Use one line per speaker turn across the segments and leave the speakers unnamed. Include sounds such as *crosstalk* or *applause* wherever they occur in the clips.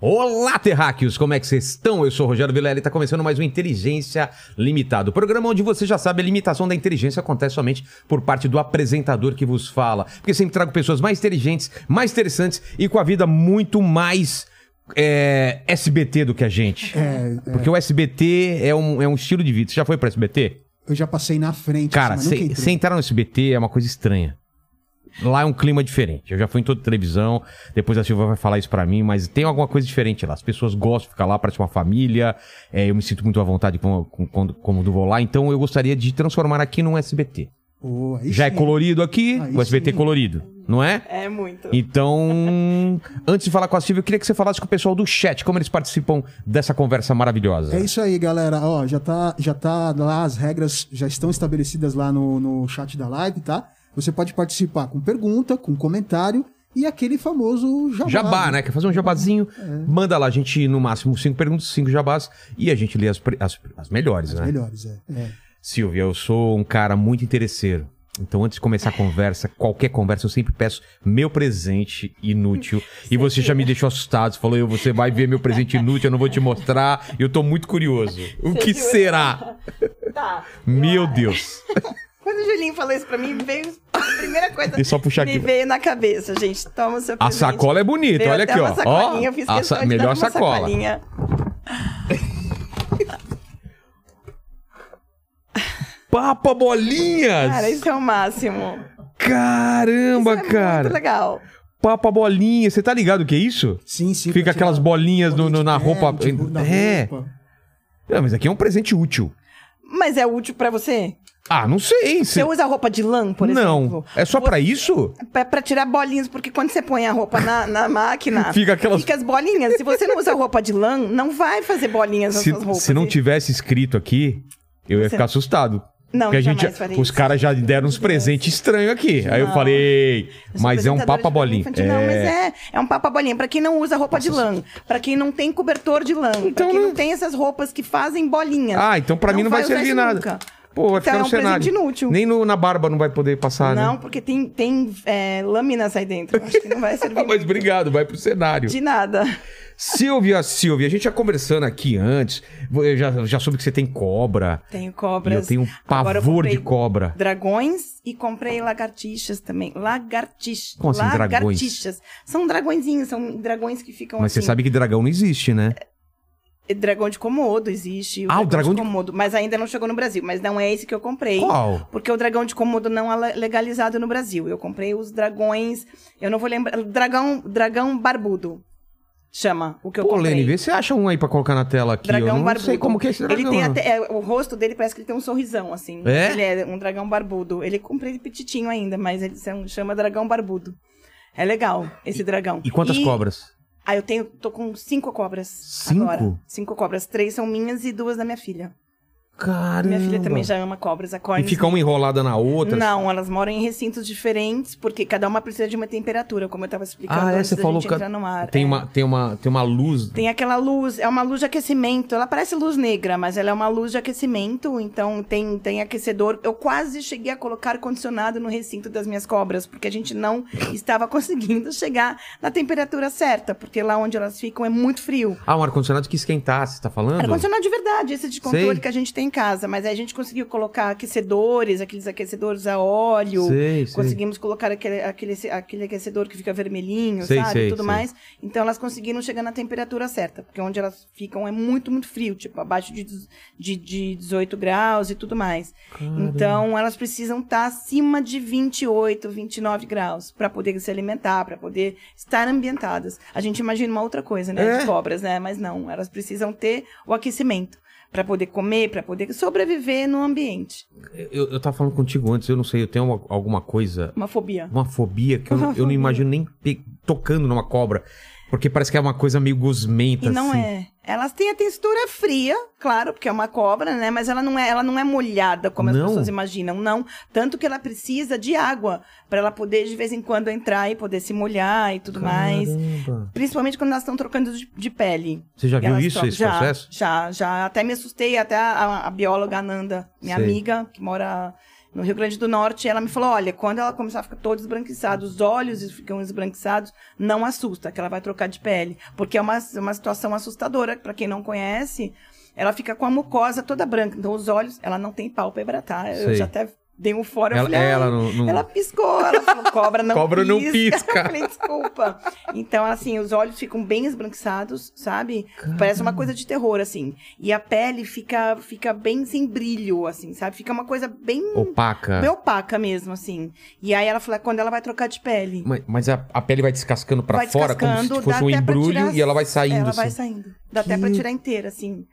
Olá, terráqueos! Como é que vocês estão? Eu sou o Rogério Vilela e está começando mais um Inteligência Limitada. O programa onde você já sabe a limitação da inteligência acontece somente por parte do apresentador que vos fala. Porque sempre trago pessoas mais inteligentes, mais interessantes e com a vida muito mais é, SBT do que a gente.
É,
Porque o SBT é um, é um estilo de vida. Você já foi pro SBT?
Eu já passei na frente.
Cara,
assim, mas nunca
sem,
entrei.
sem entrar no SBT é uma coisa estranha. Lá é um clima diferente. Eu já fui em toda televisão, depois a Silva vai falar isso pra mim, mas tem alguma coisa diferente lá. As pessoas gostam de ficar lá, parece uma família. é, eu me sinto muito à vontade com- com- quando, quando vou lá, então eu gostaria de transformar aqui num SBT.
Pô, aí
Já é
sim.
colorido aqui,
Aí
o SBT
sim.
colorido, não é?
É muito.
Então, antes de falar com a Silvia, eu queria que você falasse com o pessoal do chat, como eles participam dessa conversa maravilhosa.
É isso aí, galera. Ó, já tá, já tá lá, as regras já estão estabelecidas lá no, no chat da live, tá? Você pode participar com pergunta, com comentário e aquele famoso
Tá
jabá.
Jabá, né? Quer fazer um jabazinho?
É.
Manda lá, a gente, no máximo, cinco perguntas, cinco jabás, e a gente lê as, pre- as, as melhores, né?
Melhores, é. é.
Silvia, eu sou um cara muito interesseiro. Então, antes de começar a conversa, qualquer conversa, eu sempre peço meu presente inútil.
*laughs*
E você já me deixou assustado. Você falou, eu, você vai ver meu presente inútil, eu não vou te mostrar. Eu tô muito
*laughs*
curioso. O
Você
que
jura?
será?
Tá.
Meu Deus.
Quando o Julinho falou isso pra mim, veio a primeira coisa
Deixa eu só puxar
me
aqui.
veio na cabeça, gente. Toma o seu
A
presente.
sacola é bonita,
Veio
olha
até
aqui,
uma
ó. ó
sacolinha, eu fiz
a
questão
sa-
de
melhor
dar uma
sacola.
sacolinha.
Papa bolinhas!
Cara, isso é o máximo.
Caramba,
isso é
cara!
Muito legal.
Papa bolinha, você tá ligado o que é isso?
Sim, sim.
Tipo,
Fica
pra tirar
aquelas bolinhas no- no- na
de pé,
roupa.
tipo, na
é.
roupa.
Não, mas aqui é um presente útil.
Mas é útil pra você?
Ah, não sei. Se...
Você usa roupa de lã, por
não.
exemplo? É
É só pra isso?
Pra, pra tirar bolinhas, porque quando você põe a roupa na, na máquina,
*laughs* Fica aquelas-
fica as bolinhas. Se você não usa roupa de lã, não vai fazer bolinhas nas
Se,
suas roupas.
se não
E-
tivesse escrito aqui, eu ia
Você-
ficar assustado.
Não,
Porque a gente,
jamais faria
os
isso.
caras já deram uns presentes estranhos aqui. Aí eu
Não.
falei,
Eu sou
mas é um
apresentadora
papa
de programa
bolinha.
infantil. Não, mas é, é um papa bolinha. Pra quem não usa roupa de lã, pra quem não tem cobertor de lã, pra quem não tem essas roupas que fazem bolinhas.
Então, né? Ah, então pra mim não vai,
usar
servir
isso
nada.
nunca.
Pô, vai
Então
ficar
é
no
um
cenário.
presente inútil.
Nem no- na barba não vai poder passar,
não,
né?
porque tem, tem é, lâminas aí dentro. Acho que não vai
Ah,
servir
*laughs* mas obrigado, vai pro cenário.
de nada.
Silvia, Silvia, a gente já conversando aqui antes. Eu já, já soube que você tem cobra.
Tenho
E
cobras.
eu tenho um
Agora eu
pavor de
comprei
cobra.
Dragões e comprei lagartixas também. Lagartixas.
Como assim, dragões?
lagartixas. São dragõezinhos, são dragões que ficam
Mas você
assim.
sabe que dragão não existe, né?
Dragão de Komodo existe.
Ah, o dragão de-
Komodo. Mas ainda não chegou no Brasil. Mas não é esse que eu comprei.
Qual?
Porque o dragão de Komodo não é le- legalizado no Brasil. Eu comprei os dragões. Eu não vou lembrar. Dragão, dragão barbudo. Chama o que eu
Pô,
comprei.
Lene, vê se acha um aí pra colocar na tela aqui. eu
Dragão
não
barbudo.
sei como que é esse dragão.
Ele tem
né?
até, é, o rosto dele parece que ele tem um sorrisão, assim.
É?
Ele é um dragão barbudo. Ele comprei ele petitinho ainda, mas ele são- chama dragão barbudo. É legal esse dragão.
E quantas cobras?
Ah, eu tenho. tô com cinco cobras.
Cinco?
Agora. Cinco cobras. Três são minhas e duas da minha filha.
Caramba.
Minha filha também já ama cobras, a
E
Corne.
fica uma enrolada na outra.
Não, elas moram em recintos diferentes, porque cada uma precisa de uma temperatura, como eu tava explicando
Ah, é,
antes
você
da
falou
gente
que
entrar no ar.
Tem,
É.
uma, tem, uma, tem uma luz.
Tem aquela luz, é uma luz de aquecimento. Ela parece luz negra, mas ela é uma luz de aquecimento, então tem, tem aquecedor. Eu quase cheguei a colocar ar-condicionado no recinto das minhas cobras, porque a
*laughs*
gente não estava conseguindo chegar na temperatura certa, porque lá onde elas ficam é muito frio.
Ah, um ar-condicionado que esquentasse, tá falando?
Ar-condicionado de verdade, esse de controle
Sei.
que a gente tem em casa. Mas aí a gente conseguiu colocar aquecedores, aqueles aquecedores a óleo.
Sei, sei.
Conseguimos colocar aquele, aquele, aquele aquecedor que fica vermelhinho,
Sei,
sabe?
sei,
tudo
sei.
mais. Então elas conseguiram chegar na temperatura certa. Porque onde elas ficam é muito, muito frio. Tipo, abaixo de, dez- de, de 18 graus e tudo mais. Então elas precisam estar acima de 28, 29 graus. para poder se alimentar, para poder estar ambientadas. A gente imagina uma outra coisa, né?
É.
De cobras, né? Mas não. Elas precisam ter o aquecimento. para poder comer, para poder sobreviver no ambiente.
Eu, eu tava falando contigo antes, eu não sei, eu tenho uma- alguma coisa
Uma fobia.
Uma fobia que eu,
Uma *laughs*
eu não
fobia.
imagino nem pe- tocando numa cobra. Porque parece que é uma coisa meio gosmenta,
E não
assim.
é. Elas têm a textura fria, claro, porque é uma cobra, né? Mas ela não é, ela não é molhada como
Não?
as pessoas imaginam, não. Tanto que ela precisa de água para ela poder de vez em quando entrar e poder se molhar e tudo mais.
Caramba.
Principalmente quando elas estão trocando de, de pele.
Você já
E
viu
elas
isso,
trocam-
esse
já,
processo?
Já, já. Até me assustei, até a, a- a bióloga Ananda, minha
Sei.
amiga, que mora no Rio Grande do Norte, ela me falou: olha, quando ela começar a ficar toda esbranquiçada, os olhos ficam esbranquiçados, não assusta, que ela vai trocar de pele. Porque é uma, uma situação assustadora, pra quem não conhece, ela fica com a mucosa toda branca. Então, os olhos, ela não tem pálpebra, tá?
Sei.
Eu já até dei um fora, eu
Ela,
falei, "Ai,
ela não... não-
ela piscou, ela falou, cobra não
Hum. Cobra
pisca.
não pisca.
*laughs* Eu falei, desculpa. Então, assim, os olhos ficam bem esbranquiçados, sabe? Parece uma coisa de terror, assim. E a pele fica, fica bem sem brilho, assim, sabe? Fica uma coisa bem,
Opaca.
bem opaca mesmo, assim. E aí ela falou, é quando ela vai trocar de pele.
Mas, mas a, a pele vai descascando pra
vai
fora, como
descascando,
se
dá
fosse um
até pra
embrulho,
tirar-
e ela vai saindo,
Ela
assim.
vai saindo. Dá até
Que-
pra tirar inteira, assim.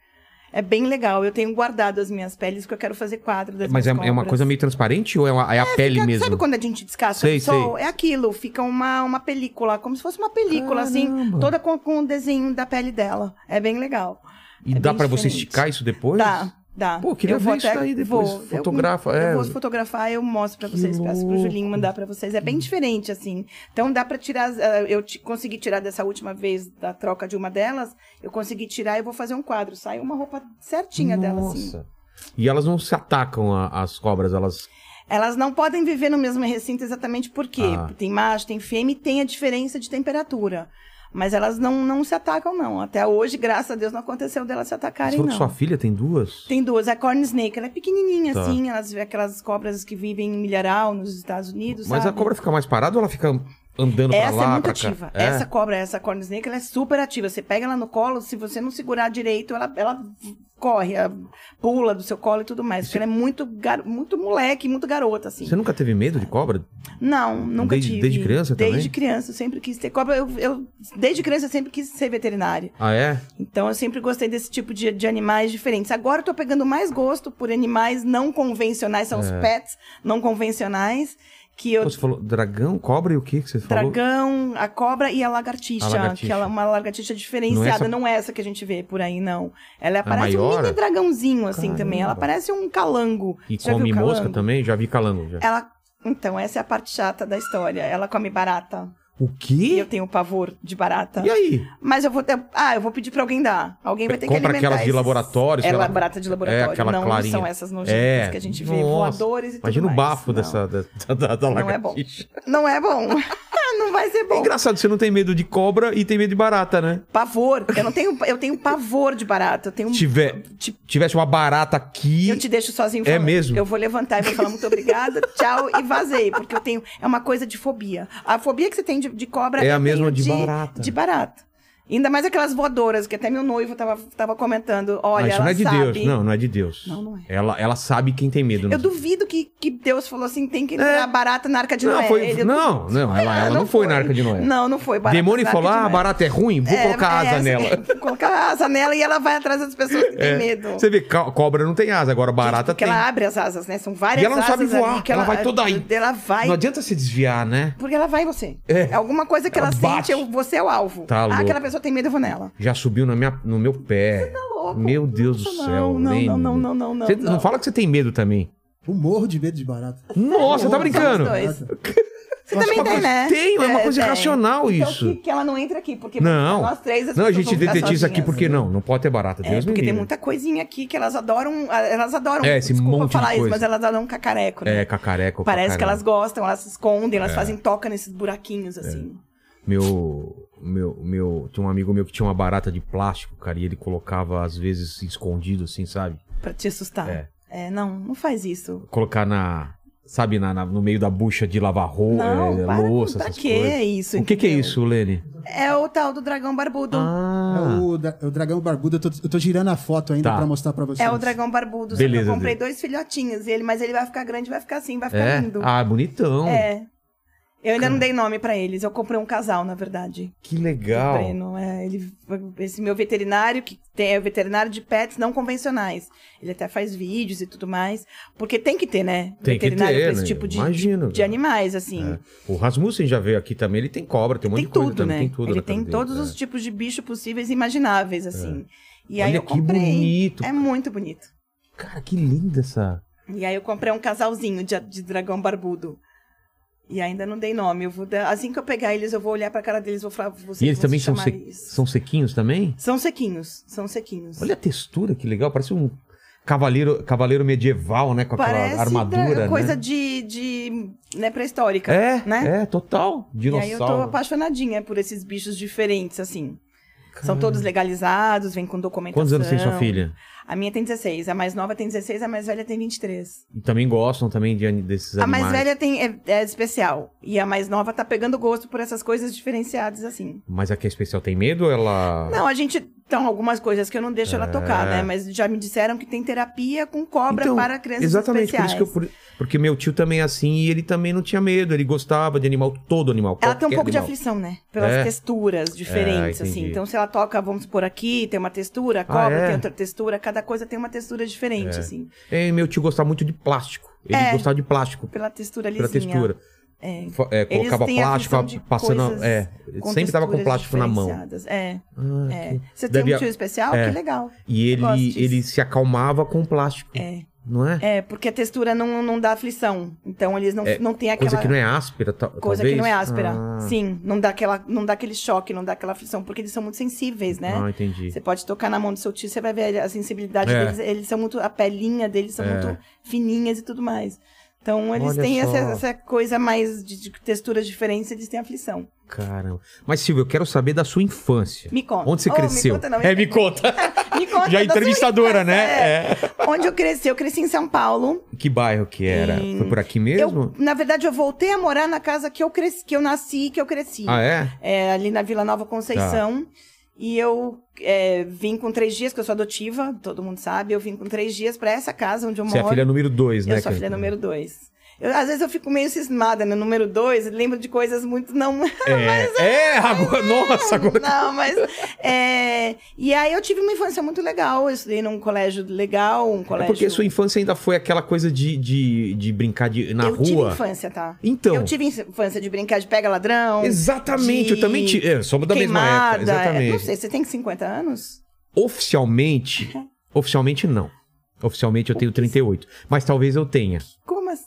É bem legal. Eu tenho guardado as minhas peles, porque eu quero fazer quadro das
Mas é,
minhas
é uma
cobras.
coisa meio transparente ou é, uma- é a pele
Fica-
mesmo?
Sabe quando a gente descasca
Sei,
do sol?
sei.
É aquilo, fica uma, uma película, como se fosse uma película,
Caramba.
assim, toda com, com o desenho da pele dela. É bem legal.
E
é
dá
bem
pra você
diferente.
esticar isso depois?
Dá, dá.
Pô, queria
Eu vou
ver isso
até-
daí depois.
vou-
Fotografa,
Eu,
é.
eu vou fotografar e eu mostro pra
Que
vocês. Peço pro
louco. Hum.
Julinho mandar pra vocês. É bem diferente, assim. Então dá pra tirar. as- ah, Eu ti- consegui tirar dessa última vez, da troca de uma delas. Eu consegui tirar e vou fazer um quadro. Sai uma roupa certinha dela, assim.
Nossa. E elas não se atacam a- as cobras, elas.
Elas não podem viver no mesmo recinto exatamente por quê?
Ah.
Tem macho, tem fêmea e tem a diferença de temperatura. Mas elas não, não se atacam, não. Até hoje, graças a Deus, não aconteceu delas se
Você
atacarem,
falou que
não.
sua filha tem duas?
Tem duas. A corn snake, ela é pequenininha,
Tá.
assim. Elas, aquelas cobras que vivem em milharal nos Estados Unidos,
Mas a
sabe?
cobra fica mais parada ou ela fica andando pra
Essa
lá,
é muito
pra cá?
ativa.
É?
Essa cobra, essa corn snake, ela é super ativa. Você pega ela no colo, se você não segurar direito, ela, ela corre, ela pula do seu colo e tudo mais. Porque ela é muito, gar- muito moleque, muito garota, assim.
Você nunca teve medo de cobra?
Não, nunca
Desde-
tive.
desde criança também?
Desde criança, eu sempre quis ter cobra. Eu, eu- desde criança eu sempre quis ser veterinária.
Ah, é?
Então eu sempre gostei desse tipo de, de animais diferentes. Agora eu tô pegando mais gosto por animais não convencionais, são os pets não convencionais, que eu
É. Você falou dragão, cobra e o que que você falou?
Dragão, a cobra e a lagartixa,
A lagartixa.
que ela é uma lagartixa diferenciada,
Não
não
é
é
essa-
essa, que a gente vê por aí, não. Ela parece um
maior?
mini dragãozinho, assim, também. Ela
Caramba.
parece um calango.
E
Você já
come
viu
mosca
calango?
também? Já vi calango. Já.
Ela... Então, essa é a parte chata da história. Ela come barata.
O
E
quê?
eu tenho pavor de barata.
E aí?
Mas É. eu vou ter. Ah, eu vou pedir pra alguém dar. Alguém vai ter que
Compra
alimentar.
aquelas de
esses-
laboratório, sei
É,
lá.
lá, barata de laboratório.
aquela
não,
clarinha.
não são essas nojentas
É,
que a gente
nossa.
vê, voadores e
Imagina
tudo
o
mais.
bafo
Não.
dessa *laughs* da, da, da, da
Não é bom.
lagartixa.
Não é bom. *laughs* não vai ser
É
bom.
engraçado, você não tem medo de cobra e tem medo de barata, né?
Pavor. Eu não tenho. Eu tenho pavor de barata. Eu tenho.
Se tiver, tivesse uma barata aqui.
Eu te deixo sozinho
É
falando.
mesmo?
Eu vou levantar e vou falar muito obrigada,
*laughs*
tchau e vazei. Porque eu tenho. É uma coisa de fobia. A fobia que você tem de, de cobra
É a
eu
mesma
tenho
de barata.
De barata. Ainda mais aquelas voadoras, que até meu noivo tava, tava comentando. Olha,
Ah, isso
ela
não é de
sabe.
Deus. Não, não é de Deus.
Não, não é.
Ela, ela sabe quem tem medo. não
Eu
sei.
duvido que, que Deus falou assim: tem que entrar barata na arca de
É. Não,
Noé.
foi-
Ele-
não, não, ela- ela não foi na Arca de Noé.
Não, não foi. barata
Demônio
na Arca
falou:
de
ah, a
Noé."
barata é ruim, vou
É,
colocar
é
asa
essa- *laughs*
nela. É.
Vou colocar asa nela e ela vai atrás das pessoas que têm medo.
Você vê, co- cobra não tem asa, agora barata
Porque
tem.
ela abre as asas, né? São várias
E ela não
asas
sabe voar,
ali que
ela vai toda aí.
Ela vai.
Não adianta se desviar, né?
Porque ela vai em você.
É.
É. Alguma coisa que ela,
Ela bate.
sente, eu, você é o alvo.
Tá
ah,
louco.
aquela pessoa tem medo, eu vou nela.
Já subiu na minha, no meu pé. Você tá
louco?
Meu Deus do
Nossa,
céu.
não, não,
Lene.
não, não, não, não, não,
Você não
não.
fala que você tem medo também.
Eu um morro de medo de barata.
É. Nossa, tá brincando.
dois.
Barata.
Você também tem, né?
Tenho, é uma coisa
tem.
irracional
Então,
isso.
Que, que ela não entra aqui, porque
Não.
nós três as
não, a
pessoas
gente
vão ficar
detetiza aqui
sozinhas.
porque não, não pode ter barata.
É,
Deus me
porque tem
livre.
muita coisinha aqui que elas adoram. Elas adoram.
É, esse
desculpa
monte de
falar isso,
coisa.
mas elas adoram cacareco, né?
É, cacareco. É.
Parece que
cacarão.
elas gostam, elas se escondem, elas fazem toca nesses
É.
buraquinhos, assim.
Meu, meu, meu, tinha um amigo meu que tinha uma barata de plástico, cara, e ele colocava às vezes escondido, assim, sabe?
Pra te assustar.
É.
É, não, não faz isso.
Colocar na, sabe, na, na- no meio da bucha de lavar roupa,
Não,
é,
para,
louça,
pra
essas
que
coisas.
isso?
o que, que é
entendeu?
isso, Lene?
É o tal do dragão barbudo.
É
Ah,
o, dra- é o dragão barbudo. Eu tô, eu tô girando a foto ainda
Tá.
pra mostrar pra vocês.
É o dragão barbudo. Só que
Beleza,
eu comprei dois filhotinhos, ele, mas ele vai ficar grande, vai ficar assim, vai ficar
é?
lindo.
Ah, bonitão.
tá É. Eu ainda não dei nome pra eles. Eu comprei um casal, na verdade.
Que
do
legal.
Breno, é, ele, esse meu veterinário, que tem, é veterinário de pets não convencionais. Ele até faz vídeos e tudo mais. Porque tem que ter, né?
Tem que
veterinário
ter,
pra esse
né?
tipo de,
Imagino,
de, de
cara.
animais, assim.
É. O Rasmussen já veio aqui também, ele tem cobra, tem um monte
tem
de coisa
tudo,
também,
né?
tem tudo
ele
na casa
tem
dele,
todos
é.
os tipos de bicho possíveis e imagináveis, assim. E aí
Olha
eu
que
comprei.
bonito,
É
cara.
muito bonito.
Cara, que linda essa.
E aí eu comprei um casalzinho de, de dragão barbudo. E ainda não dei nome. Eu vou dar- assim que eu pegar eles, eu vou olhar pra cara deles, vou falar, vocês
e eles
vão
também
se
são,
chamar
se-
isso.
são sequinhos também?
São sequinhos, são sequinhos.
Olha a textura, que legal, parece um cavaleiro, cavaleiro medieval, né, com aquela
Parece
armadura,
dra-
né?
coisa de, de né, pré-histórica,
É,
né?
é, total,
E aí eu tô
dinossauro.
apaixonadinha por esses bichos diferentes, assim. São
Cara.
todos legalizados, vêm com documentação.
Quantos anos tem sua filha?
A minha tem 16, a mais nova tem 16, a mais velha tem 23.
E Também gostam também de, desses
A
animais.
mais velha tem, é, é especial. E a mais nova tá pegando gosto por essas coisas diferenciadas, assim.
Mas a que é especial tem medo ou ela...
Não, a gente. Então, algumas coisas que eu não deixo ela tocar, né? Mas já me disseram que tem terapia com cobra
É. Então,
para crianças
Exatamente, por
especiais.
isso que eu... por- Porque meu tio também é assim e ele também não tinha medo, ele gostava de animal, todo animal.
Ela tem um
qualquer
pouco de
animal.
aflição, né? Pelas
É?
texturas diferentes,
É,
assim.
entendi.
Então, se ela toca, vamos por aqui, tem uma textura, a cobra
é?
tem outra textura, cada coisa tem uma textura diferente, assim.
É, meu tio gostava muito de plástico. Ele
É.
gostava de plástico,
Pela textura lisinha.
pela textura.
É.
Fa- é,
Eles
colocava
têm a
plástico,
função de coisas
passando. É,
com
sempre tava com
texturas
plástico na mão.
diferenciadas. É,
Ah,
é.
que-
Você
Deve
tem
a-
um tio especial?
é.
Que legal.
E
Eu gosto disso.
ele, ele se acalmava com o plástico.
É.
Não é?
É, porque a textura não, não dá aflição. Então, eles não,
É,
não tem aquela...
Coisa que não é áspera, ta-
coisa
talvez.
que não é áspera.
Ah,
Sim, não dá, aquela, não dá aquele choque, não dá aquela aflição, porque eles são muito sensíveis, né?
Ah, entendi.
Você pode tocar na mão do seu tio, você vai ver a sensibilidade
É.
deles. Eles são muito. A pelinha deles são
É.
muito fininhas e tudo mais. Então eles
Olha
têm
só.
essa, essa coisa mais de, de texturas diferentes, eles têm aflição.
Caramba. Mas, Silvio, eu quero saber da sua infância.
Me conta.
Onde você
Oh,
cresceu?
Me conta, não,
é, me conta.
me conta
*laughs* Já é
da sua
entrevistadora,
infância,
né? É.
é. Onde eu cresci? Eu cresci em São Paulo.
Que bairro que era?
Em-
Foi por aqui mesmo?
Eu, na verdade, eu voltei a morar na casa que eu cresci, que eu nasci e que eu cresci.
Ah, é? Tá.
É, ali na Vila Nova Conceição. E eu é, vim com três dias, que eu sou adotiva, todo mundo sabe. Eu vim com três dias pra essa casa onde eu
Você é a
moro.
filha número dois, né?
Eu sou a
cara?
filha número dois. Eu, às vezes eu fico meio cismada no número dois, lembro de coisas muito não. *laughs*
É, é, agora, nossa, agora
não, mas. é, e aí eu tive uma infância muito legal. Eu estudei num colégio legal, um
É
colégio.
porque sua infância ainda foi aquela coisa de, de, de brincar de, na
eu
rua.
tive infância, tá?
Então.
Eu tive infância de brincar de pega-ladrão.
Exatamente, eu
de
também tive. É, somos da
queimada.
mesma época.
é,
Exatamente.
Não sei, você tem 50 anos? *laughs*
Oficialmente. Oficialmente não. Oficialmente eu tenho 38. Mas talvez eu tenha.
Como assim?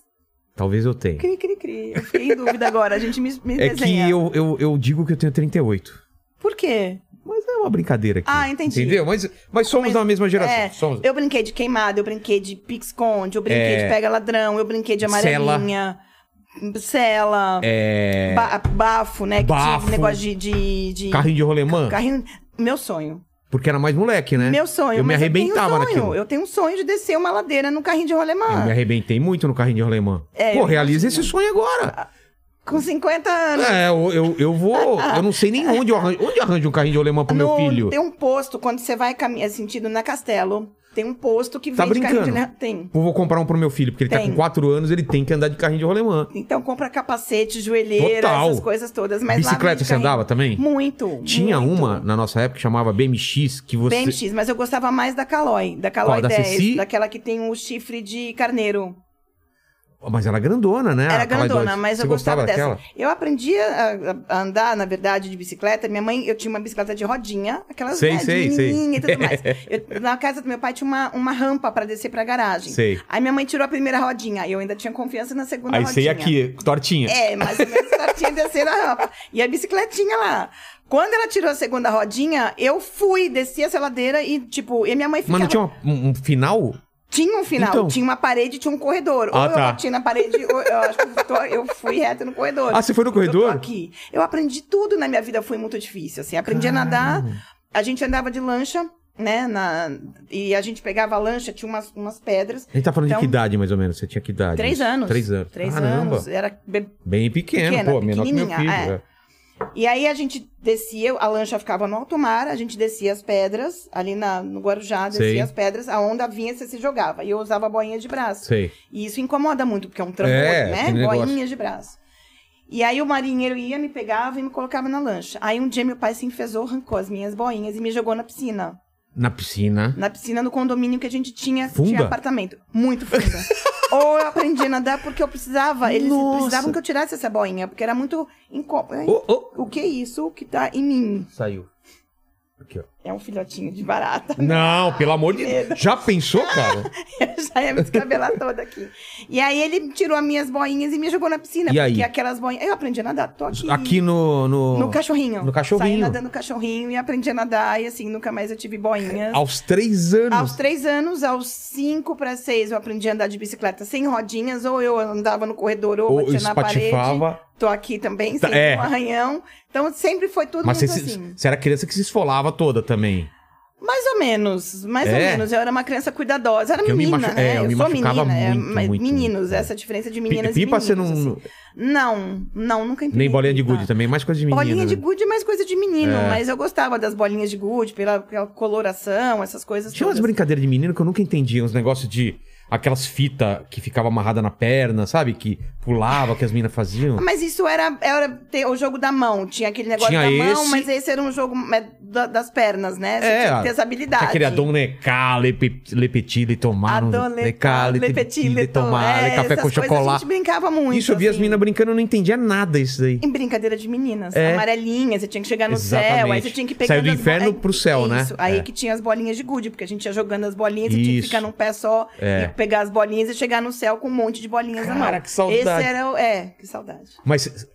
Talvez eu tenha.
Cri, cri, cri. Eu fiquei em dúvida agora. A gente me, me
*laughs* É que
desenha.
eu, eu, eu digo que eu tenho 38.
Por quê?
Mas é uma brincadeira aqui.
Ah, entendi.
Entendeu? Mas, mas somos
Mas-
da mesma geração.
é,
somos...
Eu brinquei de queimada, eu brinquei de pique-esconde, eu brinquei
É.
de pega-ladrão, eu brinquei de
Sela.
amarelinha, cela,
É...
ba- bafo, né? Que tinha
Bafo.
negócio de... de, de-
Carrinho de rolemã?
carrinho- Meu sonho.
Porque era mais moleque, né?
Meu sonho.
Eu me
mas
arrebentava
eu tenho um sonho.
naquilo.
Eu tenho um sonho de descer uma ladeira no carrinho de
Eu me
rolemã.
arrebentei muito no carrinho de rolemã.
É,
Pô,
eu
realiza
imagino.
esse sonho agora.
Com 50 anos.
É, eu, eu, eu vou. Eu não sei nem onde eu arranjo. Onde eu arranjo um carrinho de rolemã pro meu
No-
filho?
Tem um posto, quando você vai caminhar sentido na Castelo, tem um posto que
Tá
vende carrinho de
brincando?
rolemã. Tem.
Eu vou comprar um pro meu filho, porque ele tá
Tem.
com 4 anos, ele tem que andar de carrinho de rolemã.
Então compra capacete, joelheira,
Total.
essas coisas todas. Mas lá
Bicicleta
vende
você
carrinho.
andava também?
Muito.
Tinha
muito.
uma na nossa época que chamava BMX, que você.
BMX, mas eu gostava mais da Caloi, da Caloi
Qual, da
10,
Ceci?
daquela que tem o chifre de carneiro.
Mas era grandona, né?
Era
Aquela
grandona,
idosa.
mas
você
eu gostava,
gostava
dessa.
daquela?
Eu aprendi a, a- a andar, na verdade, de bicicleta. Minha mãe, eu tinha uma bicicleta de rodinha, aquelas
Sei,
né, de
sei, sei.
menininha e
*laughs*
tudo mais. Eu- na casa do meu pai tinha uma, uma rampa pra descer pra garagem.
Sei.
Aí minha mãe tirou a primeira rodinha, e eu ainda tinha confiança na segunda
Aí
rodinha.
você ia aqui, tortinha.
É, mais ou menos tortinha descendo a rampa. E a bicicletinha lá. Quando ela tirou a segunda rodinha, eu fui, desci essa ladeira e, tipo, e minha mãe ficava...
Mas não tinha uma- um, um final?
Tinha um final,
Então.
tinha uma parede, tinha um corredor.
Ah,
ou eu
tá.
bati na parede, ou eu acho que eu tô- eu fui reto no corredor.
Ah, você foi no
Eu tô
corredor?
aqui. Eu aprendi tudo na minha vida, foi muito difícil, assim. Aprendi a nadar,
Ah,
a gente andava de lancha, né, na- e a gente pegava a lancha, tinha umas, umas pedras.
A gente tá falando de
Então-
que idade, mais ou menos? Você tinha que idade?
Três anos.
Três anos.
Três
Caramba.
anos. Era be-
Bem pequeno,
Pequena,
pô, menor que meu filho.
pequenininha,
é.
E aí a gente descia, a lancha ficava no alto mar, a gente descia as pedras, ali na- no Guarujá, descia
Sei.
as pedras, a onda vinha e você se jogava. E eu usava boinha de braço.
Sei.
E isso incomoda muito, porque é um trambolho,
É,
né?
aquele negócio.
Boinha de braço. E aí o marinheiro ia, me pegava e me colocava na lancha. Aí um dia meu pai se enfesou, arrancou as minhas boinhas e me jogou na piscina.
Na piscina.
Na piscina do condomínio que a gente tinha,
Funda?
tinha apartamento.
*laughs*
Muito funda. Ou eu aprendi a nadar porque eu precisava. Eles
Nossa.
precisavam que eu tirasse essa boinha, porque era muito incômodo.
Oh, oh.
O que é isso que tá em mim?
Saiu. Aqui, ó.
É um filhotinho de barata. *laughs*
Não, pelo amor de
medo.
Deus. Já pensou,
*laughs*
cara?
Eu já ia me descabelar toda aqui. E aí ele tirou as minhas boinhas e me jogou na piscina.
E aí?
porque aquelas boinhas. Eu aprendi a nadar. Tô aqui.
Aqui no. No,
No cachorrinho.
No cachorrinho.
Saí nadando no cachorrinho e aprendi a nadar. E assim, nunca mais eu tive boinhas.
Aos três
Aos
anos.
três anos, aos cinco para seis, eu aprendi a andar de bicicleta sem rodinhas, ou eu andava no corredor, ou,
Ou
batia na parede.
espatifava.
Tô aqui também,
Tá,
sempre
é.
um arranhão. Então sempre foi tudo
Mas você,
muito
se-
assim.
você era criança que se esfolava toda também.
Mais ou menos, mais ou
É?
menos. Eu era uma criança cuidadosa, era
Porque eu me
menina,
machu-
né?
é, eu me
sou
machucava
menina, é,
muito,
mas
muito,
meninos,
muito.
essa diferença de
Pi-
meninas e
Pipa
meninos.
você não.
assim. Não, não, nunca
Nem bolinha de
gude
gude também, mais coisa de menina.
Bolinha de
né?
gude é mais coisa de menino, mas eu gostava das bolinhas de gude pela, pela coloração, essas coisas
Tinha umas
todas.
brincadeiras de menino que eu nunca entendia, uns negócios de aquelas fitas que ficava amarrada na perna, sabe? Que pulava, que as meninas faziam.
Mas isso era, era ter o jogo da mão. Tinha aquele negócio
Tinha
da mão,
esse.
mas esse era um jogo é, da- das pernas, né? Você
É,
tinha que ter essa habilidade.
Aquele adonecá, lepetil e tomar.
Adolecar,
lepetil
lepetito,
tomar,
é,
café com
essas coisas A
chocolate.
gente brincava muito.
Isso eu vi as
assim.
meninas brincando, eu não entendia nada isso daí.
Em brincadeira de meninas,
É.
amarelinha, você tinha que chegar no céu, aí
Exatamente.
você tinha que pegar. é,
Saiu do inferno pro céu, né?
Isso, aí
É.
que tinha as bolinhas de gude, porque a gente ia jogando as bolinhas e tinha que
Isso. É.
ficar num pé só e pegar as bolinhas e chegar no céu com um monte de bolinhas na mão.
Cara, que saudade.
Esse era o. É, que saudade.
Mas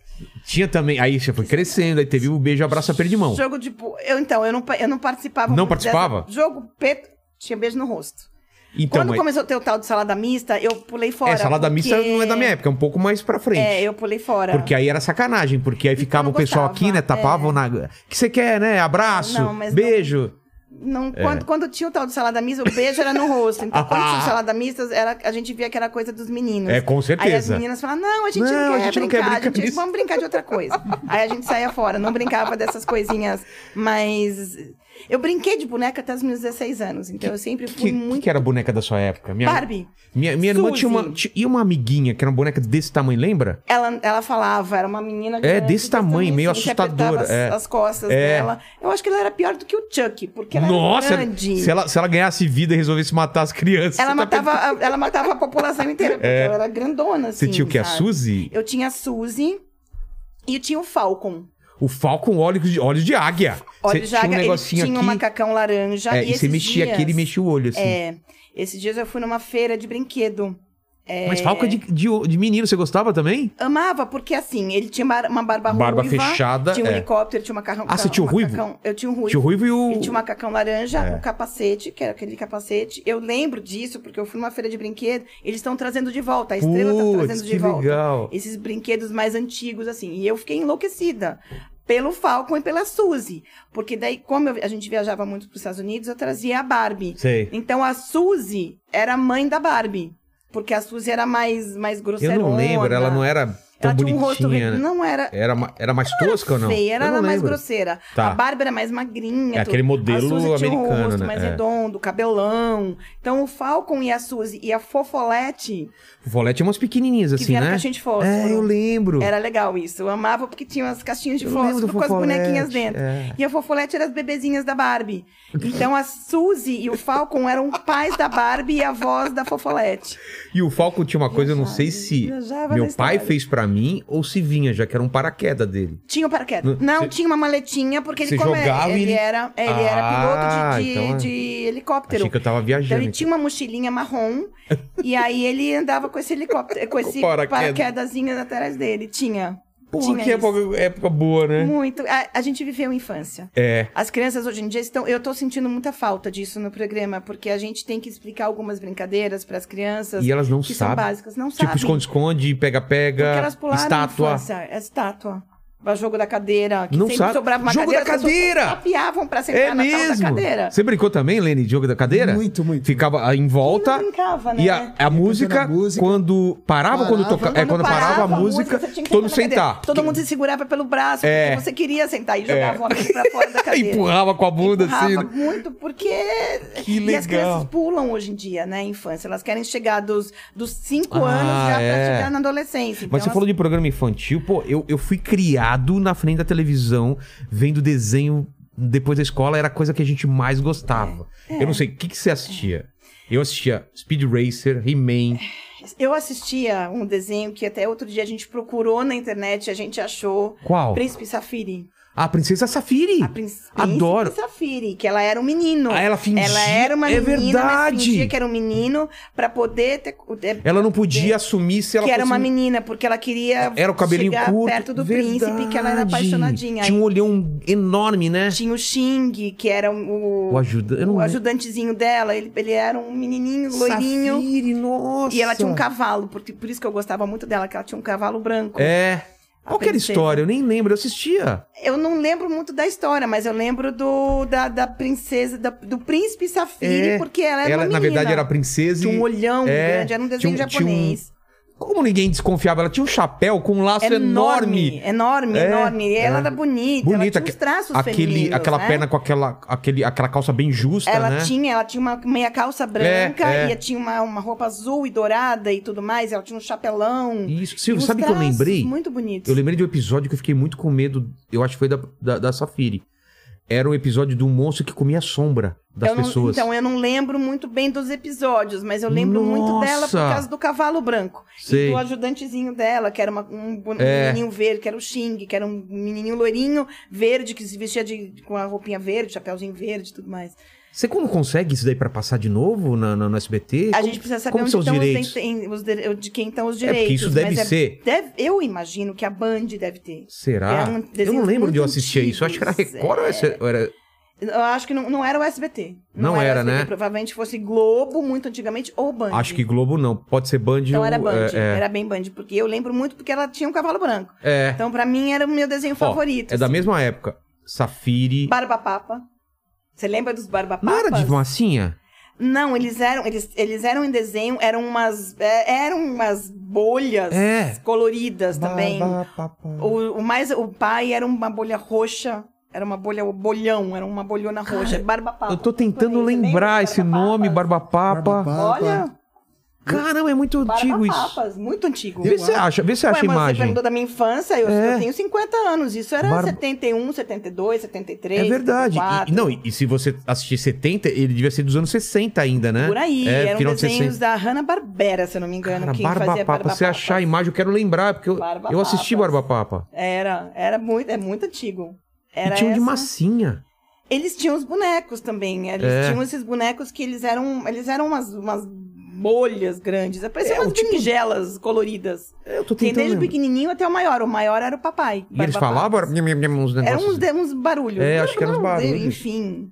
tinha também. Aí você foi crescendo, aí teve o beijo, abraço, aperto de mão.
Jogo de. pu- Eu, então, eu não, pa- eu não participava.
Não
muito
participava?
dessa- Jogo preto, tinha beijo no rosto.
Então,
Quando
mas-
começou a ter o tal de salada mista, eu pulei fora.
é, salada
porque-
mista não é da minha época, é um pouco mais pra frente.
É, eu pulei fora.
Porque aí era sacanagem, porque aí
Então
ficava
eu
o pessoal
gostava,
aqui, né?
é.
Tapavam na. O que você quer, né? Abraço,
Não, mas não-
beijo.
Não,
É.
quando, quando tinha o tal de salada mista, o beijo era no rosto. Então,
*laughs*
quando tinha o salada mista, era, a gente via que era coisa dos meninos.
É, com certeza.
Aí as meninas falavam, não, a gente não,
Não,
quer,
a gente não quer
brincar, a
brincar
gente-
disso."
vamos brincar de outra coisa. aí a gente saía fora, não brincava dessas coisinhas, mas... Eu brinquei de boneca até os meus 16 anos, então eu sempre
O que,
fui
que
muito...
que era a boneca da sua época? Minha,
Barbie.
minha, minha irmã
Suzy.
tinha uma, ti- e uma amiguinha que era uma boneca desse tamanho, lembra?
Ela, ela falava, era uma menina
É,
grande,
desse tamanho, meio
assim, que apertava
assustadora,
As,
é.
as costas
É.
dela. Eu acho que ela era pior do que o Chuck, porque ela
Nossa!
era grande.
Se ela, se ela ganhasse vida e resolvesse matar as crianças.
Ela
você tá É.
matava, a, ela matava a população inteira,
*laughs*
porque ela era grandona, assim.
Você tinha o que? A
sabe?
Suzy?
Eu tinha a Suzy e eu tinha o Falcon.
O Falcon óleos de, óleos de águia.
Olha,
Você
já
tinha um
ele
negocinho
tinha um
aqui.
macacão laranja.
é,
e
e você
esses
mexia
dias,
aqui, ele mexia o olho, assim.
É, esses dias eu fui numa feira de brinquedo. É,
Mas Falcon é de, de, de menino, você gostava também?
Amava, porque assim, ele tinha uma, uma barba
Barba
ruiva.
fechada,
Tinha um
é.
helicóptero, tinha um macarrão.
Ah, você tinha o ruivo?
macacão- Eu tinha um ruivo.
Tinha o ruivo e o.
Ele tinha um macacão laranja,
É.
o capacete, que era aquele capacete. Eu lembro disso, porque eu fui numa feira de brinquedo. Eles estão trazendo de volta. A estrela tá
Putz,
trazendo de
que
volta.
legal.
Esses brinquedos mais antigos, assim. E eu fiquei enlouquecida pelo Falcon e pela Suzy. Porque daí, como eu- a gente viajava muito para os Estados Unidos, eu trazia a Barbie.
Sei.
Então a Suzy era a mãe da Barbie. Porque a Suzy era mais, mais
Eu
grosseirona.
não lembro, ela não era tão
Ela tinha um rosto.
bonitinha.
re-
né?
Não era.
Era, ma- era mais tosca ou não?
Feia, ela
Eu não
era mais
lembro.
grosseira.
Tá.
A Bárbara era mais magrinha.
É
tudo.
aquele modelo
a Suzy tinha um
americano,
rosto
né?
mais
É.
redondo, cabelão. Então o Falcon e a Suzy e a Fofolete,
O Volé tinha umas pequenininhas
que
assim,
vieram
né?
caixinha de fósforo.
É, eu lembro.
Era legal isso. Eu amava porque tinha as caixinhas de
Eu lembro
fósforo
do
com as
Fofolete,
bonequinhas dentro.
é.
E a Fofolete era as bebezinhas da Barbie. Então a Suzy e o Falcon eram pais da Barbie e avós da Fofolete.
E o Falco tinha uma coisa, eu não sei
Viajava,
se
viajava
meu
na
pai
história.
fez pra mim ou se vinha, já que era um paraquedas dele.
Tinha o paraquedas.
No-
Não,
cê-
tinha uma maletinha, porque ele,
Cê
como é-
jogava e
ele,
ele-
era, ele
Ah,
era piloto de, de-
então é.
de helicóptero.
Achei que eu tava
Então
viajando.
ele tinha uma mochilinha marrom e aí ele andava com esse helicóptero, com esse
paraquedas.
paraquedazinho atrás dele. Tinha.
Pô,
um tinha
que
isso.
época, época boa, né?
Muito. A, a gente viveu infância.
É.
As crianças hoje em dia estão. Eu tô sentindo muita falta disso no programa, porque a gente tem que explicar algumas brincadeiras para as crianças
E elas não
que são
sabem.
básicas. Não
Tipo,
sabem.
esconde-esconde,
Porque
pega-pega,
elas pularam
estátua.
infância, é estátua. Pra jogo da cadeira. Que
Não
sempre
sabe.
sobrava uma
Jogo
cadeira.
da
as pessoas
cadeira!
Tapeavam pra sentar
É
na tal da
mesmo?
cadeira.
Você brincou também, Lene, de jogo da cadeira?
Muito, muito.
Ficava em volta.
Quem não brincava, né?
tá E a, a música,
a música.
quando parava, quando
Parava.
tocava. É, quando parava, a música,
você tinha que
todo mundo
sentar na cadeira.
sentar.
Todo mundo se segurava pelo braço,
É.
porque você queria sentar e jogava o amigo pra fora
*laughs*
da cadeira.
Empurrava com a bunda assim.
Empurrava muito, porque...
Que
E as
legal.
crianças pulam hoje em dia, né, a infância. Elas querem chegar dos 5
Ah,
anos já
é.
pra chegar na adolescência.
Mas
Então,
você
elas-
falou de programa infantil, pô, eu, eu fui criado na frente da televisão, vendo desenho depois da escola, era a coisa que a gente mais gostava.
É,
Eu não sei, o que, que você assistia? Eu assistia Speed Racer, He-Man.
Eu assistia um desenho que até outro dia a gente procurou na internet, a gente achou.
Qual?
Príncipe Safiri.
A Princesa Safiri.
A princ...
Adoro.
Príncipe Safiri, que ela era um menino.
Ah, ela fingia.
Ela era uma
é
menina, mas
verdade.
fingia que era um menino pra poder ter...
Ela não podia assumir se ela
que era
fosse
uma menina, porque ela queria
Era o cabelinho
chegar
curto.
perto do príncipe, que ela era
Verdade.
apaixonadinha.
Tinha
Aí
um olhão enorme, né?
tinha o Xing, que era um, o,
O ajudante. Eu não
o
lembro.
ajudantezinho dela. Ele, ele era um menininho, loirinho.
Safiri, nossa.
E ela tinha um cavalo, por, por isso que eu gostava muito dela, que ela tinha um cavalo branco.
É.
A
Qual que era a
princesa.
história? Eu nem lembro, eu assistia.
Eu não lembro muito da história, mas eu lembro do, da, da princesa, da- do príncipe Safiri,
É.
porque ela era
Ela,
uma menina.
na verdade, era a princesa
Tinha
e...
um olhão
É,
grande, era um
tinha
desenho
um- tinha um
japonês.
Como ninguém desconfiava, ela tinha um chapéu com um laço enorme.
Enorme,
É,
enorme. E ela
é.
era bonita,
Bonita,
ela tinha
aque-
uns traços
Aquele,
femininos,
aquela
né?
perna com aquela, aquele, aquela calça bem justa,
Ela
né?
tinha, ela tinha uma meia calça branca
é.
e tinha uma, uma roupa azul e dourada e tudo mais. Ela tinha um chapelão.
Isso.
E
Silvio,
uns
sabe o que eu
traços
lembrei?
Muito bonitos.
Eu lembrei de um episódio que eu fiquei muito com medo, eu acho que foi da, da, da Safiri. Era um episódio de um monstro que comia a sombra das
Eu não-
pessoas.
então, eu não lembro muito bem dos episódios, mas eu lembro muito dela por
Nossa!
causa do cavalo branco.
Sei.
E do ajudantezinho dela, que era uma- um, bo- um
É.
menininho verde, que era o Xing, que era um menininho loirinho verde, que se vestia de, com a roupinha verde, chapéuzinho verde e tudo mais.
Você como consegue isso daí pra passar de novo na, na- no SBT?
A
Como-
gente precisa saber
como
onde
são os
estão os
direitos?
de, os de, de quem estão os
É,
direitos.
porque isso
mas
deve
é-
ser.
deve- eu imagino que a Band deve ter.
Será?
É um
eu
desenho
não lembro
muito é.
de eu assistir
antigo,
isso. Eu acho que era
isso,
Record ou era- ou era.
Eu acho que não, não era o SBT.
Não era,
o SBT,
né?
Provavelmente fosse Globo, muito antigamente, ou Band.
Acho que Globo não. Pode ser Band
Então era
ou-
Band,
É, é.
era bem Band, porque eu lembro muito porque ela tinha um cavalo branco.
É.
Então pra mim era o meu desenho
Ó,
favorito.
é da
assim.
mesma época. Safiri.
Barba Papa. Você lembra dos Barba Papas?
Não era de massinha?
Não, eles eram, eles, eles eram em desenho, eram umas, é, eram umas bolhas
É.
coloridas também.
Ba, ba, ba, ba.
O, o mais, o pai era uma bolha roxa, era uma bolha, o bolhão, era uma bolhona roxa, Barba Papa.
Eu tô tentando
Você lembra
lembrar
dos
esse
Barba
nome,
Papas?
Barba Papa.
Barba Papa.
Olha,
Caramba, é muito antigo
Barba
isso.
Papas, muito antigo.
Vê se você acha, vê se você acha a
Tipo, Ué, mas Você tá
imagem.
perguntou da minha infância, eu,
É.
eu tenho 50 anos. Isso era
Barba-
71, 72, 73.
É verdade. E,
74,
não, e e se você assistir 70, ele devia ser dos anos 60 ainda, né?
Por aí,
É, final
eram
de
desenhos da Hanna-Barbera, se eu não me engano.
Cara,
quem
Barba
fazia
Papa,
Barba
você
Papas.
achar a imagem, eu quero lembrar, porque eu,
Barba
eu assisti
Papas.
Barba Papa.
Era, era muito, é muito antigo. Era
e tinha um de
essa.
massinha.
Eles tinham os bonecos também. Eles
É.
tinham esses bonecos que eles eram, eles eram umas, umas bolhas grandes. Pareciam
É,
umas
o tipo-
berinjelas coloridas.
É, Eu tô
Tem
tentando
desde o
lembrar.
pequenininho até o maior. O maior era o papai.
E eles
Barba
falavam
Papas.
uns
Eram uns,
negócios. assim.
de- uns barulhos.
É, acho que eram uns barulhos. Ah,
Enfim.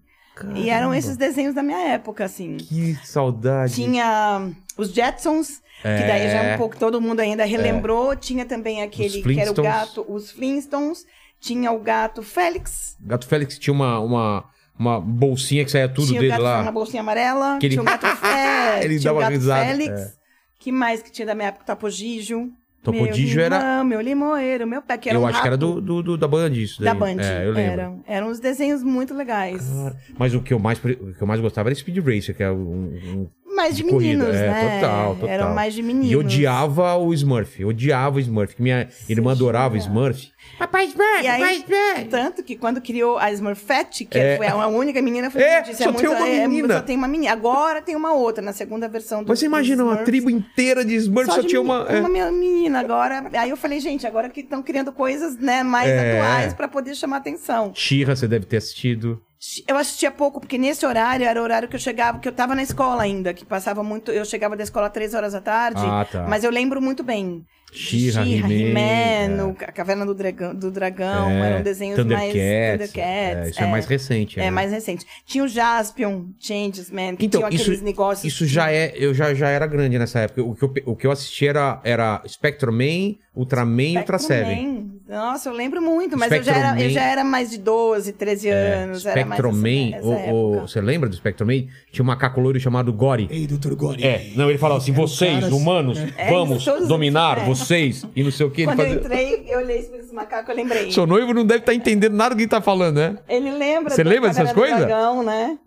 E eram esses desenhos da minha época, assim.
Que saudade.
Tinha os Jetsons, que daí já é um pouco todo mundo ainda relembrou. Tinha também aquele que era o
Flintstones.
gato, os Flintstones. Tinha o gato Félix.
Gato Félix tinha uma, uma, uma bolsinha que saía tudo
tinha o
dele
gato
lá.
na bolsinha amarela.
Que ele-
Tinha
*laughs*
o gato Félix.
Ele
tinha
dava
o gato
risada,
Félix.
é.
Que mais que tinha da minha época? Tapogijo.
Topodígio
meu
era.
limão, Meu limoeiro, meu pé. Que era
eu
um
acho que era
rato
do, do- do- da Band isso
Da
daí.
Band.
É, eu lembro.
Eram, eram uns desenhos muito legais.
Cara, Mas o que, eu mais, pre- o que eu mais gostava era Speed Racer, que era um. um-
Mais de,
De corrida,
meninos,
é,
né?
total, total.
Eram mais de meninos.
E odiava o Smurf. Odiava o Smurf. que Minha irmã adorava o Smurf. Papai Smurf,
E aí-
papai Smurf.
Tanto que quando criou a Smurfette, que
É.
foi a única menina, eu falei,
É,
"Gente,
só tem uma
é,
menina."
só tem uma menina. Agora tem uma outra, na segunda versão do
Mas você imagina uma
Smurfs.
tribo inteira de Smurf, só,
de
tinha
meni-
uma. é.
minha menina agora. Aí eu falei, gente, agora que estão criando coisas né, mais
É.
atuais pra poder chamar atenção.
She-Ra, você deve ter assistido.
Eu assistia pouco, porque nesse horário era o horário que eu chegava, que eu tava na escola ainda, que passava muito. Eu chegava da escola três horas da tarde.
Ah, tá.
Mas eu lembro muito bem. de
She-Ra,
She-Ra,
He-Man,
He-Man, o A Caverna do Dragão, do Dragão
É,
eram desenhos mais.
Thundercats. é,
Thundercats.
isso é, mais recente.
é,
né?
mais recente. Tinha o Jaspion, Changesman, que
Então,
tinham
isso-
aqueles negócios.
Isso já é, eu já, já era grande nessa época. O que eu, pe- o que eu assisti era, era Spectrum Man, Ultraman e Ultra
Spectrum
Seven.
Man, Nossa, eu lembro muito, mas eu já, era, eu
Spectroman.
já era mais de 12, 13 anos. era mais
É, Spectrum Man,
essa- essa
ou- ou-
época.
você lembra do Spectrum Man? Tinha um macaco loiro chamado Gori.
Ei, doutor Gori.
É, não, ele falava assim,
Era um
vocês,
cara-
humanos, vamos
É, eles todos-
dominar
é.
vocês, e não sei o que. Ele
Quando eu
fazia-
entrei, eu olhei esse macaco, eu lembrei.
Seu noivo não deve estar entendendo nada do que tá falando, né?
Ele lembra
Você
da
lembra dessas
Caverna
coisas?
do Dragão, né?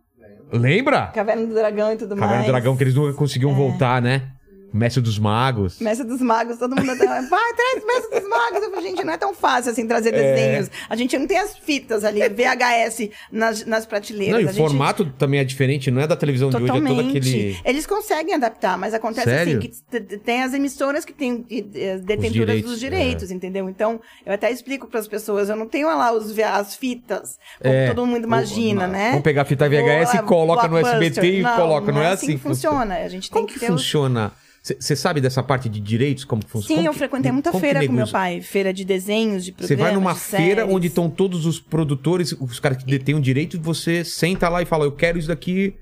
Lembra?
Caverna do Dragão e tudo mais.
Caverna do Dragão, que eles nunca conseguiam voltar, né? Mestre dos Magos.
É. Mestre dos Magos, todo mundo
*laughs*
até. Vai, traz Mestre dos Magos. Eu falei, gente, não é tão fácil assim trazer
É.
desenhos. A gente não tem as fitas
*laughs*
ali, VHS nas, nas prateleiras.
Não, e o
A gente-
formato também é diferente, não é da televisão de hoje, é todo
Totalmente.
aquele...
Eles conseguem adaptar, mas acontece
Sério?
assim que t- t- tem as emissoras que têm eh, eh, detentoras
direitos, é.
dos direitos, entendeu? Então, eu até explico para as pessoas, eu não tenho lá os, vi- as fitas, como
É,
todo mundo imagina, né?
Vamos pegar a fita VHS e
Ou a
coloca no
Blockbuster.
SBT e
Não,
coloca, não,
não
é assim
que funciona. A gente
Como
tem
que,
que, ter os-
funciona? Você sabe dessa parte de direitos, como que funciona?
Sim,
Como
eu
que-
frequentei muita
como que
feira com meu
negocia?
pai. Feira de desenhos, de programas,
Você vai numa
de
feira
séries.
onde estão todos os produtores, os caras que detêm o direito, e você senta lá e fala, eu quero isso daqui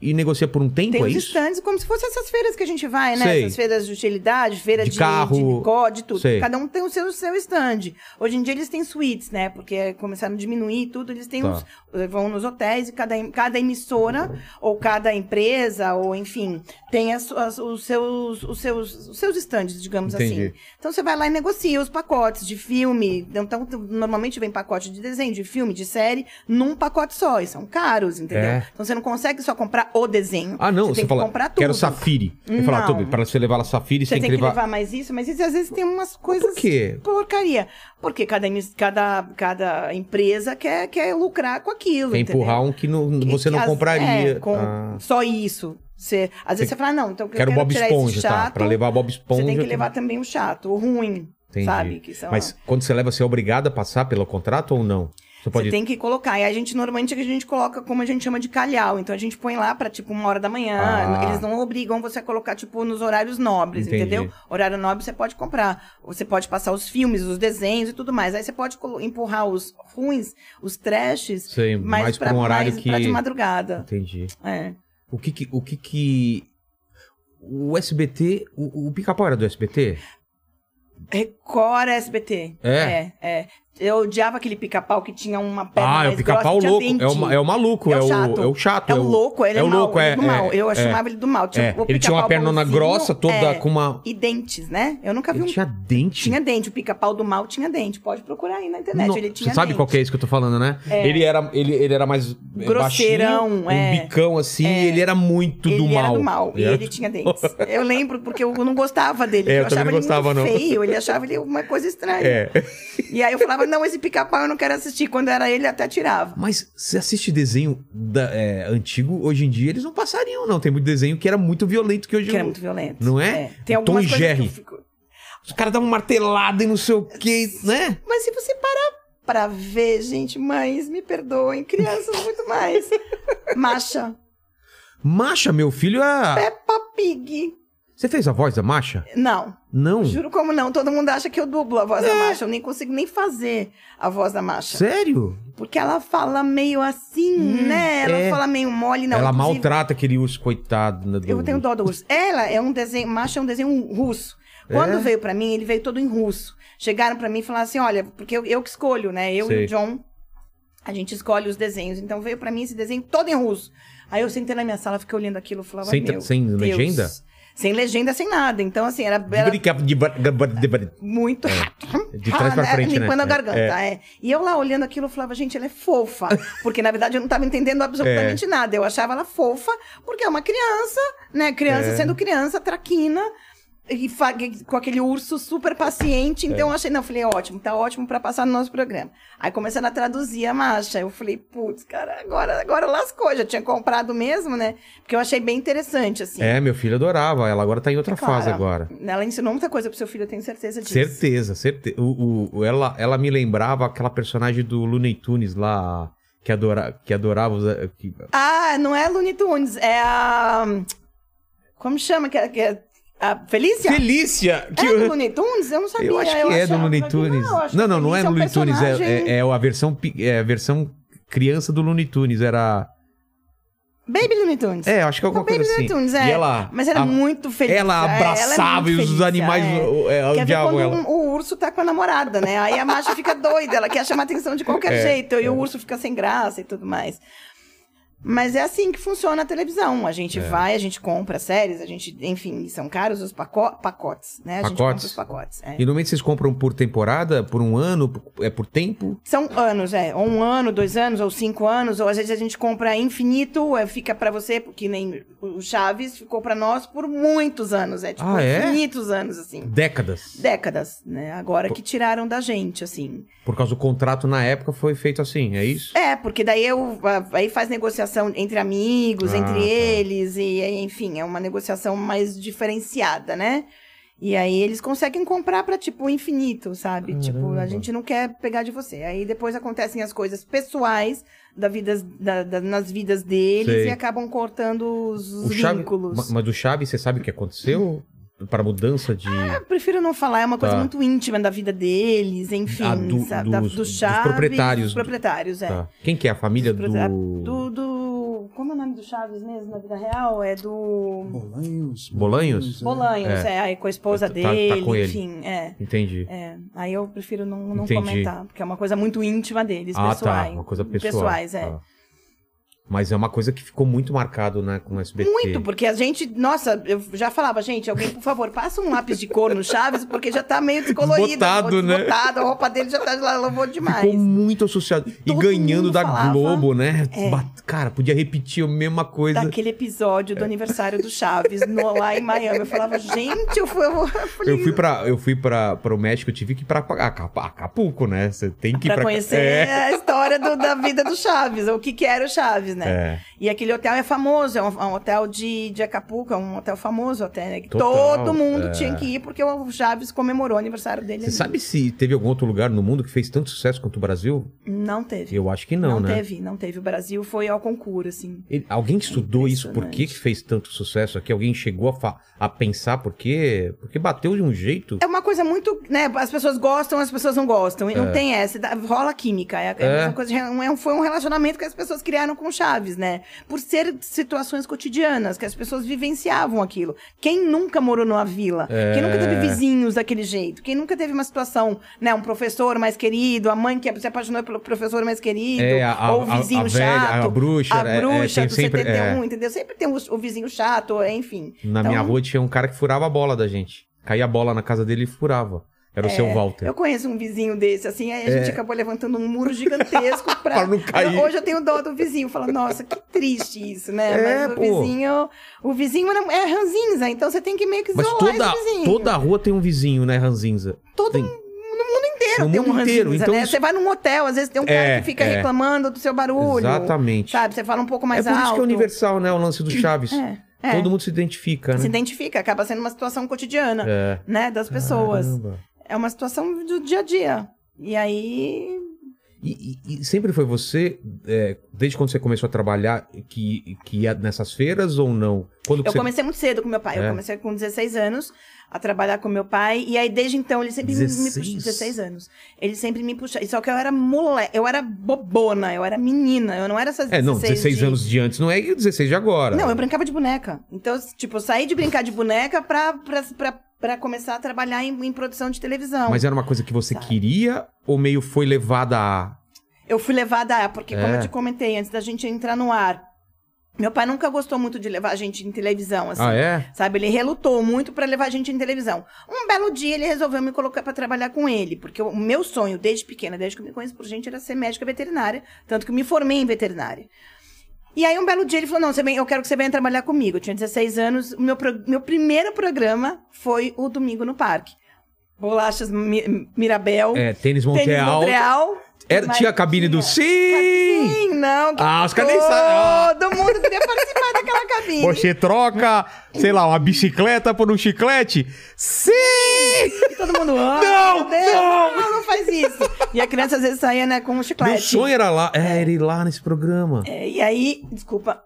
e negocia por um tempo,
Tem
é
os
isso?
estandes, como se fossem essas feiras que a gente vai, né?
Sei.
Essas feiras de utilidade, feira
De
de,
carro.
de licor, de tudo.
Sei.
Cada um tem o seu, seu stand. Hoje em dia eles têm suítes, né? Porque começaram a diminuir tudo, eles têm
Tá.
uns, eh, vão nos hotéis e cada, em- cada emissora ou cada empresa, ou enfim, tem as, suas- os, seus, os, seus, os seus stands, digamos
Entendi.
assim. Então você vai lá e negocia os pacotes de filme. Então, t- normalmente vem pacote de desenho, de filme, de série, num pacote só. E são caros, entendeu?
É.
Então você não consegue só comprar o desenho.
Ah, não,
você,
você,
tem que
fala,
comprar tudo.
quero Safiri. Eu falo,
Não.
Tobi, para você levar lá Safiri,
Você tem que levar mais isso, mas isso, às vezes tem umas coisas.
Por quê?
Porcaria. Porque cada, emis- cada, cada empresa quer, quer lucrar com aquilo.
Quer
entendeu?
empurrar um que não-
Que-
você
que
não
as-
compraria.
é, com-
Ah,
Só isso. Você, às vezes
Você-
você fala, não, então eu
quero
quero
Bob
tirar
Esponja,
esse
tá?
chato.
Pra levar Bob Esponja.
você tem que
eu-
levar também o chato, o ruim.
Entendi.
Sabe? Então, Que são...
Mas quando você leva, você é obrigado a passar pelo contrato ou não? Você pode.
Você tem que colocar. E a gente, normalmente, é a gente coloca como a gente chama de calhau. Então, a gente põe lá pra, tipo, uma hora da manhã.
Ah.
Eles não obrigam você a colocar, tipo, nos horários nobres,
Entendi.
entendeu? Horário nobre você pode comprar. Você pode passar os filmes, os desenhos e tudo mais. Aí você pode colo- empurrar os ruins, os trashes,
Sei,
mas
mais
pra,
pra um horário
mais
que-
pra de madrugada.
Entendi.
É.
O que que. O que que- O SBT. O, o pica-pau era do SBT?
Record SBT.
É?
É, é. Eu odiava aquele pica-pau que tinha uma perna
ah, é o
mais grossa,
pica-pau
tinha
louco.
dente.
É o, ma- é o maluco. É
É o
o,
chato.
é o chato.
É o louco, ele é,
o
mau,
louco,
ele
é.
do mal.
é,
eu
é.
chamava ele do mal. Tinha
É,
o
Ele tinha uma
pica-pau
pernona
bonzinho,
grossa, toda
é,
com uma.
E dentes, né? Eu nunca vi
Ele
um.
tinha dente.
Tinha dente, o pica-pau do mal tinha dente. Pode procurar aí na internet.
Não,
ele tinha
você sabe
dente.
qual que é isso que eu tô falando, né? Ele, era, ele, ele era mais
Grosseirão,
baixinho,
é.
um bicão assim, e ele era muito
ele
do mal.
era do mal e
Ele era-
ele
*laughs*
tinha dentes. Eu lembro porque eu não gostava dele.
É, eu
eu
também
achava
não
ele
gostava,
muito
não.
feio, ele achava ele uma coisa estranha.
É.
E aí eu falava, não, esse pica-pau eu não quero assistir. Quando era ele, até tirava.
Mas você assiste desenho da- é, antigo, hoje em dia eles não passariam, não. Tem muito desenho que era muito violento que hoje.
Que era muito violento.
Não é?
Tem
Tom
algumas
e
coisas que
Jerry.
eu fico...
Os caras davam martelada e não sei o que, né?
Mas se você parar pra ver, gente, mães, me perdoem, crianças
*laughs*
muito mais. Macha,
Macha, meu filho, é.
Peppa Pig.
Você fez a voz da Macha?
Não,
Não.
juro como não. Todo mundo acha que eu dublo a
É.
voz da Macha. Eu nem consigo nem fazer a voz da Macha.
Sério?
Porque ela fala meio assim, né? Ela
é.
fala meio mole, não.
Ela
inclusive,
maltrata aquele urso, coitado. né, do-
Eu tenho dó do urso. Ela é um desenho, macho é um desenho russo. Quando
É?
veio pra mim, ele veio todo em russo. Chegaram pra mim e falaram assim: olha, porque eu, eu que escolho, né? Eu
Sei.
e o John, a gente escolhe os desenhos. Então veio pra mim esse desenho todo em russo. Aí eu sentei na minha sala, fiquei olhando aquilo e falava:
Sem tra-
meu
sem
Deus."
legenda?
Sem legenda, sem nada. Então, assim, era, era muito
É.
rápido.
De trás pra
né?
frente, né?
Limpando a
É,
garganta, é. E eu lá olhando aquilo, eu falava, gente, ela é fofa. Porque, na verdade, eu não tava entendendo
É.
absolutamente nada. Eu achava ela fofa, porque é uma criança, né? Criança
É.
sendo criança, traquina. E fa- com aquele urso super paciente.
É.
Então, eu achei, não, eu falei, ótimo, tá ótimo pra passar no nosso programa. Aí, começando a traduzir a marcha, eu falei, putz, cara, agora, agora lascou. Já tinha comprado mesmo, né? Porque eu achei bem interessante, assim.
É, meu filho adorava. Ela agora tá em outra fase
Claro,
agora.
Ela ensinou muita coisa pro seu filho, eu tenho certeza disso.
Certeza, certeza. O, o- o- ela, ela me lembrava aquela personagem do Looney Tunes lá, que, adora, que adorava os. eh, que-
Ah, não é Looney Tunes, é a. Como chama? Que é, que é- a Felícia?
Felícia! que
É
eu-
do Looney Tunes? Eu não sabia.
eu acho que é do
achava
Looney
que-
Tunes.
eu acho que
Não, não, não é
Felícia um
Looney Tunes, é,
personagem-
é- é a versão, pe- é a versão criança do Looney Tunes. Era.
Baby Looney Tunes.
É, acho que é alguma
O Baby
coisa assim.
Looney Tunes, é.
E ela,
Mas era
a-
muito feliz.
ela
é, ela é
abraçava
muito
e os
Felícia,
animais
é.
o- é,
Quer ver
odiavam
quando
ela.
um- o urso tá com a namorada, né? Aí a macho fica doida, ela quer chamar atenção de
*laughs*
qualquer
É,
jeito. E o urso fica sem graça e tudo mais. Mas é assim que funciona a televisão. A
É.
gente vai, a gente compra séries, a gente, enfim, são caros os paco- pacotes, né? A gente
Pacotes?
compra os pacotes. é.
E normalmente vocês compram por temporada, por um ano, por- é por tempo?
São anos, é. Ou um ano, dois anos, ou cinco anos, ou às vezes a gente compra infinito, é, fica pra você, porque nem o Chaves ficou pra nós por muitos anos, é tipo
Ah, é?
infinitos anos, assim.
Décadas.
Décadas, né? Agora que tiraram da gente, assim.
Por causa do contrato na época foi feito assim, é isso?
É, porque daí eu a- aí faz negociação entre amigos,
Ah,
entre
tá.
eles, e aí, enfim, é uma negociação mais diferenciada, né? E aí eles conseguem comprar pra, tipo, infinito, sabe? Tipo,
Caramba.
a gente não quer pegar de você. Aí depois acontecem as coisas pessoais da vidas, da- da- nas vidas deles
Sei.
e acabam cortando os, os
O Chaves-
vínculos.
Ma- Mas do Chaves, você sabe o que aconteceu? Para mudança de.
Eu prefiro não falar, é uma coisa
Tá.
muito íntima da vida deles, enfim,
Ah, do-
sabe? Da-
dos-
do
dos
Chaves,
proprietários.
Dos proprietários, é.
Tá. Quem que é? A família do.
Do, do. Como é o nome do Chaves mesmo na vida real? É do.
Bolanhos.
Bolanhos?
é.
Bolanhos, é. Aí com a esposa
Tá- tá com
dele,
ele.
enfim. É.
Entendi.
é. Aí eu prefiro não, não
Entendi.
comentar, porque é uma coisa muito íntima deles,
ah, tá.
pessoais.
Uma coisa pessoal.
Pessoais, é.
Tá. Mas é uma coisa que ficou muito marcado, né, com o SBT.
Muito, porque a gente, nossa, eu já falava, gente, alguém, por favor, passa um lápis de cor no Chaves, porque já tá meio descolorido.
Desbotado, né?
desbotado, a roupa dele já tá lá, lavou demais.
Ficou um muito associado. E
Todo
ganhando
mundo
da
falava.
Globo, né?
É.
Bat- Cara, podia repetir a mesma coisa.
Daquele episódio do
É.
aniversário do Chaves, no- lá em Miami. Eu falava, gente, eu fui. Eu falei,
Eu fui para eu fui para o México, eu tive que ir para Acapulco, né? Você tem que ir
pra
pra-
conhecer
É.
a história do- da vida do Chaves, o que, que era o Chaves, né?
É.
E aquele hotel é famoso, é um, é um hotel de, de Acapulco, é um hotel famoso até, né? Que
Total,
todo mundo
é.
tinha que ir porque o Chaves comemorou o aniversário dele.
Você
ali.
sabe se teve algum outro lugar no mundo que fez tanto sucesso quanto o Brasil?
Não teve.
Eu acho que não, né?
teve, não teve. O Brasil foi ao concurso, assim.
Ele- alguém estudou isso? Por que,
É Impressionante.
que fez tanto sucesso aqui? Alguém chegou a, fa- a pensar por quê? Porque bateu de um jeito.
É uma coisa muito, né? As pessoas gostam, as pessoas não gostam. E Não tem essa. dá- Rola química. É a, é a
É.
mesma coisa. de- é um- foi um relacionamento que as pessoas criaram com Chaves, né? Por ser situações cotidianas, que as pessoas vivenciavam aquilo. Quem nunca morou numa vila? Quem nunca
É.
teve vizinhos daquele jeito? Quem nunca teve uma situação, né? Um professor mais querido, a mãe que se apaixonou pelo professor mais querido,
É, a- a-
ou o vizinho
a- a velha,
chato.
a bruxa, é-
A
é,
bruxa
tem
do
sempre- é.
71, entendeu? Sempre tem o, o vizinho chato, enfim.
Na
Então,
minha rua tinha um cara que furava a bola da gente. Caía a bola na casa dele e furava. Era o seu Walter.
É, Eu conheço um vizinho desse, assim, aí a gente acabou levantando um muro gigantesco
*laughs* É. Pra
pra...
não cair.
Eu- hoje eu tenho dó do vizinho, falo, nossa, que triste isso, né?
É,
Mas o
pô.
vizinho, o vizinho era- é ranzinza, então você tem que meio que
Mas
isolar
toda,
esse vizinho.
toda rua tem um vizinho, né, Ranzinza?
Todo
Tem.
inteiro
no mundo
tem um
inteiro,
ranzinza,
então
né?
isso-
Você vai num hotel, às vezes tem um
É,
cara que fica
é.
reclamando do seu barulho.
Exatamente.
Sabe, você fala um pouco
é
mais
por
alto.
isso que é universal, né, o lance do Chaves.
É, é.
Todo mundo se identifica, né?
Se identifica, acaba sendo uma situação cotidiana,
É.
né, das pessoas.
Caramba.
É uma situação do dia a dia. E aí,
E, e- e sempre foi você, é, desde quando você começou a trabalhar, que, que ia nessas feiras ou não? Quando que
Eu
você...
comecei muito cedo com meu pai.
É.
Eu comecei com 16 anos a trabalhar com meu pai. E aí, desde então, ele sempre me
16?
puxou. 16 anos. Ele sempre me puxou. Só que eu era moleque, eu era bobona, eu era menina. Eu não era essas
É, não, 16
de-
anos de antes não é e 16 de agora.
Não, é eu brincava de boneca. Então, tipo, eu saí de brincar de boneca pra, pra, pra, pra começar a trabalhar em, em produção de televisão.
Mas é era uma coisa que você
Sabe.
queria ou meio foi levada a...
Eu fui levada, a- porque como
É.
eu te comentei, antes da gente entrar no ar. Meu pai nunca gostou muito de levar a gente em televisão, assim.
Ah, é?
Sabe, ele relutou muito pra levar a gente em televisão. Um belo dia ele resolveu me colocar pra trabalhar com ele, porque o meu sonho desde pequena, desde que eu me conheço por gente, era ser médica veterinária, tanto que eu me formei em veterinária. E aí um belo dia ele falou: "Não, você vem, eu quero que você venha trabalhar comigo". Eu tinha 16 anos, o meu pro- meu primeiro programa foi o Domingo no Parque. Bolachas Mi- Mirabel,
É, tênis
Tênis
Montreal.
Montreal.
Era, tinha a cabine do Sim!
Sim, não. que
Ah, os caras nem sabem.
Todo mundo queria participar daquela cabine.
Você troca, sei lá, uma bicicleta por um chiclete? Sim!
E todo mundo ama.
Não, não.
não! Não, faz isso. E a criança às vezes saía, né, com um chiclete.
Meu sonho era lá, é, era ir lá nesse programa.
É, e aí, desculpa.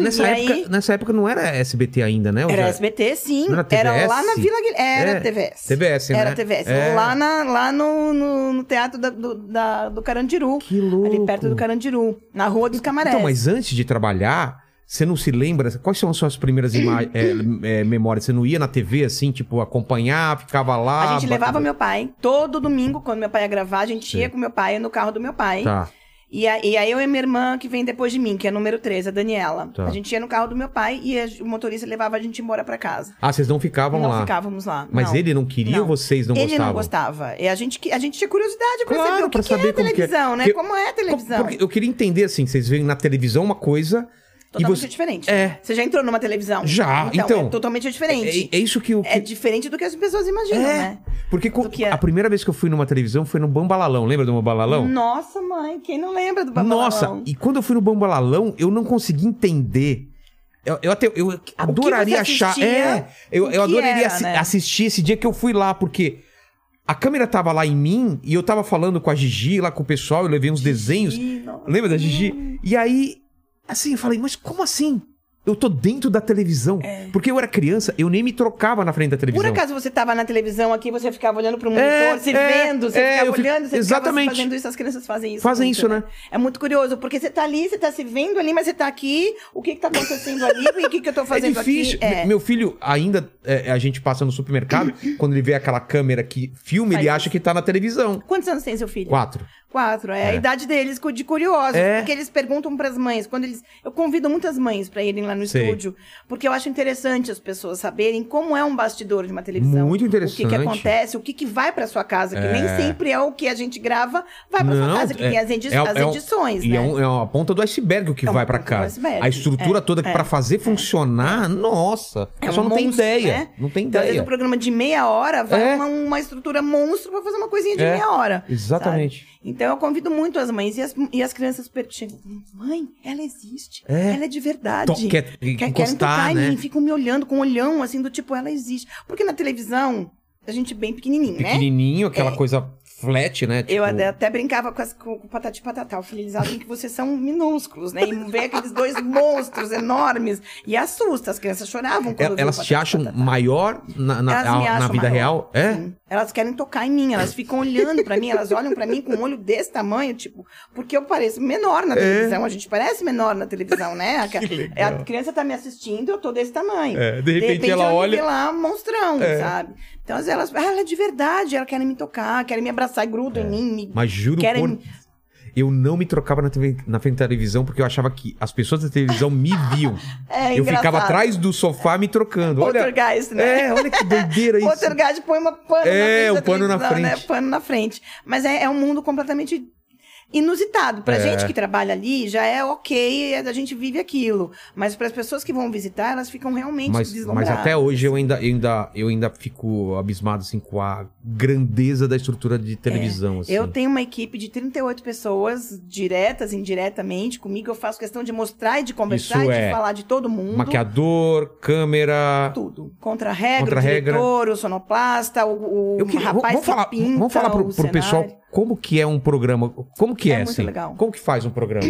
Nessa,
e
época,
aí,
nessa época não era SBT ainda, né? Ou
era
já-
SBT, sim.
Não era TVS?
lá na Vila Guilherme. Era
É,
TVS.
TVS, né?
Era TVS.
É.
Lá, na, lá no, no, no teatro da- do, da- do Carandiru.
Que louco.
Ali perto do Carandiru. Na Rua dos Camarés.
Então, mas antes de trabalhar, Você não se lembra? Quais são as suas primeiras
*coughs*
ima- é, é, memórias? Você não ia na TV, assim, tipo, acompanhar, ficava lá?
a gente
bate- Tá.
levava meu pai. Todo domingo, quando meu pai ia gravar, a gente ia com meu pai no carro do meu pai.
Tá.
E, a- e aí eu e minha irmã, que vem depois de mim, que é número 3, a Daniela.
Tá.
A gente ia no carro do meu pai e a- o motorista levava a gente embora pra casa.
Ah, vocês não ficavam
não
lá.
ficávamos lá.
Mas
não.
ele não queria ou vocês não
ele
gostavam?
não gostava. E a gente, que- a gente tinha curiosidade pra
Claro,
saber o que,
pra
que
saber
é a
como que é.
televisão, né?
Porque-
Como é a
Como-
televisão.
porque eu queria entender, assim, vocês veem na televisão uma coisa e
Totalmente
você...
diferente.
É.
Você já entrou numa televisão?
Já, então.
é totalmente diferente.
É, é isso que o...
É, diferente do que as pessoas imaginam, né?
Porque co-
do que é.
a primeira vez que eu fui numa televisão foi no Bambalalão. Lembra do
Hum,
Bambalalão?
Nossa, mãe, quem não lembra do Babalão?
Nossa, e quando eu fui no Bambalalão, eu não consegui entender. Eu, eu até eu adoraria
você
achar.
assistia,
É, eu,
o
eu
que
adoraria
era,
assi-
né?
assistir esse dia que eu fui lá, porque a câmera tava lá em mim e eu tava falando com a Gigi, lá com o pessoal, eu levei uns desenhos.
Ih, nossa.
Lembra da Gigi? E aí, assim, eu falei, mas como assim? Eu tô dentro da televisão.
É.
Porque eu era criança, eu nem me trocava na frente da televisão.
Por acaso você tava na televisão aqui, você ficava olhando pro monitor,
É,
se
é,
vendo, você
é, eu
ficava
fico-
olhando, você
Exatamente.
ficava fazendo isso, as crianças fazem isso.
Fazem
muito,
isso, né?
É muito curioso, porque você tá ali, você tá se vendo ali, mas você tá aqui, o que que tá acontecendo ali, e o que que eu tô
É
fazendo
difícil.
aqui? É.
Me- Meu filho ainda, é, a gente passa no
*laughs*
supermercado, quando ele vê aquela câmera que filma, ele acha que tá na televisão.
Quantos anos tem seu filho?
Quatro.
Quatro, é, a
É.
idade deles cu- de curiosos,
É.
porque eles perguntam pras mães, quando eles, eu convido muitas mães pra irem lá no
Sei.
estúdio, porque eu acho interessante as pessoas saberem como é um bastidor de uma televisão.
Muito
O que que,
interessante.
acontece, o que que vai pra sua casa, que
É.
nem sempre é o que a gente grava, vai pra sua
Não,
casa, que
é-
tem as, edi-
é um-
as
é um-
edições,
E
né?
é, um- é uma ponta do iceberg o que
É uma
vai pra
ponta
cá.
do iceberg.
A estrutura
É,
toda que
é,
pra fazer funcionar, nossa. a
É
pessoa
um
não tem
monstro,
ideia.
né?
Não tem
Então, às vezes,
ideia.
um programa de meia hora vai
É.
uma, uma estrutura monstro pra fazer uma coisinha de
É.
meia hora.
Exatamente.
Então eu convido muito as mães e as, e as crianças per- chegam. Mãe, ela existe.
É.
Ela é de verdade.
To- quer,
Quer, querem
encostar,
tocar em
né?
mim, ficam me olhando com um olhão assim do tipo, ela existe. Porque na televisão, a gente bem pequenininho, né?
Pequenininho, aquela coisa flat, né? Tipo,
Eu até, até brincava com, as, com, com o Patati e Patatá. Eu falei, eles acham que vocês são minúsculos, né? E ver
*laughs*
aqueles dois monstros enormes. E assusta, as crianças choravam quando
el-
viam
Elas
o
te
Patati e
acham
Patatá.
maior na, na-
Elas me
a- na
acham
vida
maior.
real? É?
Sim. Elas querem tocar em mim, elas ficam olhando pra mim, elas olham pra mim com um olho desse tamanho, tipo, porque eu pareço menor
É.
na televisão, a gente parece menor na televisão, né?
*laughs*
A,
legal.
a criança tá me assistindo, eu tô desse tamanho.
É, de repente ela
me
olha- É.
vê lá um monstrão, sabe? Então assim, elas, ah, ela é de verdade, elas querem me tocar, querem me abraçar e grudam em mim, me
É. Mas juro
querem
por... Eu não me trocava na, TV na frente da televisão porque eu achava que as pessoas da televisão
*laughs*
me viam.
É
eu ficava
engraçado.
atrás do sofá me trocando. Olha,
Poltergeist, né?
é, olha que doideira isso.
Poltergeist põe uma pano
É,
na
um
frente da
pano na
televisão,
frente.
Né? Pano na frente. Mas é, é um mundo completamente inusitado.
É.
Pra gente que trabalha ali, já é ok, a gente vive aquilo. Mas para as pessoas que vão visitar, elas ficam realmente
Mas, mas
deslumbradas.
até hoje eu ainda, eu ainda, eu ainda fico abismado assim, com a grandeza da estrutura de televisão. assim.
É, Eu tenho uma equipe de 38 pessoas, diretas, indiretamente, comigo. Eu faço questão de mostrar e de conversar
Isso
e de
é
falar de todo mundo.
Maquiador, câmera.
Tudo. Contra a regra,
Contra a
o
regra.
diretor, o sonoplasta, o, o
Eu queria-
rapaz
vamos
que
falar,
pinta
vamos falar pro,
o
pro pessoal
cenário.
como que é um programa. Como que é,
É muito
assim?
legal.
Como que faz um programa?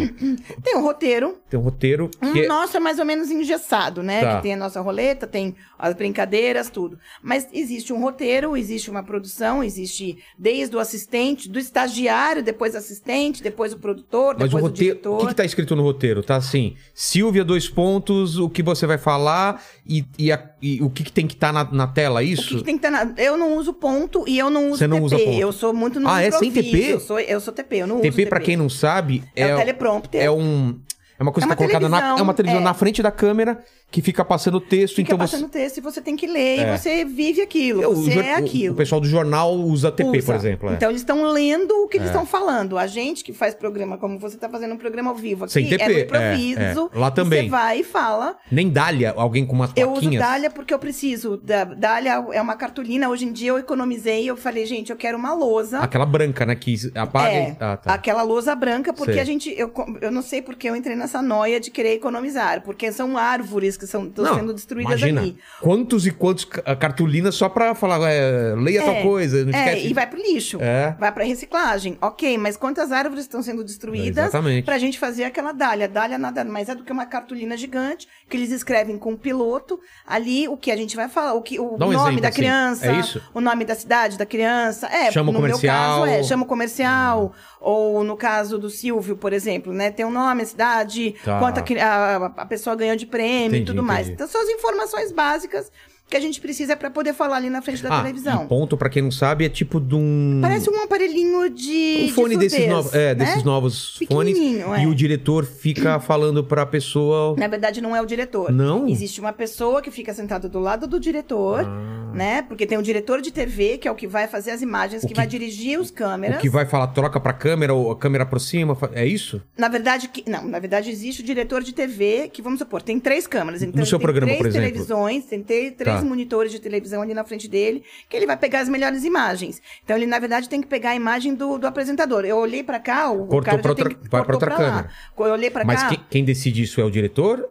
Tem o roteiro,
Tem um roteiro
Um
que é-
nosso é mais ou menos engessado, né?
Tá.
Que tem a nossa roleta, tem as brincadeiras, tudo. Mas existe um roteiro, existe uma produção, existe desde o assistente, do estagiário, depois assistente, depois o produtor,
Mas
depois
o
o,
roteiro. O que,
diretor.
que tá escrito no roteiro? Tá assim: Silvia, dois pontos, o que você vai falar e, e a- e o que, que tem que estar na, na tela,
O que
isso?
que tem que ter na... Eu não uso ponto e eu não uso
Você não
TP.
usa ponto.
Eu sou muito no
Ah, é? Sem
improviso,
TP?
Eu sou, eu sou TP, eu não uso
TP, pra quem não sabe,
É,
é,
o teleprompter.
é um. É uma coisa
É
que tá
uma
colocada na. É uma
televisão,
televisão
é.
na frente da câmera que fica passando o texto,
Fica
então
passando
você.
texto e você tem que ler
É.
e você vive aquilo,
Eu-
você
jor-
é
O,
aquilo.
pessoal do jornal usa TP, por
Usa.
exemplo. é.
Então eles estão lendo o que eles estão falando. A gente que faz programa, como você está fazendo um programa ao vivo aqui,
Sem TP,
é no
é,
improviso.
é. Lá também.
Você vai e fala.
Nem Dália, alguém com umas
Eu
plaquinhas.
uso Dália porque eu preciso. Da, Dália é uma cartolina. Hoje em dia eu economizei. Eu falei, gente, eu quero uma lousa.
Aquela branca, né? Que apaga
É,
e. Ah, tá.
Aquela lousa branca, porque
Sei.
a gente. Eu, co- eu não sei porque eu entrei nessa noia de querer economizar. Porque são árvores coisas que são, estão
Não,
sendo destruídas
imagina,
aqui.
Quantos e quantos ca- cartolinas só pra falar, é, leia tal coisa, não
é,
esquece.
e vai pro lixo.
É.
Vai pra reciclagem. Ok, mas quantas árvores estão sendo destruídas
Exatamente.
pra gente fazer aquela dália? Dália nada mais é do que uma cartolina gigante que eles escrevem com um piloto ali o que a gente vai falar, o, que, o
Dá um
nome
exemplo,
da
assim.
criança,
É isso?
o nome da cidade da criança. É,
Chama o
no meu
comercial. Uhum.
caso é, chama o comercial. Ou no caso do Silvio, por exemplo, né? Tem o nome, a cidade,
Tá.
quanto a, cri- a- a pessoa ganhou de prêmio
Entendi,
e tudo mais.
entendi.
Então são as informações básicas que a gente precisa pra poder falar ali na frente da
Ah,
televisão.
e ponto, pra quem não sabe, é tipo de um...
Parece um aparelhinho de.
um fone
de
desses
surdez,
novos, é,
né?
desses novos fones.
Pequenininho, é.
E o diretor fica falando pra pessoa...
Na verdade, não é o diretor.
Não?
Existe uma pessoa que fica sentada do lado do diretor,
Ah.
né? Porque tem o diretor de TV, que é o que vai fazer as imagens,
O
que,
que-
vai dirigir os câmeras.
O que vai falar, troca pra câmera, ou a câmera aproxima, fa- é isso?
Na verdade, que- não, na verdade existe o diretor de TV, que vamos supor, tem três câmeras. Então
seu
tem
programa,
três
por exemplo.
televisões, tem te-
Tá.
três monitores de televisão ali na frente dele, que ele vai pegar as melhores imagens. Então ele, na verdade, tem que pegar a imagem do, do apresentador. Eu olhei pra cá, o
Cortou
cara já
pra
tem
outra-
que-
vai pra
cortou
outra
lá.
câmera.
Eu olhei pra
Mas
cá...
quem, quem decide isso é o diretor?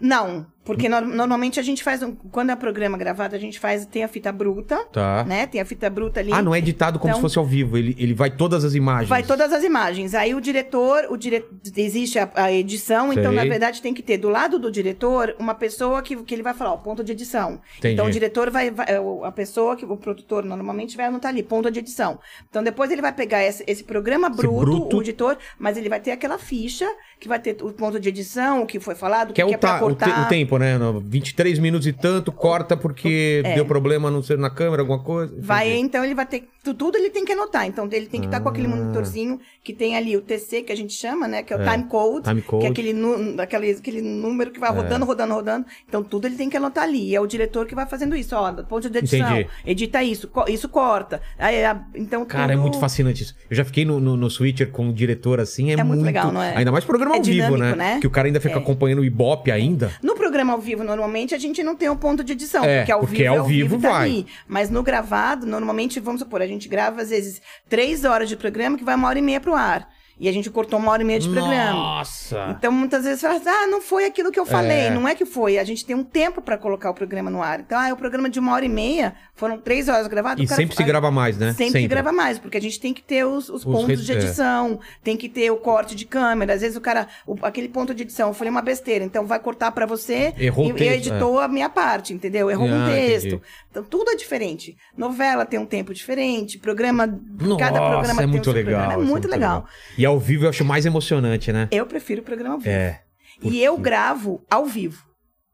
Não, porque nor- normalmente a gente faz um, quando é programa gravado, a gente faz tem a fita bruta,
Tá.
né? Tem a fita bruta ali.
Ah, não é editado como
Então-
se fosse ao vivo, ele, ele vai todas as imagens.
Vai todas as imagens. Aí o diretor, o dire... existe a, a edição, então
Sei.
na verdade tem que ter do lado do diretor uma pessoa que, que ele vai falar, ó, ponto de edição.
Entendi.
Então o diretor vai, vai- é, o- a pessoa que o produtor normalmente vai anotar ali, ponto de edição. Então depois ele vai pegar esse, esse programa
Esse
bruto,
bruto.
o editor, mas ele vai ter aquela ficha que vai ter o ponto de edição, o que foi falado, o
Que é, o,
pra
ta- o te-
cortar.
o tempo, né? No 23 minutos e tanto, corta porque deu problema não sei, na câmera, alguma coisa. enfim.
É. Vai, então ele vai ter. tu- Tudo ele tem que anotar. Então ele tem que estar com aquele monitorzinho que tem ali o TC, que a gente chama, né? Que é o
Ah. É,
time code.
time
Que
code. É.
é aquele, nu- aquele, aquele número que vai rodando, rodando, rodando. Então tudo ele tem que anotar ali. E é o diretor que vai fazendo isso. Ó, ponto de edição.
Entendi.
Edita isso, co- isso corta. Aí, a- então
Cara, é
tudo-
muito fascinante isso. Eu já fiquei no, no, no Switcher com o diretor assim, é,
É muito legal, não é?
Ainda mais programa
É
ao vivo, né?
dinâmico, né?
Que o cara ainda fica acompanhando o Ibope ainda.
No programa ao vivo, normalmente, a gente não tem o ponto de edição.
É,
porque ao
porque
vivo,
ao
é ao vivo,
vivo
tá
vai.
ali. Mas no gravado, normalmente, vamos supor, a gente grava, às vezes, três horas de programa, que vai uma hora e meia pro ar. E a gente cortou uma hora e meia É de programa.
Nossa!
Então, muitas vezes fala assim, ah, não foi aquilo que eu falei,
Ah. É.
não é que foi. A gente tem um tempo pra colocar o programa no ar. Então, ah, é o programa de uma hora e meia, foram três horas gravadas.
E
o cara-
sempre se
ah,
grava mais, né?
Sempre, se grava mais, porque a gente tem que ter os, os
Os
pontos
res-
de
é.
edição, tem que ter o corte de câmera. Às vezes o cara, o- aquele ponto de edição, eu falei uma besteira, então vai cortar pra você
Errou
e
o texto, é.
eu editou a minha parte, entendeu? Errou
Ah,
um texto.
entendi.
Então tudo é diferente. Novela tem um tempo diferente, programa,
Nossa,
cada programa
é
tem
muito
o seu
legal.
programa. É
isso
muito legal.
E ao vivo eu acho mais emocionante, né?
Eu prefiro o programa ao vivo.
É.
E eu gravo ao vivo.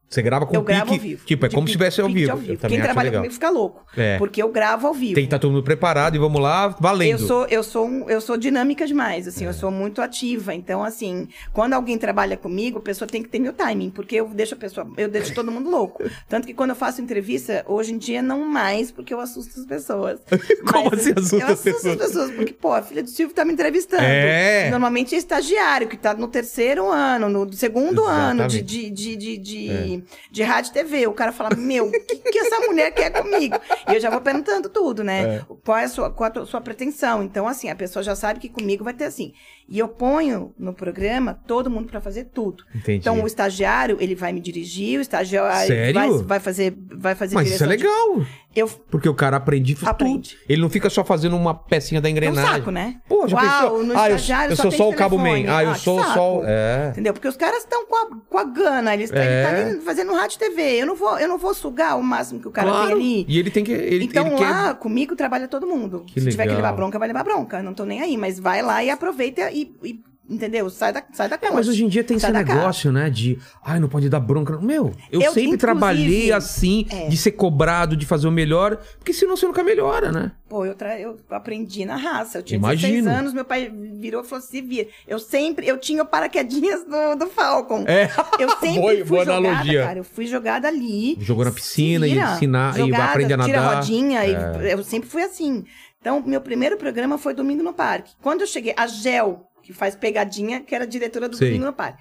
Você grava com
eu
o
gravo
pique,
ao vivo.
Tipo, é
De
como
pi-
se tivesse ao
pitch
vivo. Eu também
Quem
acho
trabalha
legal.
comigo fica louco.
É.
Porque eu gravo ao vivo.
Tem que estar todo mundo preparado e vamos lá, valendo.
Eu sou, eu sou, um- eu sou dinâmica demais, assim,
É.
eu sou muito ativa. Então, assim, quando alguém trabalha comigo, a pessoa tem que ter meu timing, porque eu deixo a pessoa, eu deixo todo mundo
*laughs*
louco. Tanto que quando eu faço entrevista, hoje em dia não mais, porque eu assusto as pessoas.
*laughs* Como assim assusta
eu
as
assusto as pessoas? Porque, pô, a filha do Silvio tá me entrevistando.
É.
Normalmente é estagiário, que tá no terceiro ano, no segundo ano
Exatamente.
de,
É.
de, de, de, de, de rádio e TV. O cara fala, meu, o que, que essa mulher quer comigo? E eu já vou perguntando tudo, né? Qual é a sua, qual a sua pretensão? Então, assim, a pessoa já sabe que comigo vai ter assim. E eu ponho no programa todo mundo pra fazer tudo.
Entendi.
Então, o estagiário, ele vai me dirigir, o estagiário
Sério?
Vai, vai fazer vai fazer
Mas isso é
direção de-
legal.
Eu um
Porque o cara aprende tudo.
Aprende.
Ele não fica só fazendo uma pecinha da
é um
engrenagem.
saco, né?
Pô, já
Uau,
pensou?
no
ah, eu,
estagiário
eu
só
sou
tem
só o cabo man.
telefone.
Ah, eu
Ah, que
sou
saco.
só... o- É.
Entendeu? Porque os caras estão com a, com a gana, eles
É.
estão fazendo rádio e TV. Eu não, vou, eu não vou sugar o máximo que o cara tem
claro.
ali.
E ele tem que... Ele,
então
ele
lá,
quer...
comigo, trabalha todo mundo.
Que
Se tiver que
legal.
levar bronca, vai levar bronca. Não tô nem aí, mas vai lá e aproveita e, e- entendeu? Sai da, sai da
É, mas
cama.
hoje em dia tem esse
Sai da casa.
negócio, né? De, ai, não pode dar bronca. Meu, eu,
Eu,
sempre
inclusive,
trabalhei assim,
é.
de ser cobrado, de fazer o melhor, porque senão você nunca melhora, né?
Pô, eu, tra- eu aprendi na raça. Eu tinha
Imagino.
16 anos, meu pai virou e falou: se vira. Eu sempre, eu tinha o paraquedinhas do, do Falcon.
É. *laughs*
Eu sempre
Boa-
fui
boa
jogada,
analogia.
cara. Eu fui jogada ali.
Jogou na
Se
piscina e
vira.
ensinar- e
Jogada,
aprende a nadar. É.
Tira rodinha. e- eu sempre fui assim. Então, meu primeiro programa foi Domingo no Parque. Quando eu cheguei, a Gel, que faz pegadinha, que era diretora do
Sim.
Bingo no Parque.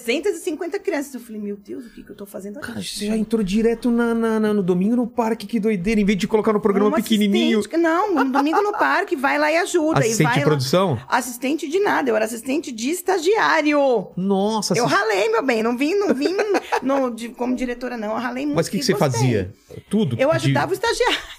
350 crianças. Eu falei, meu Deus, o que, que eu tô fazendo aqui?
Cara, você já entrou direto na, na- na- no domingo no parque, que doideira. Em vez de colocar no programa
Uma
pequenininho.
Um assistente- Não, um domingo no parque, vai lá e ajuda. e
Assistente
vai
de
lá-
produção?
Assistente de nada, eu era assistente de estagiário.
Nossa,
Eu
assist-
ralei, meu bem, não vim, não vim
*laughs*
no- de- como diretora, não. Eu ralei muito.
Mas o que,
e
que você
gostei.
fazia? Tudo?
Eu
de-
ajudava o estagiário.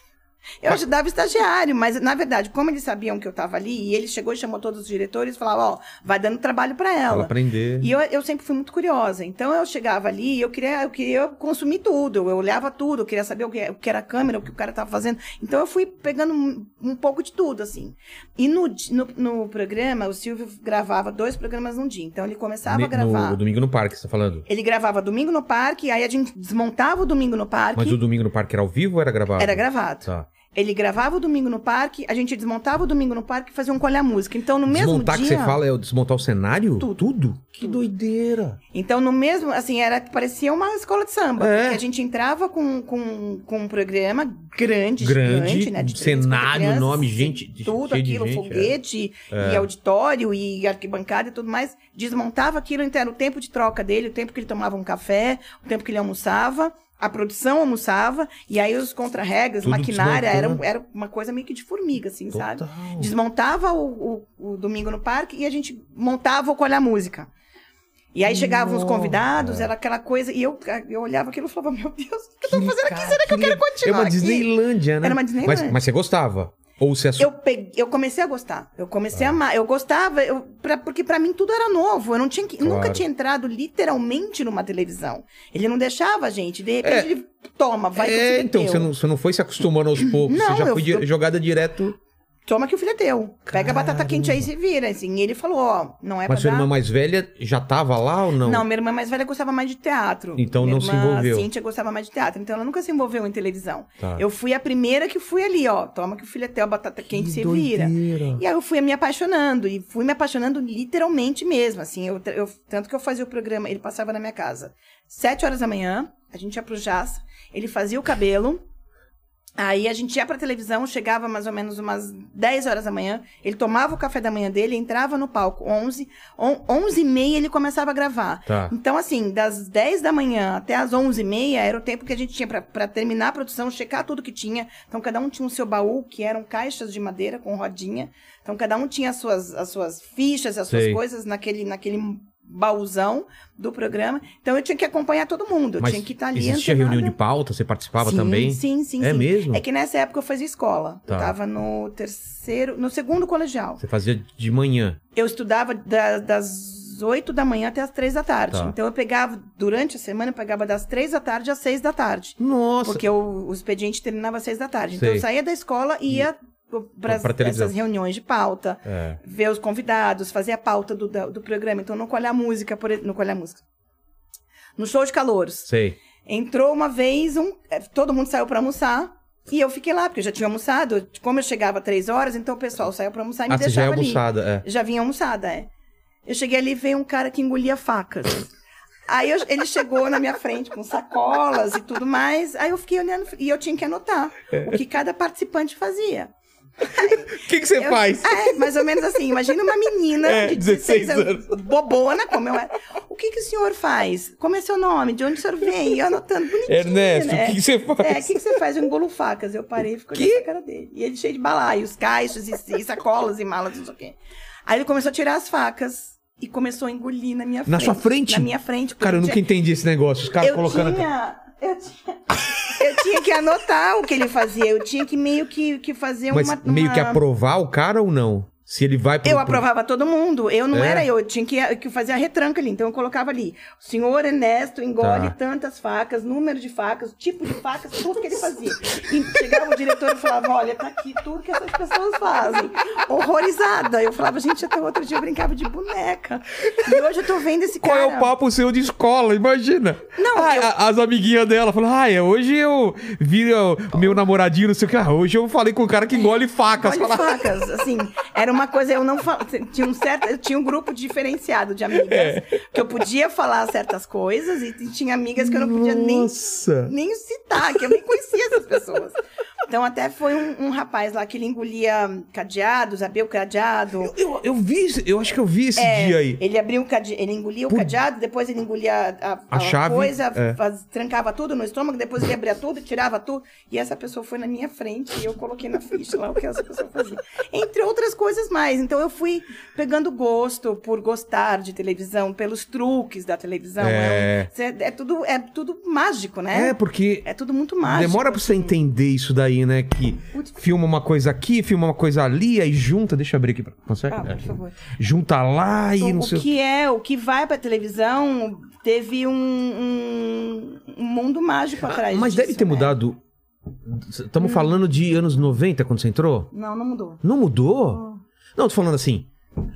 Eu ajudava o estagiário, mas na verdade, como eles sabiam que eu tava ali, e ele chegou e chamou todos os diretores e falava, ó, vai dando trabalho pra
Ela
ela.
aprender.
E eu, eu sempre fui muito curiosa. Então eu chegava ali e eu queria, eu queria consumir tudo. Eu olhava tudo, eu queria saber o que, o que era a câmera, o que o cara tava fazendo. Então eu fui pegando um, um pouco de tudo, assim. E no, di- no, no programa, o Silvio gravava dois programas num dia. Então ele começava a
Ne-
gravar.
No domingo no parque, você tá falando.
Ele gravava domingo no parque, aí a gente desmontava o domingo no parque.
Mas o domingo no parque era ao vivo ou era gravado?
Era gravado.
Tá.
Ele gravava o domingo no parque, a gente desmontava o domingo no parque e fazia um colher música. Então, no mesmo
desmontar
dia.
que você fala é o desmontar o cenário?
Tudo.
Que doideira.
Então, no mesmo, assim, era parecia uma escola de samba.
É.
Porque a gente entrava com, com, com um programa grande,
Grande,
gigante, né? de 300
cenário,
crianças, assim,
nome, gente,
Tudo
cheio de
aquilo,
gente, é.
foguete, e auditório, e arquibancada e tudo mais. Desmontava aquilo, então era o tempo de troca dele, o tempo que ele tomava um café, o tempo que ele almoçava. A produção almoçava, e aí os contra-regras,
Tudo
maquinária, era, um,
desmontando.
era uma coisa meio que de formiga, assim, sabe?
Total.
desmontava o, o- o Domingo no Parque e a gente montava o Colher a Música. E aí chegavam os
Nossa.
convidados, era aquela coisa, e eu, eu olhava aquilo e falava, meu Deus, o que eu tô fazendo aqui?
cara,
Será que eu
que
quero
le- É
continuar
uma
aqui?
Disneylândia, né?
Era uma
mas,
Disneylândia.
mas você gostava? Ou você assu...
Eu, peguei- eu comecei a gostar, eu comecei
Ah.
a amar, eu gostava, eu, pra- porque pra mim tudo era novo, eu não tinha que- nunca
Claro.
tinha entrado literalmente numa televisão. Ele não deixava a gente, de repente
É.
ele toma, vai que o filho
É,
é
então,
teu.
você não, você não foi se acostumando aos poucos,
Não,
você já
eu-
foi di-
eu-
jogada direto.
Toma que o filho é teu, pega a batata
Caramba.
quente aí e se vira, assim. E ele falou, ó, não é
Mas sua
pra dar...
irmã mais velha já tava lá ou não?
Não, minha irmã mais velha gostava mais de teatro.
Então
minha
não se
irmã,
envolveu.
A Cíntia gostava mais de teatro, então ela nunca se envolveu em televisão.
Tá.
Eu fui a primeira que fui ali, ó. Toma que o filho é teu, a batata quente se vira.
doideira.
E aí eu fui me apaixonando, e fui me apaixonando literalmente mesmo, assim. Eu, eu- tanto que eu fazia o programa, ele passava na minha casa. Sete horas da manhã, a gente ia pro Jazz, ele fazia o cabelo. Aí a gente ia pra televisão, chegava mais ou menos umas 10 horas da manhã, ele tomava o café da manhã dele, entrava no palco 11, on- 11 e meia ele começava a gravar.
Tá.
Então, assim, das 10 da manhã até as 11 e meia era o tempo que a gente tinha pra- pra terminar a produção, checar tudo que tinha. Então, cada um tinha o seu baú, que eram caixas de madeira com rodinha. Então, cada um tinha as suas, as suas fichas, as suas
Sei.
coisas naquele, naquele baúzão do programa. Então, eu tinha que acompanhar todo mundo. Eu
Mas
tinha que estar ali
existia
antenada.
reunião de pauta, você participava
sim,
também?
Sim, sim,
É
sim.
mesmo?
É que nessa época eu fazia escola.
Tá.
Eu tava no terceiro, no segundo colegial.
Você fazia de manhã.
Eu estudava da- das 8 da manhã até as 3 da tarde.
Tá.
Então eu pegava, durante a semana, eu pegava das 3 da tarde às 6 da tarde.
Nossa.
Porque o, o expediente terminava às 6 da tarde. Então
Sei.
eu saía da escola e ia para
pra televisão.
essas reuniões de pauta,
É.
ver os convidados, fazer a pauta do, da- do programa. Então no Colher a Música, por e- no Colher a Música. No show de calouros.
Sei.
Entrou uma vez, um, eh, todo mundo saiu pra almoçar. E eu fiquei lá, porque eu já tinha almoçado. Como eu chegava três horas, então o pessoal saiu pra almoçar e me
Ah, você já é
deixava ali.
almoçada, é.
Já vinha almoçada, é. Eu cheguei ali e veio um cara que engolia facas. Aí eu- ele chegou na minha frente com sacolas e tudo mais. Aí eu fiquei olhando e eu tinha que anotar o que cada participante fazia.
O que, que você
Eu-
faz?
É, mais ou menos assim. Imagina uma menina
É,
de 16 anos, bobona, como eu era. O que, que o senhor faz? Como é seu nome? De onde o senhor vem? E eu anotando bonitinho,
Ernesto,
né?
o que, que você faz?
É, o que, que você faz? Eu engolo facas. Eu parei e fico olhando pra cara dele. E ele cheio de balaios, caixas e, e sacolas e malas, não sei o quê. Aí ele começou a tirar as facas e começou a engolir na minha frente.
Na sua frente?
Na minha frente. porque
Cara, eu
tinha-
nunca entendi esse negócio. Os caras
eu
colocando.
Tinha, eu, tinha, eu tinha que anotar o que ele fazia. Eu tinha que meio que, que fazer
Mas
uma.
meio que
uma-
aprovar o cara ou não? Se ele vai pro.
Eu
pro-
aprovava todo mundo. Eu não
É?
era eu, eu tinha que, que fazer a retranca ali. Então eu colocava ali: o senhor Ernesto engole
Tá.
tantas facas, número de facas, tipo de facas, tudo que ele fazia. E chegava o diretor e falava: olha, tá aqui tudo que essas pessoas fazem. Horrorizada. Eu falava: gente, até outro dia eu brincava de boneca. E hoje eu tô vendo esse
Qual
cara.
é o papo seu de escola? Imagina.
Não,
Ai,
eu-
a- As amiguinhas dela falam: ai, hoje eu vi o meu namoradinho, não sei o que. Ah, hoje eu falei com o cara que engole facas.
Olha
Fala,
facas, assim, era uma coisa, eu não falava, tinha um certo, eu tinha um grupo diferenciado de amigas,
É.
que eu podia falar certas coisas e tinha amigas que eu não podia nem
Nossa.
nem citar, que eu nem conhecia essas pessoas. Então até foi um, um rapaz lá que ele engolia cadeados, abria o cadeado.
Eu, eu, eu vi, esse- eu acho que eu vi esse
É,
dia aí.
Ele abria o cadeado, ele engolia o
Putz.
cadeado, depois ele engolia a, a- a
chave,
coisa,
é.
faz- trancava tudo no estômago, depois ele abria tudo, tirava tudo. E essa pessoa foi na minha frente e eu coloquei na ficha lá o que essa pessoa fazia. Entre outras coisas mais. Então eu fui pegando gosto por gostar de televisão, pelos truques da televisão.
É.
É, um- cê- é tudo, é tudo mágico,
É,
né?
porque
É, tudo muito mágico. assim.
demora pra você entender isso daí, né? Que
Putz.
filma uma coisa aqui, filma uma coisa ali, aí junta. Deixa eu abrir aqui. pra- Consegue?
Ah, por
Aqui.
favor.
Junta lá e
o,
não
o
sei o
que é, o que vai pra televisão, teve um, um- um mundo mágico atrás
Ah, Mas
disso,
deve ter
né? Hum.
mudado. Estamos falando de anos 90 quando você entrou?
Não, não mudou.
Não mudou? Não, tô falando assim.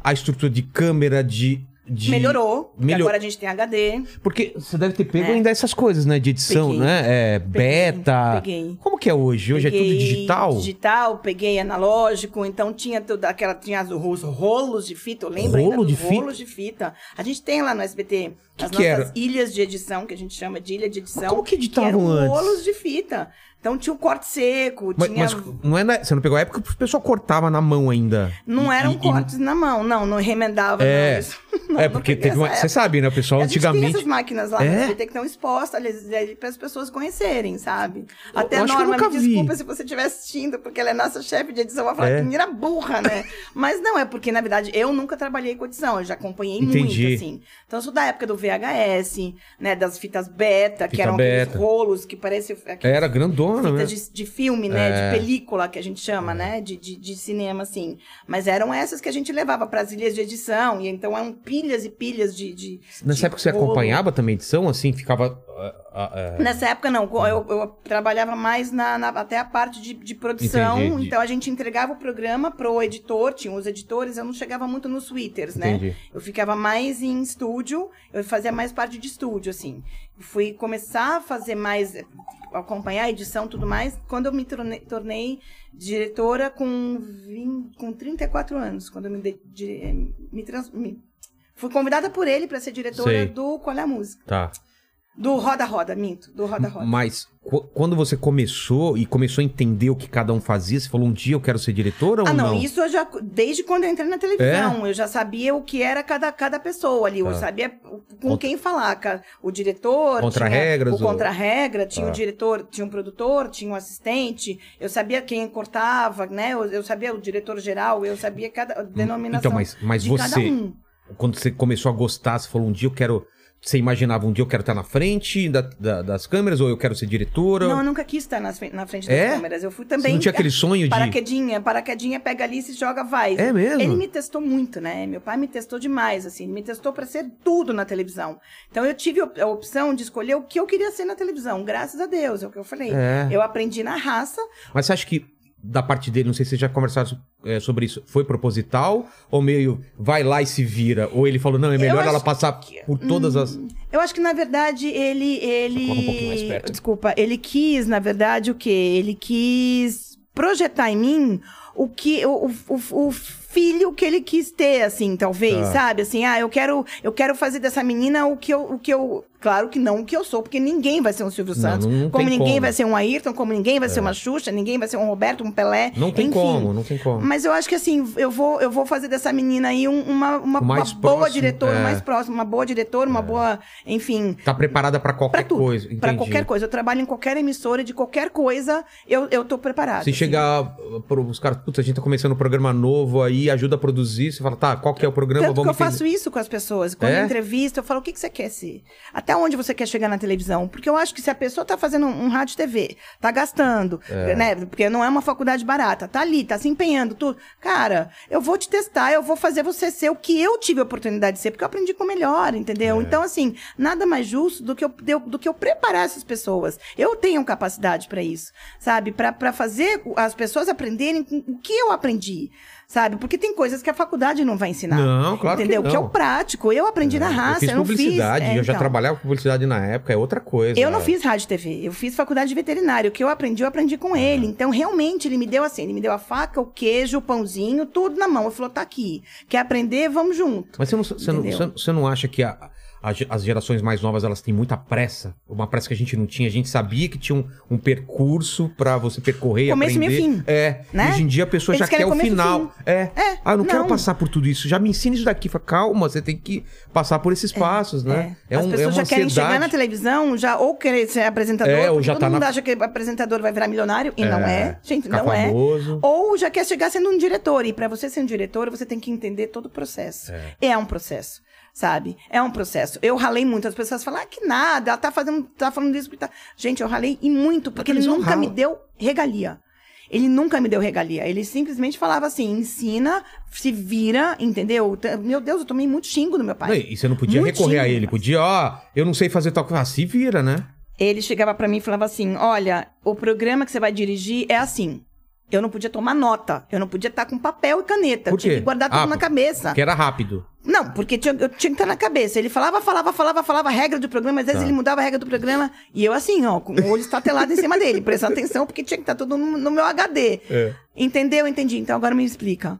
A estrutura de câmera, de. de-
Melhorou, porque
Melhor-
agora a gente tem HD.
Porque você deve ter pego
É.
ainda essas coisas, né? De edição,
Peguei.
né? É, beta.
Peguei.
Como que é hoje? Hoje é tudo
Peguei
digital?
Digital, peguei analógico, então tinha toda aquela tinha os ro- os rolos de fita, eu lembro
Rolo
ainda dos
de fita?
rolos de fita. A gente tem lá no SBT
Que
as
que
nossas
era?
ilhas de edição, que a gente chama de ilha de edição.
como que editavam
eram
antes?
rolos de fita. Então tinha o corte seco,
Mas,
tinha
mas não é na- você não pegou a época que o pessoal cortava na mão ainda.
Não
E-
eram
e- e-
cortes na mão, não, não remendava.
É.
não, isso- não,
*laughs* é,
não
porque
peguei
teve uma.
essa
Você
época.
sabe, né? O pessoal
A gente tem
antigamente.
essas máquinas lá,
É?
mas vai ter um que estar expostas, aliás, para as é, pessoas conhecerem, sabe? Até
eu
a
acho que eu
Norma,
nunca
me
vi.
desculpa se você estiver assistindo, porque ela é nossa chefe de edição, vai falar
É.
que menina burra, né? *laughs* mas não, é porque, na verdade, eu nunca trabalhei com edição, eu já acompanhei
Entendi.
muito, assim. Então, eu sou da época do VHS, né, das fitas beta, que
Fita
eram
beta.
aqueles rolos que pareciam... aqueles
Era grandona, né?
fitas de, de filme, né?
É.
De película, que a gente chama, né? De, de, de cinema, assim. Mas eram essas que a gente levava para as ilhas de edição. E então eram pilhas e pilhas de. de de
Nessa época você
rolo.
acompanhava também a edição, assim, ficava. ah, ah, ah,
Nessa época, não. Eu, eu trabalhava mais na, na- até a parte de, de produção.
Entendi, de-
Então, a gente entregava o programa pro editor. Tinha os editores. Eu não chegava muito nos twitters, né?
entendi.
Eu ficava mais em estúdio, eu fazia mais parte de estúdio, assim. Fui começar a fazer mais, eh, acompanhar a edição e tudo mais, quando eu me tornei, tornei diretora com, 20, com 34 anos, quando eu me, de- de- eh, me, trans- me- fui convidada por ele para ser diretora
Sei.
do Qual é a Música?
Tá.
Do Roda Roda, minto, do Roda Roda.
Mas qu- quando você começou e começou a entender o que cada um fazia, você falou um dia eu quero ser diretora
Ah,
ou não? É?
não, isso eu já. Desde quando eu entrei na televisão, eu já sabia o que era cada, cada pessoa ali. Eu
Tá.
sabia com
Contra-
quem falar. ca- O diretor.
Contra-regras,
tinha
o-
O contra-regra, tinha
Tá.
o diretor, tinha um produtor, tinha um assistente. Eu sabia quem cortava, né? Eu, eu sabia o diretor geral, eu sabia cada denominação.
Então, mas, mas
de
você,
cada um.
quando você começou a gostar, você falou um dia eu quero. Você imaginava um dia eu quero estar na frente da- da- das câmeras ou eu quero ser diretora?
Não, eu nunca quis estar nas fren- na frente das
É?
câmeras. Eu fui
Você
também. é
não tinha aquele sonho de.
Paraquedinha, paraquedinha, pega ali, se joga, vai.
É mesmo?
Ele me testou muito, né? Meu pai me testou demais, assim. Ele me testou pra ser tudo na televisão. Então eu tive op- a opção de escolher o que eu queria ser na televisão. Graças a Deus, é o que eu falei.
É.
Eu aprendi na raça.
Mas você acha que da parte dele, não sei se vocês já conversaram é, sobre isso, foi proposital ou meio vai lá e se vira? Ou ele falou, não, é melhor
acho
ela passar
que- Hum,
por todas as.
Eu acho que, na verdade, ele. ele...
Coloca um pouquinho mais perto.
Desculpa, ele quis, na verdade, o quê? Ele quis projetar em mim o que. O, o- o- o filho que ele quis ter, assim, talvez,
Tá.
sabe? Assim, ah, eu quero, eu quero fazer dessa menina o que eu. O que eu... Claro que não o que eu sou, porque ninguém vai ser um Silvio
Não,
Santos.
não- não
como
tem
ninguém
como. É.
vai ser um Ayrton, como ninguém vai ser uma Xuxa, ninguém vai ser um Roberto, um Pelé.
Não tem
enfim.
como, não tem como.
Mas eu acho que assim, eu vou, eu vou fazer dessa menina aí um- uma, uma,
O mais
uma boa
próximo,
diretora,
é.
mais próxima, uma boa diretora, uma boa, enfim,
Tá preparada pra
pra
qualquer
tudo.
coisa. Entendi.
Pra qualquer coisa. Eu trabalho em qualquer emissora, de qualquer coisa, eu, eu tô preparada.
Se
assim.
chegar uh, pro- os caras, putz, a gente tá começando um programa novo aí, ajuda a produzir, você fala, tá, qual que é o programa?
Tanto que eu
Vamos
faço
entender.
isso com as pessoas. Quando
É?
eu entrevisto, eu falo, o que, que você quer ser? Até onde você quer chegar na televisão? Porque eu acho que se a pessoa tá fazendo um, um rádio e TV, tá gastando, né? Porque não é uma faculdade barata, tá ali, tá se empenhando, tudo. Cara, eu vou te testar, eu vou fazer você ser o que eu tive a oportunidade de ser, porque eu aprendi com o melhor, entendeu?
É.
Então, assim, nada mais justo do que eu, de eu- do que eu preparar essas pessoas. Eu tenho capacidade para isso, sabe? para fazer o- as pessoas aprenderem com o que eu aprendi, sabe? Porque tem coisas que a faculdade não vai ensinar.
Não, claro que
Entendeu?
não. É,
é o prático. Eu aprendi na raça,
eu
eu,
fiz
não
publicidade,
fiz. é,
eu já
então.
trabalhava com publicidade na época, é outra coisa.
Eu não fiz rádio e TV, eu fiz faculdade de veterinário. O que eu aprendi, eu aprendi com
É.
ele. Então, realmente, ele me deu assim, ele me deu a faca, o queijo, o pãozinho, tudo na mão. Ele falou, tá aqui. Quer aprender? Vamos junto.
Mas você não, você, não,
Entendeu?
você não- você não acha que a, a ge- as gerações mais novas elas têm muita pressa, uma pressa que a gente não tinha. A gente sabia que tinha um, um percurso pra você percorrer e
Começo,
aprender.
meio e fim.
É.
Né?
Hoje em dia a pessoa
Eles
já quer
querem
o
começo e
final. É.
É,
Ah, eu não, quero
não.
passar por tudo isso. Já me ensina isso daqui. Fala, calma, você tem que passar por esses passos, né? É,
As
um, é
pessoas
uma
já querem
ansiedade.
chegar na televisão, já ou querer ser apresentador,
É, ou
porque
já
todo
tá na-
mundo acha que apresentador vai virar milionário, e não é, gente,
ficar
não é.
famoso.
Ou já quer chegar sendo um diretor, e para você ser um diretor, você tem que entender todo o processo. É, um processo, sabe? É um processo. Eu ralei muito, as pessoas falam, ah, que nada, ela tá, fazendo, tá falando isso, porque tá... Gente, eu ralei e muito, porque ele
televisão
nunca me
rala.
deu regalia. Ele nunca me deu regalia. Ele simplesmente falava assim: ensina, se vira, entendeu? T- Meu Deus, eu tomei muito xingo do meu pai.
Não, e você não podia
Muito
recorrer a
tímido,
ele.
mas-
Podia, ó, eu não sei fazer tal coisa. Ah, se vira, né?
Ele chegava pra mim e falava assim: Olha, o programa que você vai dirigir é assim. Eu não podia tomar nota, eu não podia estar com papel e caneta, eu
Por
tinha
quê?
que guardar tudo
Ah,
na
por-
cabeça.
Que era rápido.
Não, porque tinha- eu tinha que estar na cabeça. Ele falava, falava, falava, falava a regra do programa, às vezes
Tá.
ele mudava a regra do programa, e eu assim, ó, com o olho estatelado em cima dele, prestando atenção, porque tinha que estar tudo no, no meu HD.
É.
Entendeu? Entendi. Então agora me explica.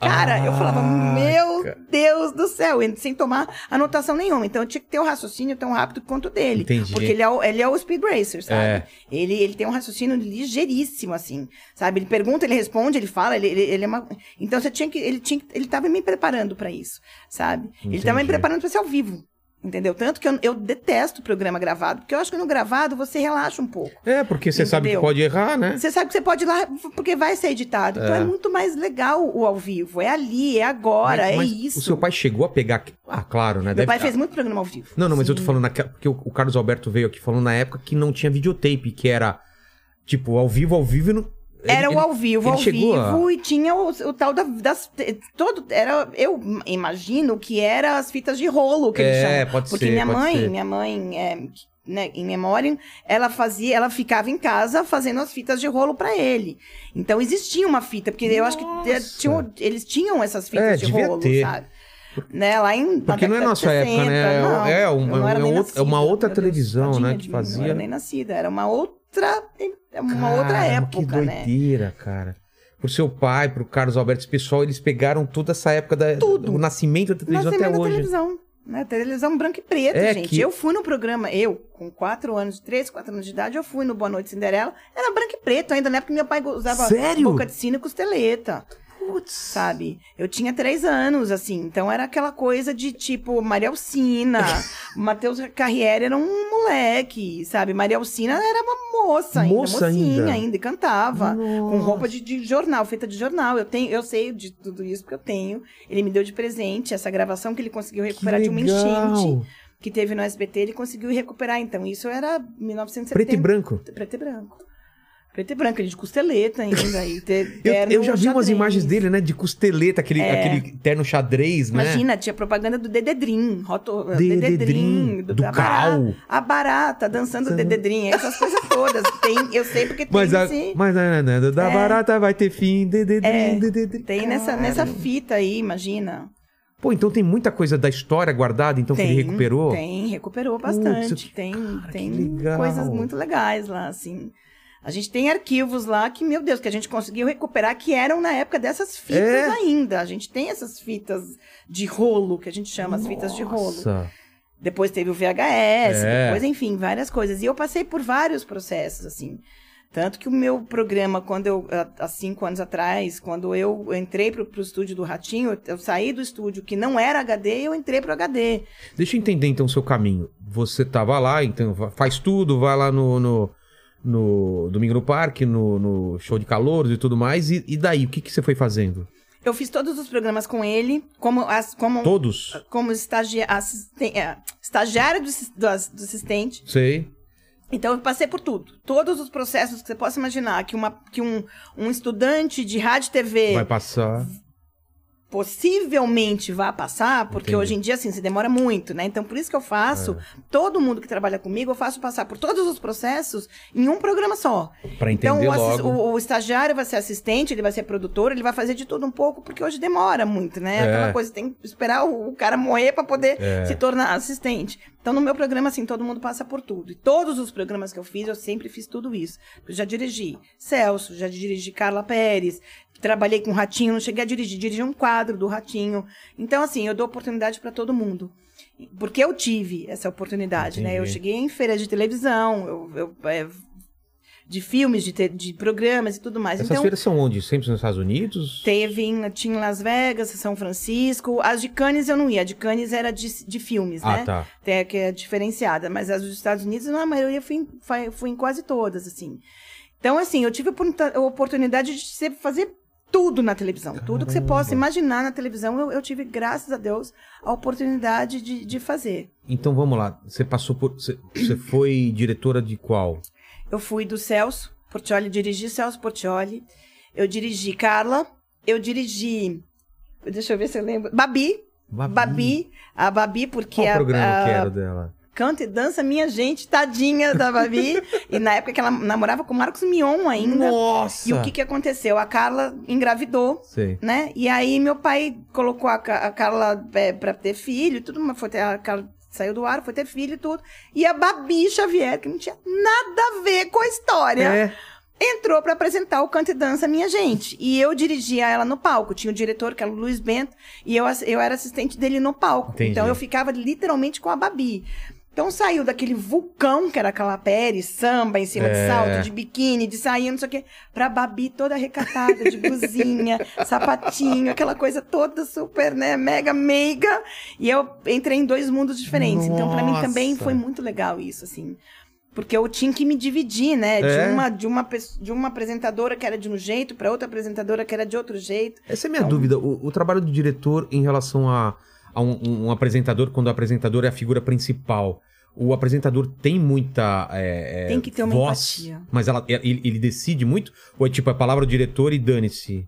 Cara, eu falava,
Ah,
meu
cara.
Deus do céu, e sem tomar anotação nenhuma. Então eu tinha que ter um raciocínio tão rápido quanto o dele.
Entendi.
Porque ele é o, ele é o speed racer, sabe?
É.
Ele, ele tem um raciocínio ligeiríssimo, assim, sabe? Ele pergunta, ele responde, ele fala, ele, ele, ele é uma... Então você tinha que, ele tinha que- ele tava me preparando pra isso, sabe? Ele tava me
Entendi.
preparando pra ser ao vivo. Entendeu? Tanto que eu, eu detesto o programa gravado, porque eu acho que no gravado você relaxa um pouco.
É, porque você sabe que
Entendeu?
pode errar, né?
Você sabe que você pode ir lá, porque vai ser editado. Então
É.
é muito mais legal o ao vivo. É ali, é agora,
Mas-
é
mas
isso.
O seu pai chegou a pegar. Ah, claro, né?
Meu pai fez assim. muito programa ao vivo.
Não, não, mas eu tô
Sim.
falando naquela. Porque o o Carlos Alberto veio aqui falando na época que não tinha videotape, que era tipo ao vivo, ao vivo. e Não... ele-
Era o
ele-
ao vivo,
ele
ao
chegou a-
vivo, e tinha o, o tal da- das. eh, Todo, era, eu imagino que era as fitas de rolo que eles chamam.
É, pode
Porque
ser.
minha
pode
mãe,
ser.
minha mãe, é, né, em memória, ela fazia, ela ficava em casa fazendo as fitas de rolo pra ele. Então existia uma fita, porque eu acho que eh,
Nossa.
tinham- eles tinham essas fitas
É,
de
devia
rolo,
ter.
sabe? Né, lá em. na
Porque não é
década de
nossa época, né? É-
não,
é
eu
uma-
não era
é
nem
outra- é uma
nascida,
outra
meu Deus,
televisão, né,
tadinha
que
de mim, Eu não
fazia.
era nem nascida, era uma outra. é Uma outra
Caramba,
época,
que
né?
doideira, cara. Pro seu pai, pro Carlos Alberto, esse pessoal, eles pegaram toda essa época da,
Tudo.
do nascimento da televisão
Nascimento
até
da
hoje.
televisão. Né? Televisão branca e preta,
É
gente.
que-
Eu fui no programa, eu, com 4 anos, 3, 4 anos de idade, eu fui no Boa Noite Cinderela. Era branca e preto ainda, né? Porque meu pai go- usava
Sério?
boca de sino e costeleta,
Putz.
sabe? Eu tinha 3 anos, assim. Então era aquela coisa de tipo,
*laughs*
Maria Alcina. Matheus Carriere era um moleque, sabe? Maria Alcina era uma moça ainda,
Moça
mocinha
ainda.
ainda, e cantava com
Nossa.
roupa de, de jornal, feita de jornal. Eu tenho, eu sei de tudo isso porque eu tenho. Ele me deu de presente essa gravação que ele conseguiu
Que
recuperar de uma enchente
legal.
que teve no SBT, ele conseguiu recuperar. Então, isso era 1970.
Preto e branco.
Preto e branco. Preto e branco, ele de costeleta ainda. e te-
*laughs* Eu,
terno
eu já vi umas
xadrez. É.
imagens dele, né? De costeleta, aquele, aquele terno xadrez, né?
Imagina, tinha propaganda do Dededrim, roto,
Dededrim,
É, Dededrim,
do
a barata-
Cal.
A barata dançando Dededrim, essas coisas todas. Tem, eu sei porque
*laughs*
tem
Mas, a,
esse-
mas a, a- a- da barata tá, vai ter fim. dê, dê, dê,
É,
dê, dê, dê.
Tem nessa,
Cara.
nessa fita aí, imagina.
Pô, então tem muita coisa da história guardada, então, que ele recuperou.
Tem, recuperou
Putz,
bastante.
que-
tem
cara,
tem
que legal.
coisas muito legais lá, assim. A gente tem arquivos lá que, meu Deus, que a gente conseguiu recuperar, que eram na época dessas fitas
É?
ainda. A gente tem essas fitas de rolo, que a gente chama as fitas de rolo.
Nossa.
Depois teve o VHS,
É.
depois, enfim, várias coisas. E eu passei por vários processos, assim. Tanto que o meu programa, quando eu, há- há cinco anos atrás, quando eu entrei pro, pro estúdio do Ratinho, eu, eu saí do estúdio que não era HD e eu entrei pro HD.
Deixa eu entender, então, o seu caminho. Você tava lá, então, va- faz tudo, vai lá no... no... no Domingo no Parque, no, no show de calouros e tudo mais. E, e daí, o que, que você foi fazendo?
Eu fiz todos os programas com ele, como, as, como,
Todos?
como estagi- assisten- é, estagiário do, sis- do as- do assistente.
Sei.
Então eu passei por tudo. Todos os processos que você possa imaginar que, uma, que um, um estudante de rádio e TV
Vai passar.
possivelmente vá passar, porque
Entendi. É.
hoje em dia, assim, se demora muito, né? Então, por isso que eu faço, todo mundo que trabalha comigo, eu faço passar por todos os processos em um programa só.
Pra
Então,
entender
o, assis-
logo.
o- o estagiário vai ser assistente, ele vai ser produtor, ele vai fazer de tudo um pouco, porque hoje demora muito, né?
É.
Aquela coisa, tem que esperar o, o cara morrer pra poder
É.
se tornar assistente. Então, no meu programa, assim, todo mundo passa por tudo. E todos os programas que eu fiz, eu sempre fiz tudo isso. Eu já dirigi Celso, já dirigi Carla Pérez, trabalhei com o Ratinho, não cheguei a dirigir, dirigi um quadro do Ratinho. Então, assim, eu dou oportunidade pra todo mundo. Porque eu tive essa oportunidade, né? Eu
Entendi.
cheguei em feiras de televisão, eu, eu, é, de filmes, de, te- de programas e tudo mais.
Essas
então,
feiras são onde? Sempre nos Estados Unidos?
Teve em, tinha em Las Vegas, São Francisco. As de Cannes eu não ia. A de Cannes era de, de filmes,
ah,
né?
tá.
Tem, que é diferenciada. Mas as dos Estados Unidos, na maioria, eu fui em, fa- fui em quase todas, assim. Então, assim, eu tive a oportu- a oportunidade de ser- fazer tudo na televisão. Tudo que você possa imaginar na televisão, eu, eu tive, graças a Deus, a oportunidade de, de fazer.
Então vamos lá. Você passou por. Você, você foi diretora de qual?
Eu fui do Celso Portioli, dirigi Celso Portioli. Eu dirigi Carla. Eu dirigi. Deixa eu ver se eu lembro. Babi. Babi. A Babi, porque
Qual
a,
programa
a-
que era dela?
canta e dança minha gente, tadinha
*laughs*
da Babi. e na época que ela namorava com o Marcos Mion ainda.
Nossa!
E o que, que aconteceu? A Carla engravidou
Sei.
né? E aí meu pai colocou a, Ca- a Carla é, pra ter filho e tudo, mas foi ter, a Carla saiu do ar, foi ter filho e tudo. E a Babi Xavier, que não tinha nada a ver com a história,
É.
entrou pra apresentar o Canto e Dança Minha Gente. E eu dirigia ela no palco, tinha o diretor, que era o Luiz Bento, e eu, ass- eu era assistente dele no palco.
Entendi.
Então eu ficava literalmente com a Babi. Então saiu daquele vulcão que era Calapere, samba em cima
É.
de salto, de biquíni, de saia, não sei o quê, pra Babi toda recatada, de blusinha,
*laughs*
sapatinho, aquela coisa toda super, né, mega meiga. E eu entrei em dois mundos diferentes. Então pra mim também
Nossa.
foi muito legal isso, assim. Porque eu tinha que me dividir, né?
É.
De, uma, de, uma, pes- de uma apresentadora que era de um jeito pra outra apresentadora que era de outro jeito.
Essa é a minha
Então-
dúvida. O, o trabalho do diretor em relação a, a um, um apresentador, quando o apresentador é a figura principal. O apresentador tem muita é, é,
Tem que ter uma
voz,
empatia.
mas ela, ele, ele decide muito? Ou é tipo a palavra do diretor e dane-se?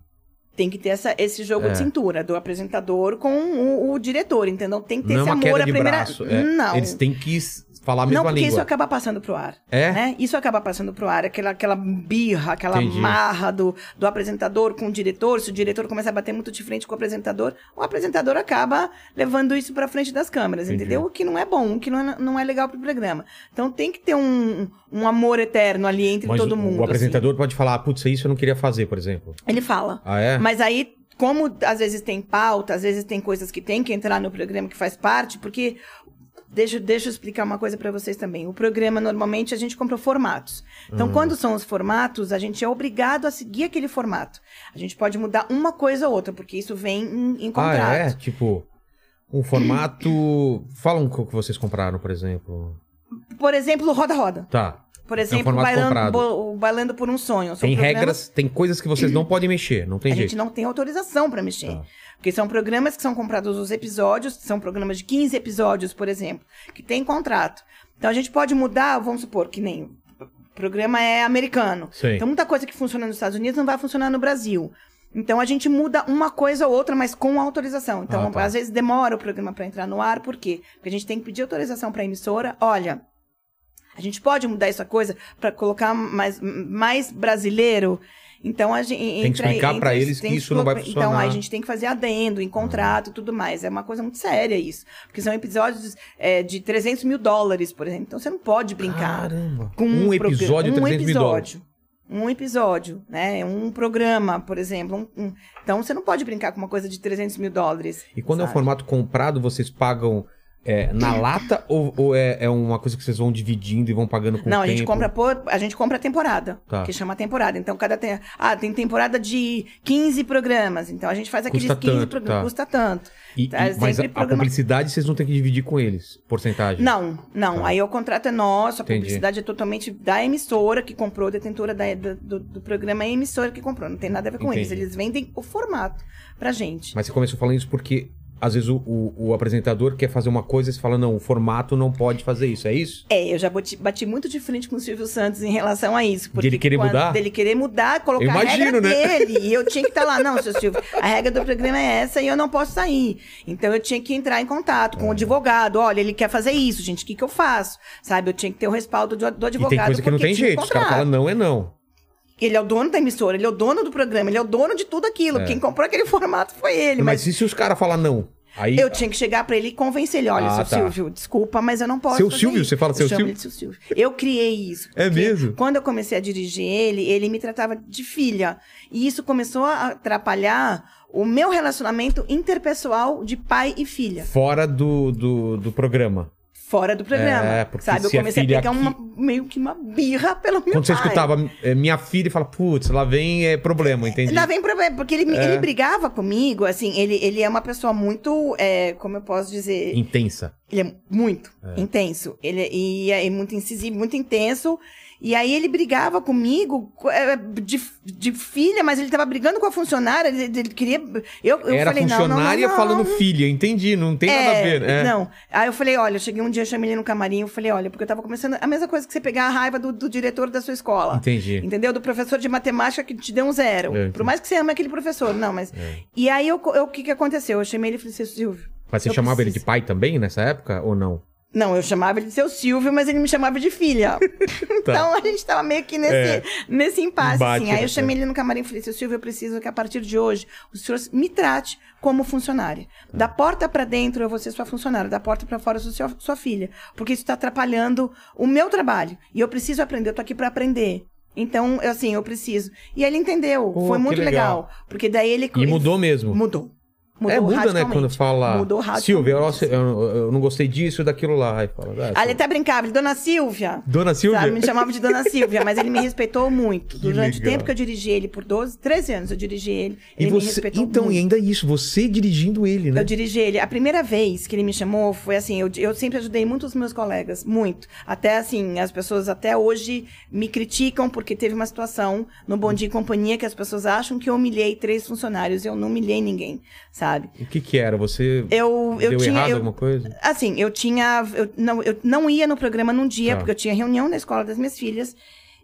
Tem que ter essa, esse jogo
É.
de cintura do apresentador com o, o diretor, entendeu? Tem que ter
Não é
esse
uma
amor
queda
à
de
primeira.
braço. é.
Não.
Eles têm que s- falar a mesma
não, porque
língua.
isso acaba passando pro ar.
É?
né? Isso acaba passando pro ar, aquela, aquela birra, aquela
Entendi.
marra do, do apresentador com o diretor. Se o diretor começa a bater muito de frente com o apresentador, o apresentador acaba levando isso pra frente das câmeras,
Entendi.
entendeu? O que não é bom, o que não é, não é legal pro programa. Então tem que ter um, um amor eterno ali entre
Mas
todo
o,
mundo.
o
assim.
apresentador pode falar, "Ah, putz, é isso eu não queria fazer, por exemplo.
Ele fala.
Ah, é?
Mas aí, como às vezes tem pauta, às vezes tem coisas que tem que entrar no programa que faz parte, porque. Deixa, deixa eu explicar uma coisa pra vocês também. O programa, normalmente, a gente compra formatos.
Hum.
Então, quando são os formatos, a gente é obrigado a seguir aquele formato. A gente pode mudar uma coisa ou outra, porque isso vem em, em contrato.
Ah, é? Tipo, um formato. Fala um que vocês compraram, por exemplo.
Por exemplo, o roda-roda.
Tá.
Por
É
exemplo,
um
o
formato
bailando,
comprado.
Bo- o Bailando por um sonho. São
Tem
programas-
regras, tem coisas que vocês
*clears throat*
não podem mexer, não tem
a
jeito.
gente não tem autorização pra mexer.
Tá.
Porque são programas que são comprados os episódios, são programas de 15 episódios, por exemplo, que tem contrato. Então a gente pode mudar, vamos supor, que nem o programa é americano.
Sei.
Então muita coisa que funciona nos Estados Unidos não vai funcionar no Brasil. Então a gente muda uma coisa ou outra, mas com autorização. Então
Ah, tá.
às vezes demora o programa pra entrar no ar, por quê? Porque a gente tem que pedir autorização pra emissora. Olha, a gente pode mudar essa coisa pra colocar mais, mais brasileiro. Então a gente
que explicar pra eles que isso não vai
Então
funcionar.
a gente tem que fazer adendo em contrato e tudo mais. É uma coisa muito séria isso. Porque são episódios é, de 300 mil dólares, por exemplo. Então você não pode brincar
Caramba.
com
um
progra-
episódio,
um
300 mil dólares.
episódio. Um episódio, né? Um programa, por exemplo. um- um- Então você não pode brincar com uma coisa de 300 mil dólares.
E quando é um
sabe?
formato comprado, vocês pagam é,
*clears throat*
na lata ou, ou é, é uma coisa que vocês vão dividindo e vão pagando com
Não,
o
a gente
tempo?
compra por, a gente compra a temporada,
Tá.
que chama temporada. Então cada tem, ah, tem temporada de 15 programas, então a gente faz aqueles
Custa
15
tanto,
programas,
tá.
custa tanto.
E, e-
tá, sempre
mas a, a
programa-
publicidade vocês não têm que dividir com eles, porcentagem.
Não, não,
Tá.
aí o contrato é nosso, a
Entendi.
publicidade é totalmente da emissora que comprou, detentora da- do, do- do programa é a emissora que comprou, não tem nada a ver com
Entendi.
eles, eles vendem o formato pra gente.
Mas você começou falando isso porque às vezes o, o- o apresentador quer fazer uma coisa e você fala, não, o formato não pode fazer isso, é isso?
É, eu já bati, bati muito de frente com o Silvio Santos em relação a isso. Porque
ele querer
quando-
mudar?
Dele querer mudar, colocar
Eu
a
imagino,
regra
né?
dele. E eu tinha que estar lá, não, seu Silvio, a regra do programa é essa e eu não posso sair. Então eu tinha que entrar em contato
Ah.
com o advogado. Olha, ele quer fazer isso, gente, o que, que eu faço? Sabe, eu tinha que ter o respaldo do, do advogado.
e tem coisa que não
porque
tem
tinha
jeito, os caras
contrato.
falam, não é não.
Ele é o dono da emissora, ele é o dono do programa, ele é o dono de tudo aquilo.
É.
Quem comprou aquele *laughs* formato foi ele.
mas
Mas,
e se os caras falar não? Aí-
eu tinha que chegar pra ele e convencer ele: olha,
Ah,
seu
tá.
Silvio, desculpa, mas eu não posso.
Seu
fazer
Silvio?
isso."
Você fala
Eu
seu
chamo
Silvio?
ele de seu Silvio. Eu criei isso.
É
porque
mesmo?
Quando eu comecei a dirigir ele, ele me tratava de filha. E isso começou a atrapalhar o meu relacionamento interpessoal de pai e filha.
Fora do, do, do programa.
Fora do programa.
É, porque
sabe? Eu
se a
comecei a,
filha
pegar
aqui-
uma, meio que uma birra pelo meu
Quando você
pai.
escutava é, minha filha e fala, putz, lá vem é, problema, entendi.
Ainda vem problema, porque ele, me-
É.
ele brigava comigo, assim, ele, ele é uma pessoa muito, é, como eu posso dizer,
Intensa.
ele é muito intenso, ele é, e é muito incisivo, muito intenso, e aí ele brigava comigo é, de, de filha, mas ele tava brigando com a funcionária, ele, ele queria, eu, eu
Era
falei, não, não, não,
funcionária
não,
falando filha, entendi, não tem nada a ver. É.
Não. Aí eu falei, olha, eu cheguei um dia, eu chamei ele no camarim, eu falei, olha, porque eu tava começando a mesma coisa que você pegar a raiva do, do diretor da sua escola.
Entendi.
Entendeu? Do professor de matemática que te deu um zero.
Eu entendi. É.
Por mais que você ame aquele professor, não, mas... E aí, eu co- eu- o que que aconteceu? Eu chamei ele e falei, seu Silvio...
Mas você
eu
chamava ele de
preciso-
pai também nessa época ou não?
Não, eu chamava ele de seu Silvio, mas ele me chamava de
*laughs*
filha. então, a gente tava meio que nesse,
Tá. É.
nesse impasse,
Embate,
assim. Aí
né?
eu chamei ele no camarim e falei, seu Silvio, eu preciso que a partir de hoje o senhor me trate como funcionária.
Tá.
Da porta pra dentro eu vou ser sua funcionária, da porta pra fora eu sou seu- sua filha. Porque isso tá atrapalhando o meu trabalho. E eu preciso aprender, eu tô aqui pra aprender. Então, eu, assim, eu preciso. E ele entendeu,
Pô,
foi
que
muito legal. Porque daí ele...
E mudou mesmo.
Mudou.
é, muda, né?
radicalmente.
Quando fala.
Mudou radicalmente.
Silvia, eu, eu- eu não gostei disso, daquilo lá. Aí fala, ah,
Aí ele até brincava, ele, Dona Silvia.
Dona Silvia?
Sabe, me chamava de Dona Silvia, mas ele me respeitou muito. Durante o
legal.
tempo que eu dirigi ele, por 12, 13 anos eu dirigi ele,
*laughs* E
ele me
você,
respeitou
então,
muito.
e ainda isso, você dirigindo ele, né?
Eu dirigi ele. A primeira vez que ele me chamou foi assim, eu, eu sempre ajudei muito os meus colegas, muito. Até assim, as pessoas até hoje me criticam porque teve uma situação no Bom Dia e Companhia que as pessoas acham que eu humilhei três funcionários. Eu não humilhei ninguém, sabe?
O que que era? Você
Eu, eu
deu
tinha.
errado
eu-
alguma coisa?
Assim, eu tinha. Eu não, eu não ia no programa num dia,
Tá.
porque eu tinha reunião na escola das minhas filhas.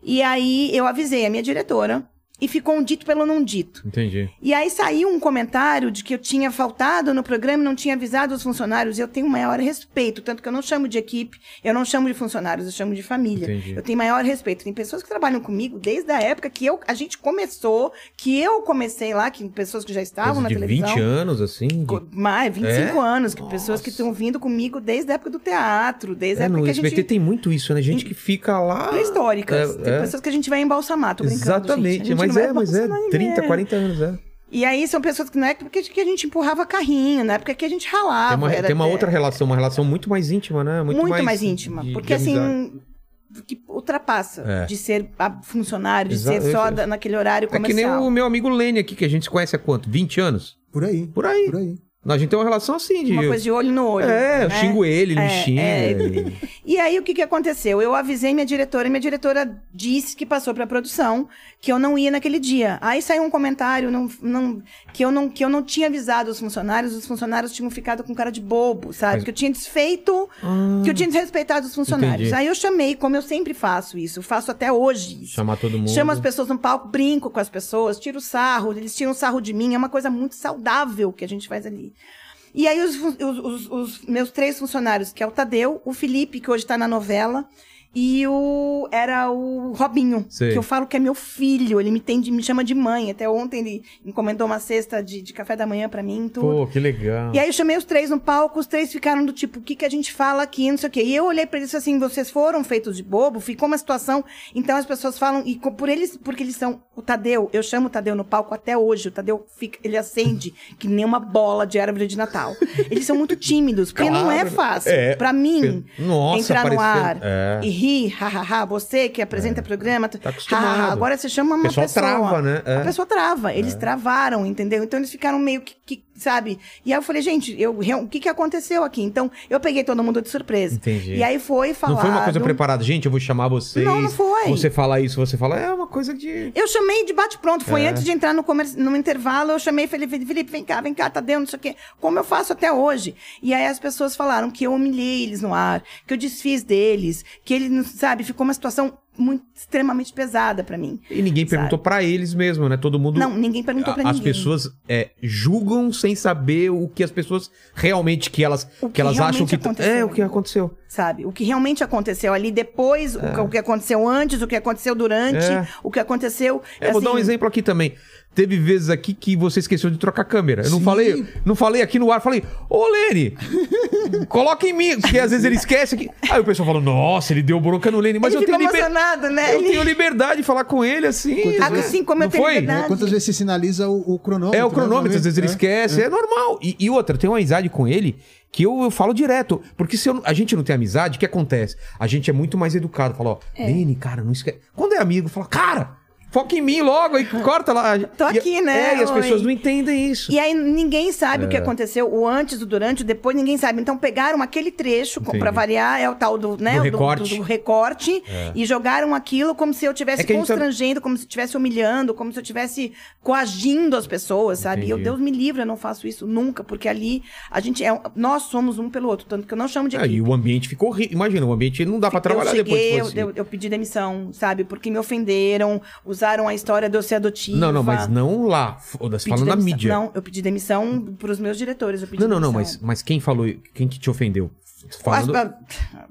E aí eu avisei a minha diretora e ficou um dito pelo não dito.
Entendi.
E aí saiu um comentário de que eu tinha faltado no programa e não tinha avisado os funcionários. Eu tenho maior respeito, tanto que eu não chamo de equipe, eu não chamo de funcionários, eu chamo de família.
Entendi.
Eu tenho maior respeito. Tem pessoas que trabalham comigo desde a época que eu, a gente começou, que eu comecei lá, que pessoas que já estavam
Coisa
na
de
televisão.
20 anos, assim. de-
Co- Mais, 25
É?
anos, que pessoas
Nossa.
que estão vindo comigo desde a época do teatro, desde
É,
a época
no
que a
SBT
gente.
tem muito isso, né? Gente que fica lá.
Pré-históricas.
É,
tem
é.
pessoas que a gente vai embalsamar, tô brincando.
Exatamente,
gente. A gente
mas
não
é,
vai
mas é.
embalsamar ninguém.
30, 40 anos, é.
E aí são pessoas que na época que que a gente empurrava carrinho, na época que a gente ralava.
tem uma,
Ah, era
tem uma
até-
outra relação, uma relação muito mais íntima, né? Muito,
Muito,
mais,
mais, íntima.
de-
porque
de amizade.
assim. Que ultrapassa
É.
de ser a- funcionário, de
Exa-
ser só
eu-
da- naquele horário
É que nem
comercial.
o meu amigo Lene aqui, que a gente se conhece há quanto? 20 anos?
Por aí.
Por aí.
Por aí.
A gente tem uma relação assim de.
Uma coisa de olho no olho.
é, eu
né?
xingo ele, ele me
É,
xinga.
é.
e-
E aí o que, que aconteceu? Eu avisei minha diretora e minha diretora disse que passou pra produção que eu não ia naquele dia. Aí saiu um comentário não, não, que, eu não, que eu não tinha avisado os funcionários, os funcionários tinham ficado com cara de bobo, sabe?
Mas-
Que eu tinha desfeito, *laughs* que eu tinha desrespeitado os funcionários.
Entendi.
Aí eu chamei, como eu sempre faço isso, faço até hoje isso.
Ah. Chamar todo mundo.
Chamo as pessoas no palco, brinco com as pessoas, tiro sarro, eles tiram sarro de mim, é uma coisa muito saudável que a gente faz ali. E aí os, fun- os- os- os meus três funcionários, que é o Tadeu, o Felipe, que hoje tá na novela, e o era o Robinho,
Sei.
que eu falo que é meu filho, ele me tem de- me chama de mãe. Até ontem ele encomendou uma cesta de, de café da manhã pra mim, tudo.
Pô, que legal.
E aí eu chamei os três no palco, os três ficaram do tipo, o que, que a gente fala aqui, não sei o quê. E eu olhei pra eles e falei assim, vocês foram feitos de bobo, ficou uma situação. Então as pessoas falam, e co- por eles, porque eles são. O Tadeu, eu chamo o Tadeu no palco até hoje, o Tadeu fica, ele acende que nem uma bola de árvore de Natal. Eles são muito tímidos, porque não é
Claro.
fácil.
É.
Pra mim,
Nossa,
entrar no
parecendo-
ar
é.
e rir, hahaha, você que apresenta o programa, tá
acostumado.
agora você chama uma
Pessoal
pessoa.
trava, né? É.
A pessoa trava, eles travaram, entendeu? Então eles ficaram meio que, que- sabe? E aí eu falei, gente, eu, real- o que, que aconteceu aqui? Então eu peguei todo mundo de surpresa.
Entendi.
E aí foi falado.
Não foi uma coisa preparada, gente, eu vou chamar vocês.
Não, não foi.
Você fala isso, você fala, é uma coisa de.
Eu chamei de bate-pronto, foi
É.
antes de entrar no, comer- no intervalo, eu chamei e falei, Felipe, vem cá, vem cá, Tadeu, não sei o quê, como eu faço até hoje. E aí as pessoas falaram que eu humilhei eles no ar, que eu desfiz deles, que ele, não- sabe, ficou uma situação muito, extremamente pesada pra mim.
E ninguém
Sabe?
perguntou pra eles mesmo, né? Todo mundo.
Não, ninguém perguntou pra
as
ninguém.
pessoas é, julgam sem saber o que as pessoas realmente que elas
O
que,
que
elas acham
realmente
que t-
aconteceu.
é o que aconteceu.
sabe? O que realmente aconteceu ali depois, o, que, o que aconteceu antes, o que aconteceu durante,
É.
o que aconteceu.
É, vou dar um
assim,
exemplo aqui também. Teve vezes aqui que você esqueceu de trocar a câmera. Eu não
Sim.
falei, não falei aqui no ar, falei, ô
*laughs*
Lene, coloca em mim, porque às vezes ele esquece aqui. Aí o pessoal fala, nossa, ele deu bronca no Lene, mas
ele
eu tenho
ficou
liberdade.
emocionado, né?
Eu
Ele-
tenho liberdade de falar com ele assim.
Ah, assim como eu
Não
tenho
foi?
liberdade.
Quantas vezes você sinaliza o, o cronômetro?
É o cronômetro,
né?
às vezes ele
É.
esquece, é, normal. E, e outra, eu tenho uma amizade com ele que eu, eu falo direto. Porque se eu não- a gente não tem amizade, o que acontece? A gente é muito mais educado. Fala, ó,
É.
Lene, cara, não esquece. Quando é amigo, fala, cara, foca em mim logo,
*laughs*
aí corta lá.
Tô
E-
aqui, né,
É, e as
oi.
pessoas não entendem isso.
E aí ninguém sabe o
É.
que aconteceu, o antes, o durante, o depois, ninguém sabe. Então pegaram aquele trecho, com-
Entendi.
pra variar, é o tal do, né,
Do recorte.
do recorte, e jogaram aquilo como se eu estivesse
É que a gente tá-
constrangendo, como se eu estivesse humilhando, como se eu estivesse coagindo as pessoas, sabe? E Eu,
Entendi.
Deus me livre, eu não faço isso nunca, porque ali a gente é, um- nós somos um pelo outro, tanto que eu não chamo de
É, e
equipe.
o ambiente ficou horrível. Imagina, o ambiente não dá Ah, pra trabalhar
eu cheguei,
depois. se fosse
eu,
assim.
eu- eu pedi demissão, sabe? Porque me ofenderam, usaram a história de eu ser adotiva.
Não, não, mas não lá. Foda-se,
Pedi
falando na
demissão.
mídia.
Não, eu pedi demissão pros meus diretores. Eu pedi
Não, não, não, mas,
demissão.
mas quem falou, quem que te ofendeu? Falando...
As-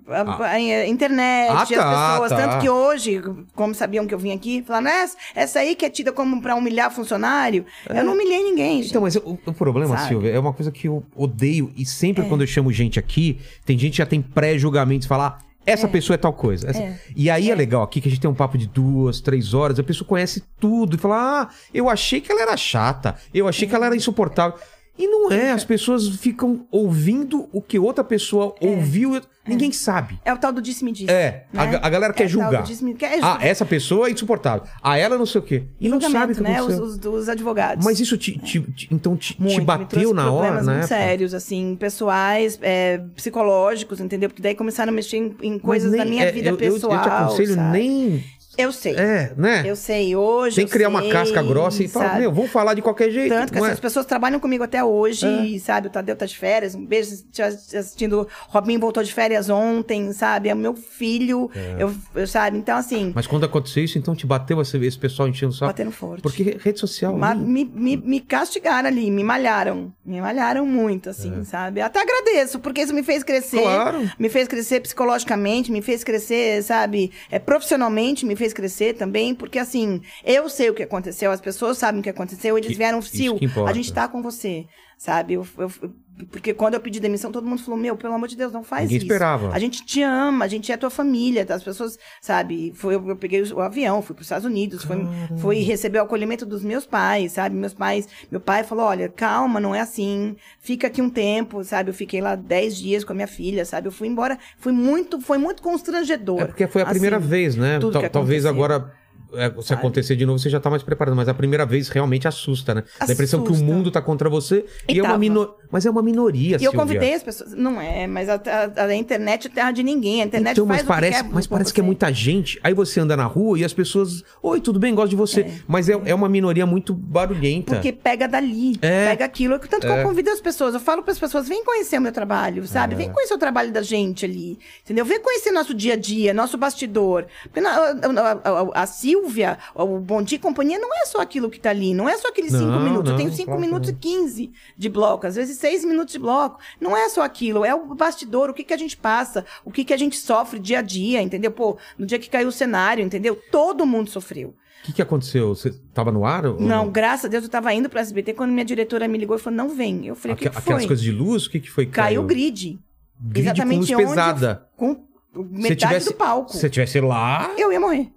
a, a- a- a internet,
Ah,
as
tá,
pessoas.
tá.
Tanto que hoje, como sabiam que eu vim aqui, falaram, essa, essa aí que é tida como pra humilhar funcionário. Eu não humilhei ninguém, gente.
É. Então, mas o, o problema,
Sabe? É.
Silvia, é uma coisa que eu odeio. E sempre quando eu chamo gente aqui, tem gente que já tem pré-julgamentos falar. Essa pessoa é tal coisa. essa-
É.
E aí é. legal aqui que a gente tem um papo de duas, três horas, a pessoa conhece tudo e fala: Ah, eu achei que ela era chata, eu achei que ela era insuportável. E não é, as pessoas ficam ouvindo o que outra pessoa ouviu, e ninguém sabe.
É o tal do disse-me-disse.
É, a,
É. né?
ga- a galera
É,
quer
tá,
julgar.
o disse-me- quer
ah,
julgar.
essa pessoa é insuportável. A ela não sei o quê. E não sabe o que
né? Os,
aconteceu.
os- dos advogados.
Mas isso te, te- te- então te, te
Muito, me
bateu
trouxe
na hora,
problemas
né?
muito sérios, assim, pessoais, é, psicológicos, entendeu? Porque daí começaram a mexer em, em coisas da minha vida
é, eu, eu-
pessoal.
Eu te aconselho
sabe?
nem.
Eu sei.
É, né?
Eu sei, hoje.
Sem
eu
criar uma
sei,
casca grossa e falar,
sabe?
meu, vamos falar de qualquer jeito.
Tanto que
não é?
essas pessoas trabalham comigo até hoje, sabe? O Tadeu tá de férias, um beijo te assistindo. Robin voltou de férias ontem, sabe? É o meu filho, eu, eu- sabe? Então, assim,
É. Mas quando aconteceu isso, então te bateu esse, esse pessoal enchendo o saco.
batendo forte.
Porque rede social.
Ma-
né?
me, me, me castigaram ali, me malharam. Me malharam muito, assim, sabe? Até agradeço, porque isso me fez crescer.
É. Claro.
Me fez crescer psicologicamente, me fez crescer, sabe? É, profissionalmente, me fez crescer também, porque assim, eu sei o que aconteceu, as pessoas sabem o que aconteceu, eles
Que-
vieram,
isso
Sil,
que importa."
a gente tá com você, sabe? Eu- eu- eu- porque quando eu pedi demissão, todo mundo falou: Meu, pelo amor de Deus, não faz
Ninguém
isso.
esperava.
A gente te ama, a gente é tua família, as pessoas, sabe? Foi, eu, eu peguei o avião, fui para os Estados Unidos, fui, fui receber o acolhimento dos meus pais, sabe? Meus pais, meu pai falou: olha, calma, não é assim, fica aqui um tempo, sabe? Eu fiquei lá 10 dias com a minha filha, sabe? Eu fui embora, fui muito, foi muito constrangedor.
É porque foi a
Assim,
primeira vez, né?
tudo
Tal-
que
Talvez
aconteceu.
agora. é, se
Sabe?
acontecer de novo, você já tá mais preparado. Mas a primeira vez realmente assusta, né? Dá a impressão que o
Assusta.
mundo tá contra você. E,
E
é uma
tava.
minoria. Mas é uma minoria,
E eu
Silvia.
convidei as pessoas. Não é, mas a, a- a internet é terra de ninguém. A internet
Então,
faz
mas
o
parece,
que quer
mas
com
parece que é
você.
muita gente. Aí você anda na rua e as pessoas. Oi, tudo bem? Gosto de você. Mas é, é uma minoria muito barulhenta.
Porque pega dali,
É.
pega aquilo. Tanto que eu convido as pessoas, eu falo para as pessoas, vem conhecer o meu trabalho, sabe? Vem conhecer o trabalho da gente ali, entendeu? Vem conhecer nosso dia a dia, nosso bastidor. Porque na- a, a- a- a Silvia, o Bom Dia e Companhia, não é só aquilo que tá ali, não é só aqueles cinco
Não,
minutos.
não,
eu tenho cinco
claro que
minutos
não.
e 15 de bloco, às vezes 6 minutos de bloco. Não é só aquilo, é o bastidor, o que, que a gente passa, o que, que a gente sofre dia a dia, entendeu? Pô, no dia que caiu o cenário, entendeu? Todo mundo sofreu.
O que, que aconteceu? Você tava no ar? ou
Não, graças a Deus eu tava indo pro SBT quando minha diretora me ligou e falou: não vem. Eu falei: o que,
Aqu-
que
aquelas
foi?
coisas de luz? O que, que foi? que
Caiu o grid.
Grid
Exatamente
com luz
onde-
pesada.
Com metade do palco.
Se você tivesse lá.
Eu ia morrer.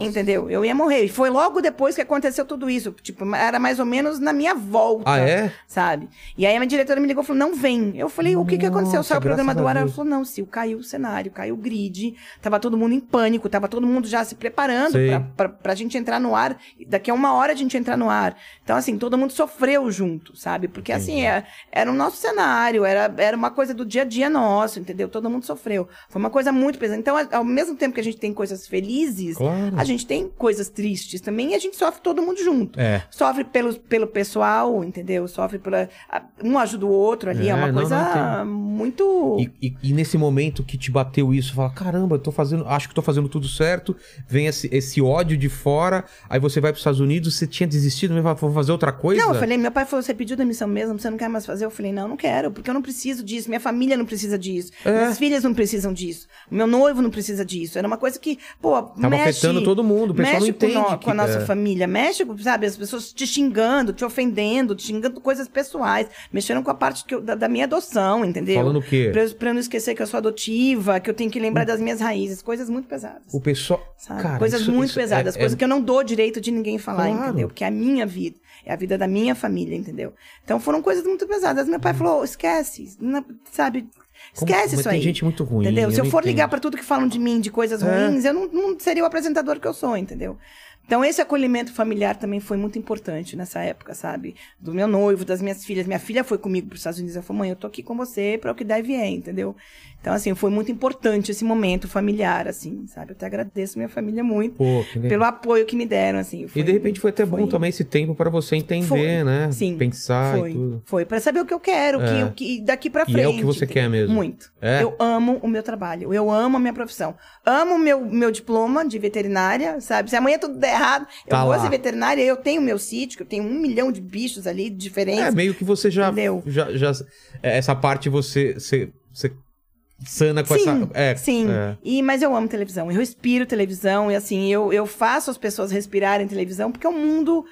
Entendeu? Eu ia morrer. E foi logo depois que aconteceu tudo isso. Tipo, era mais ou menos na minha volta.
Ah, é?
Sabe? E aí a minha diretora me ligou e falou: não vem. Eu falei: o que, que aconteceu?
Nossa,
Saiu o programa
graças
do
a
ar. Ela
Deus.
falou: não, Sil, caiu o cenário, caiu o grid. Tava todo mundo em pânico, tava todo mundo já se preparando
Sei.
pra, pra, pra gente entrar no ar. Daqui a uma hora a gente entrar no ar. Então, assim, todo mundo sofreu junto, sabe? Porque, assim, é- era o nosso cenário, era, era uma coisa do dia a dia nosso, entendeu? Todo mundo sofreu. Foi uma uma coisa muito pesada. Então, a- ao mesmo tempo que a gente tem coisas felizes,
Claro.
a gente tem coisas tristes também e a gente sofre todo mundo junto.
É.
Sofre pelo, pelo pessoal, entendeu? Sofre pela. a- um ajuda o outro ali. É,
É,
uma
não, não,
coisa muito.
E, e- e nesse momento que te bateu isso, fala, caramba, eu tô fazendo, acho que tô fazendo tudo certo, vem esse, esse ódio de fora, aí você vai pros Estados Unidos, você tinha desistido, mas fala, vou fazer outra coisa?
Não, eu falei, meu pai falou, você pediu demissão mesmo, você não quer mais fazer? Eu falei, não, não quero, porque eu não preciso disso, minha família não precisa disso,
É.
minhas filhas não precisam disso, meu noivo não precisa disso. Era uma coisa que, pô,
Tava
mexe...
afetando todo mundo, o pessoal não
mexe com
entende.
nó-
que-
com a nossa
é.
família, mexe, com, sabe, as pessoas te xingando, te ofendendo, te xingando coisas pessoais, mexeram com a parte que eu- da, da minha adoção, entendeu?
Falando o quê?
Pra, eu- pra eu não esquecer que eu sou adotiva, que eu tenho que lembrar das minhas raízes, coisas muito pesadas.
O pessoal.
Sabe?
Cara,
coisas
isso-
muito
isso é-
pesadas,
é-
coisas que eu não dou direito de ninguém falar,
Claro.
entendeu? Porque é a minha vida, é a vida da minha família, entendeu? Então foram coisas muito pesadas. Meu pai falou: esquece, não- sabe?
Uhum. Como-
Esquece
mas
isso
tem
aí.
gente muito ruim,
Entendeu?
eu
Se eu
não
for ligar
entendo.
pra tudo que falam de mim, de coisas
É.
ruins, eu não, não seria o apresentador que eu sou, entendeu? Então esse acolhimento familiar também foi muito importante nessa época, sabe? Do meu noivo, das minhas filhas. Minha filha foi comigo para os Estados Unidos, ela falou: "Mãe, eu tô aqui com você para o que der e vier", entendeu? Então assim, foi muito importante esse momento familiar assim, sabe? Eu até agradeço minha família muito
Pô, que legal.
pelo apoio que me deram assim.
E
foi-
de repente foi até bom
foi-
também esse tempo pra você entender,
Foi,
né?
sim,
Pensar
foi,
e tudo.
Foi, pra saber o que eu quero, que-
É.
o que, daqui pra
E
frente.
é o que você quer mesmo.
Muito.
É?
Eu amo o meu trabalho, eu amo a minha profissão. Amo o meu, meu diploma de veterinária, sabe? Se amanhã tudo der errado,
Tá
eu vou
lá.
ser veterinária, eu tenho meu sítio, que eu tenho um milhão de bichos ali diferentes.
É, meio que você já.
Entendeu?
já, já é, essa parte você, você, você sana com
sim,
essa. É,
sim.
é.
E, mas eu amo televisão, eu respiro televisão, e assim, eu, eu faço as pessoas respirarem televisão, porque é um mundo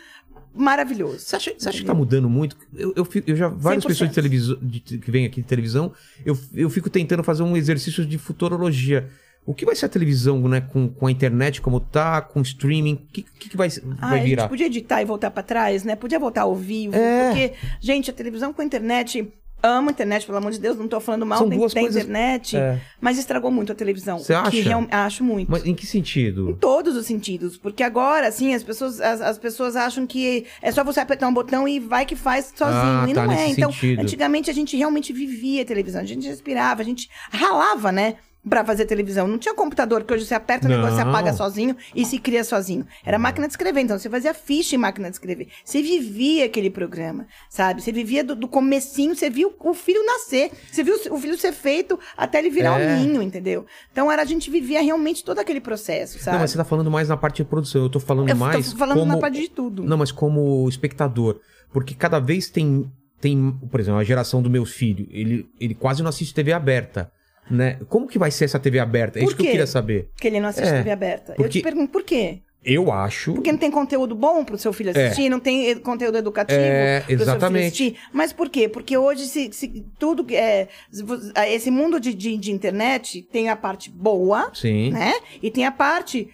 maravilhoso.
Você acha, você acha que
Uhum.
tá mudando muito? Eu, eu, fico- eu já. Várias
100%.
pessoas de televisão, de- que vêm aqui de televisão, eu, eu fico tentando fazer um exercício de futurologia. O que vai ser a televisão, né? Com, com a internet como tá, com o streaming? O que, que, que vai,
Ah,
vai
a
virar?
gente podia editar e voltar pra trás, né? Podia voltar ao vivo.
É.
Porque, gente, a televisão com a internet. Amo a internet, pelo amor de Deus, não tô falando mal
São
da
duas
da
coisas-
internet.
É.
Mas estragou muito a televisão.
Você
o que
acha?
real- Acho muito.
Mas em que
Em
sentido?
todos os sentidos. Porque agora, assim, as pessoas, as, as pessoas acham que é só você apertar um botão e vai que faz sozinho.
Ah,
e
tá,
não é.
nesse
Então,
sentido.
antigamente a gente realmente vivia a televisão. A gente respirava, a gente ralava, né? Pra fazer televisão. Não tinha computador, que hoje você aperta o negócio, você
Não.
apaga sozinho e se cria sozinho. Era máquina de escrever. Então, você fazia ficha em máquina de escrever. Você vivia aquele programa, sabe? Você vivia do, do comecinho, você viu o filho nascer. Você viu o filho ser feito até ele virar
É.
um ninho, entendeu? Então, era, a gente vivia realmente todo aquele processo, sabe?
Não, mas você tá falando mais na parte de produção. Eu tô falando
Eu tô
mais.
falando
como...
na parte de tudo.
Não, mas como espectador. Porque cada vez tem. tem por exemplo, a geração do meu filho, ele, ele quase não assiste TV aberta. Né? Como que vai ser essa TV aberta? É
Por
isso que eu
quê?
queria saber.
Porque ele não assiste
É,
TV aberta. Eu
porque-
te pergunto por quê?
Eu acho.
Porque não tem conteúdo bom pro seu filho
É.
assistir, não tem eh, conteúdo educativo
É,
pro seu filho
exatamente.
assistir. Mas por quê? Porque hoje se, se tudo que é se vo- ah, esse mundo de, de, de internet tem a parte boa,
Sim.
né? E tem a parte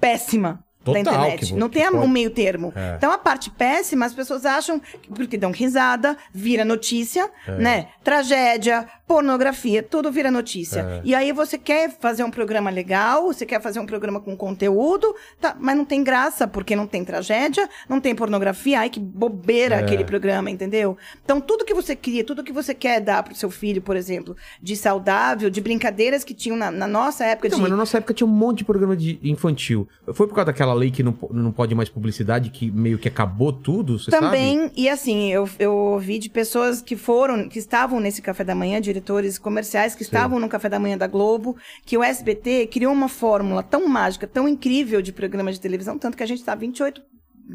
péssima.
Total,
da internet.
que vo-
não tem
que
a-
pode-
um meio termo.
É.
Então, a parte péssima, as pessoas acham que- porque dão risada, vira notícia,
É.
né? Tragédia, pornografia, tudo vira
É.
notícia. E aí você quer fazer um programa legal, você quer fazer um programa com conteúdo, tá, mas não tem graça, porque não tem tragédia, não tem pornografia. Ai, que bobeira
É.
aquele programa, entendeu? Então, tudo que você cria, tudo que você quer dar pro seu filho, por exemplo, de saudável, de brincadeiras que tinham na, na nossa época
Então,
de
mas na nossa época tinha um monte de programa de infantil. Foi por causa daquela lei que não, po- não pode mais publicidade, que meio que acabou tudo, você sabe?
Também, e assim, eu, eu ouvi de pessoas que foram, que estavam nesse café da manhã, diretores comerciais que estavam no café da manhã da Globo, que o SBT criou uma fórmula tão mágica, tão incrível de programa de televisão, tanto que a gente tá está 28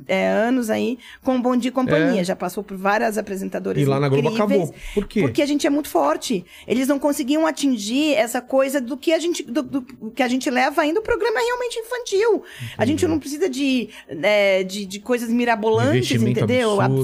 é, anos aí com o Bom Dia e Companhia.
É.
Já passou por várias apresentadoras
E lá na Globo
incríveis.
acabou. Por quê?
Porque a gente é muito forte. Eles não conseguiam atingir essa coisa do que a gente, do, do- que a gente leva ainda. O programa é realmente infantil. A gente não precisa de, é, de, de coisas mirabolantes,
Investimento
entendeu?
absurdo.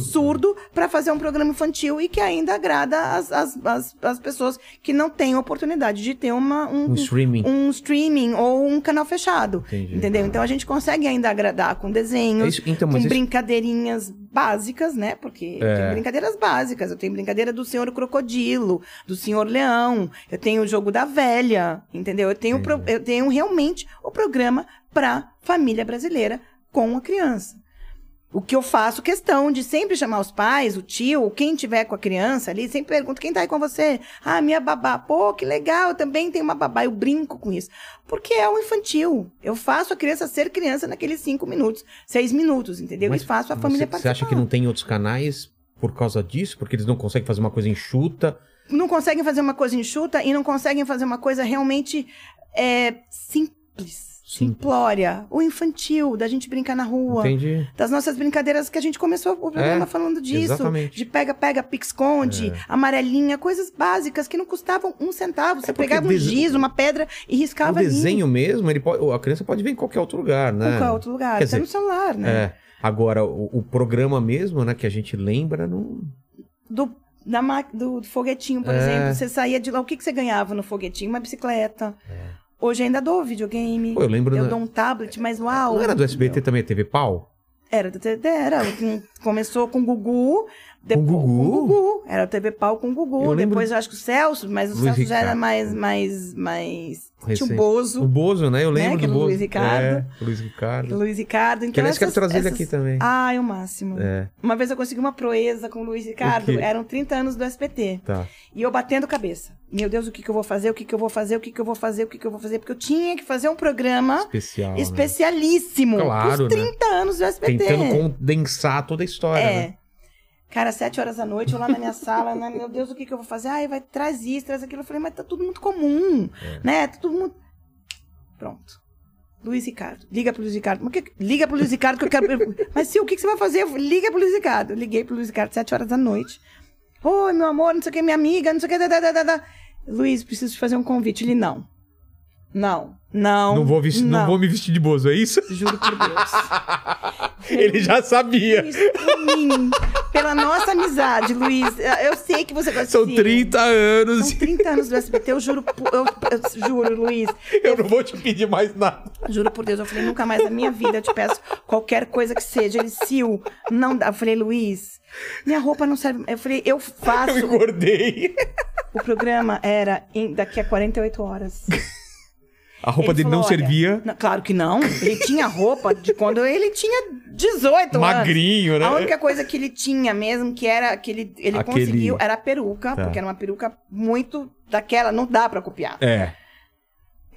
Absurdo, pra fazer um programa infantil e que ainda agrada as, as, as, as pessoas que não têm oportunidade de ter uma, um,
Um streaming.
um streaming ou um canal fechado.
Entendi.
Entendeu? Então a gente consegue ainda agradar com desenhos,
É isso- então,
com
mas É. isso-
brincadeirinhas básicas, né? Porque eu tenho brincadeiras básicas. Eu tenho brincadeira do senhor crocodilo, do senhor leão, eu tenho o jogo da velha, entendeu? Eu tenho, pro- eu tenho realmente o programa pra família brasileira com a criança. O que eu faço questão de sempre chamar os pais, o tio, quem tiver com a criança ali, sempre pergunto quem tá aí com você. Ah, minha babá. Pô, que legal, eu também tenho uma babá. Eu brinco com isso. Porque é um infantil. Eu faço a criança ser criança naqueles cinco minutos, seis minutos, entendeu?
Mas
e faço a
você-
família
Você
participar.
acha que não tem outros canais por causa disso? Porque eles não conseguem fazer uma coisa enxuta?
não conseguem fazer uma coisa enxuta e não conseguem fazer uma coisa realmente é, simples, simplória, o infantil, da gente brincar na rua,
Entendi.
das nossas brincadeiras que a gente começou o programa
É,
falando disso.
exatamente. É um
De pega-pega, pique-esconde, amarelinha, coisas básicas que não custavam um centavo. Você
É porque
pegava um
des-
giz, uma pedra e
O
riscava
desenho mesmo, ele pode- a criança pode ver em qualquer outro lugar,
ali em
né?
qualquer outro lugar,
Quer
até
dizer,
no celular, né?
É. Agora, o, o programa mesmo, né, que a gente lembra, não.
Do, da ma- do foguetinho, por
É.
exemplo. Você saía de lá, o que, que você ganhava no foguetinho? Uma bicicleta.
É.
Hoje ainda dou videogame.
Pô, eu lembro.
Eu
na-
dou um tablet, mas uau.
É, Não era do SBT também, a TV Pau?
Era do TT, era. Com- Começou com o Gugu. depois-
Gugu?
Com o Gugu. Era o TV Pau com o Gugu.
Eu lembro-
Depois eu acho que o Celso, mas o
Luiz
Celso já era
Ricardo.
mais, mais, mais... Tinha
Recente.
o
O
Bozo,
Bozo, né? Eu
Né,
lembro
que
do
era o
Bozo.
Luiz Ricardo.
É, Luiz Ricardo.
Luiz Ricardo. Então
que aliás, quero
essas-
trazer ele
essas-
aqui também.
Ah, é o máximo.
É,
Uma vez eu consegui uma proeza com o Luiz Ricardo.
O quê?
Eram 30 anos do SPT.
tá.
E eu batendo cabeça. Meu Deus, o que, que eu vou fazer? O que, que eu vou fazer? O que, que eu vou fazer? O que, que eu vou fazer? Porque eu tinha que fazer um programa
Especial. né?
especialíssimo.
Claro,
Pros
né?
30 anos do SPT.
Tentando condensar toda a história.
É.
Né?
Cara, sete horas da noite, eu lá na minha sala, né? meu Deus, o que, que eu vou fazer? Ai, vai, traz isso, traz aquilo. Eu falei, mas tá tudo muito comum,
É.
né? Tá tudo muito... Pronto. Luiz Ricardo. Liga pro Luiz Ricardo. Mas que- Liga pro Luiz Ricardo que eu quero... *laughs* mas, Sil, o que, que você vai fazer? Eu falei, Liga pro Luiz Ricardo. Eu Liguei pro Luiz Ricardo, sete horas da noite. Oi, meu amor, não sei o que, minha amiga, não sei o que... Dá, dá, dá, dá, dá. Luiz, preciso te fazer um convite. Ele, não. Não. Não.
Não, vou vestir, não.
não.
vou me vestir de Bozo, é isso?
Juro por Deus.
Ele já sabia.
Luiz, por mim, pela nossa amizade, Luiz. Eu sei que você gosta de
São
Ciro.
30 anos.
São 30 anos do SBT, eu juro, por- eu, eu juro, Luiz.
Eu não vou te pedir mais nada.
Juro por Deus, eu falei, nunca mais na minha vida eu te peço qualquer coisa que seja. Ele, Sil, não dá. Eu falei, Luiz, minha roupa não serve. Eu falei, eu
Eu
faço.
engordei.
O programa era em- daqui a 48 horas.
A roupa
Ele
dele não
falou, "Olha,
servia.
não, claro que não. Ele tinha roupa de quando ele tinha 18 anos.
Magrinho, né?
A única coisa que ele tinha mesmo, que era que ele, ele
Aquele-
conseguiu, era a peruca,
Tá.
porque era uma peruca muito daquela, não dá pra copiar.
É.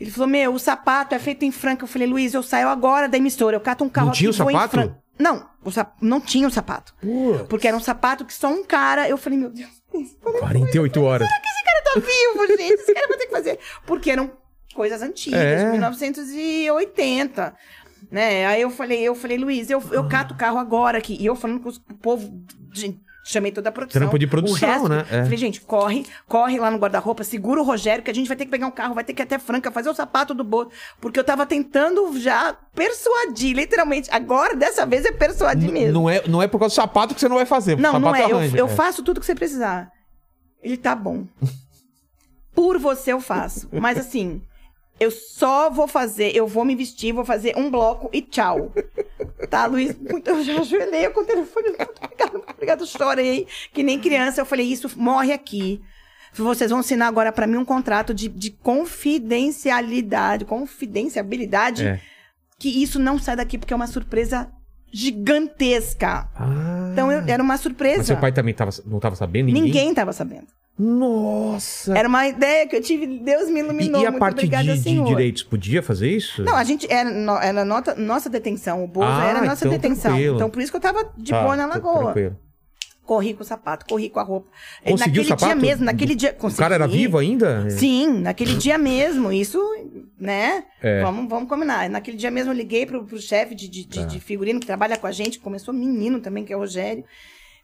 Ele falou: Meu, o sapato é feito em Franca. Eu falei: Luiz, eu saio agora da emissora, eu cato um carro
Não tinha
aqui
o
e vou em
sapato?
Franca. Não, o sa- não tinha o sapato.
Pô,
Porque era um sapato que só um cara. Eu falei: Meu Deus, esse cara
48 horas.
tá vivo, gente, esse cara vai ter que fazer. Porque eram coisas antigas,
É.
1980. Né? Aí eu falei, eu falei, Luiz, eu,
Ah.
eu cato o carro agora aqui. E eu falando com os- com o povo. gente, chamei toda a produção.
Trampo de
o
produção,
resto.
né? É.
Falei, gente, corre, corre lá no guarda-roupa, segura o Rogério, que a gente vai ter que pegar um carro, vai ter que ir até Franca, fazer o sapato do Boto. Porque eu tava tentando já persuadir, literalmente. Agora, dessa vez, é persuadir
N-
mesmo.
Não é, não é por causa do sapato que você não vai fazer.
Não,
sapato
não é. Eu,
arranja.
eu
É.
faço tudo que você precisar. Ele tá
*laughs*
bom. Por você eu faço. Mas assim, eu só vou fazer, eu vou me vestir, vou fazer um bloco e tchau. Tá, Luiz? Muito- Eu já ajoelhei com o telefone. Muito obrigado, muito obrigado. Chorei, que nem criança. Eu falei, isso morre aqui. Vocês vão assinar agora pra mim um contrato de, de confidencialidade, confidenciabilidade,
É.
que isso não sai daqui, porque é uma surpresa gigantesca.
Ah.
Então eu- era uma
Mas
surpresa.
seu pai também tava, não tava sabendo? Ninguém?
Ninguém tava sabendo.
Nossa.
Era uma ideia que eu tive, Deus me
E,
iluminou.
e a
muito
parte de,
obrigada,
de
Senhor.
direitos, podia fazer isso?
Não, a gente era, no- era nota- nossa detenção. O Bozo
Ah,
era nossa
então
detenção.
tranquilo.
Então por isso que eu tava de
Tá,
boa na
tá
lagoa.
tranquilo.
corri com o sapato, corri com a roupa. É,
Conseguiu o
naquele dia
sapato?
mesmo, naquele dia.
O cara era vivo ainda?
Sim, naquele dia mesmo, isso, né?
É.
Vamos, vamos combinar. Naquele dia mesmo eu liguei pro, pro chefe de, de- de- de figurino que trabalha com a gente, começou menino também, que é o Rogério.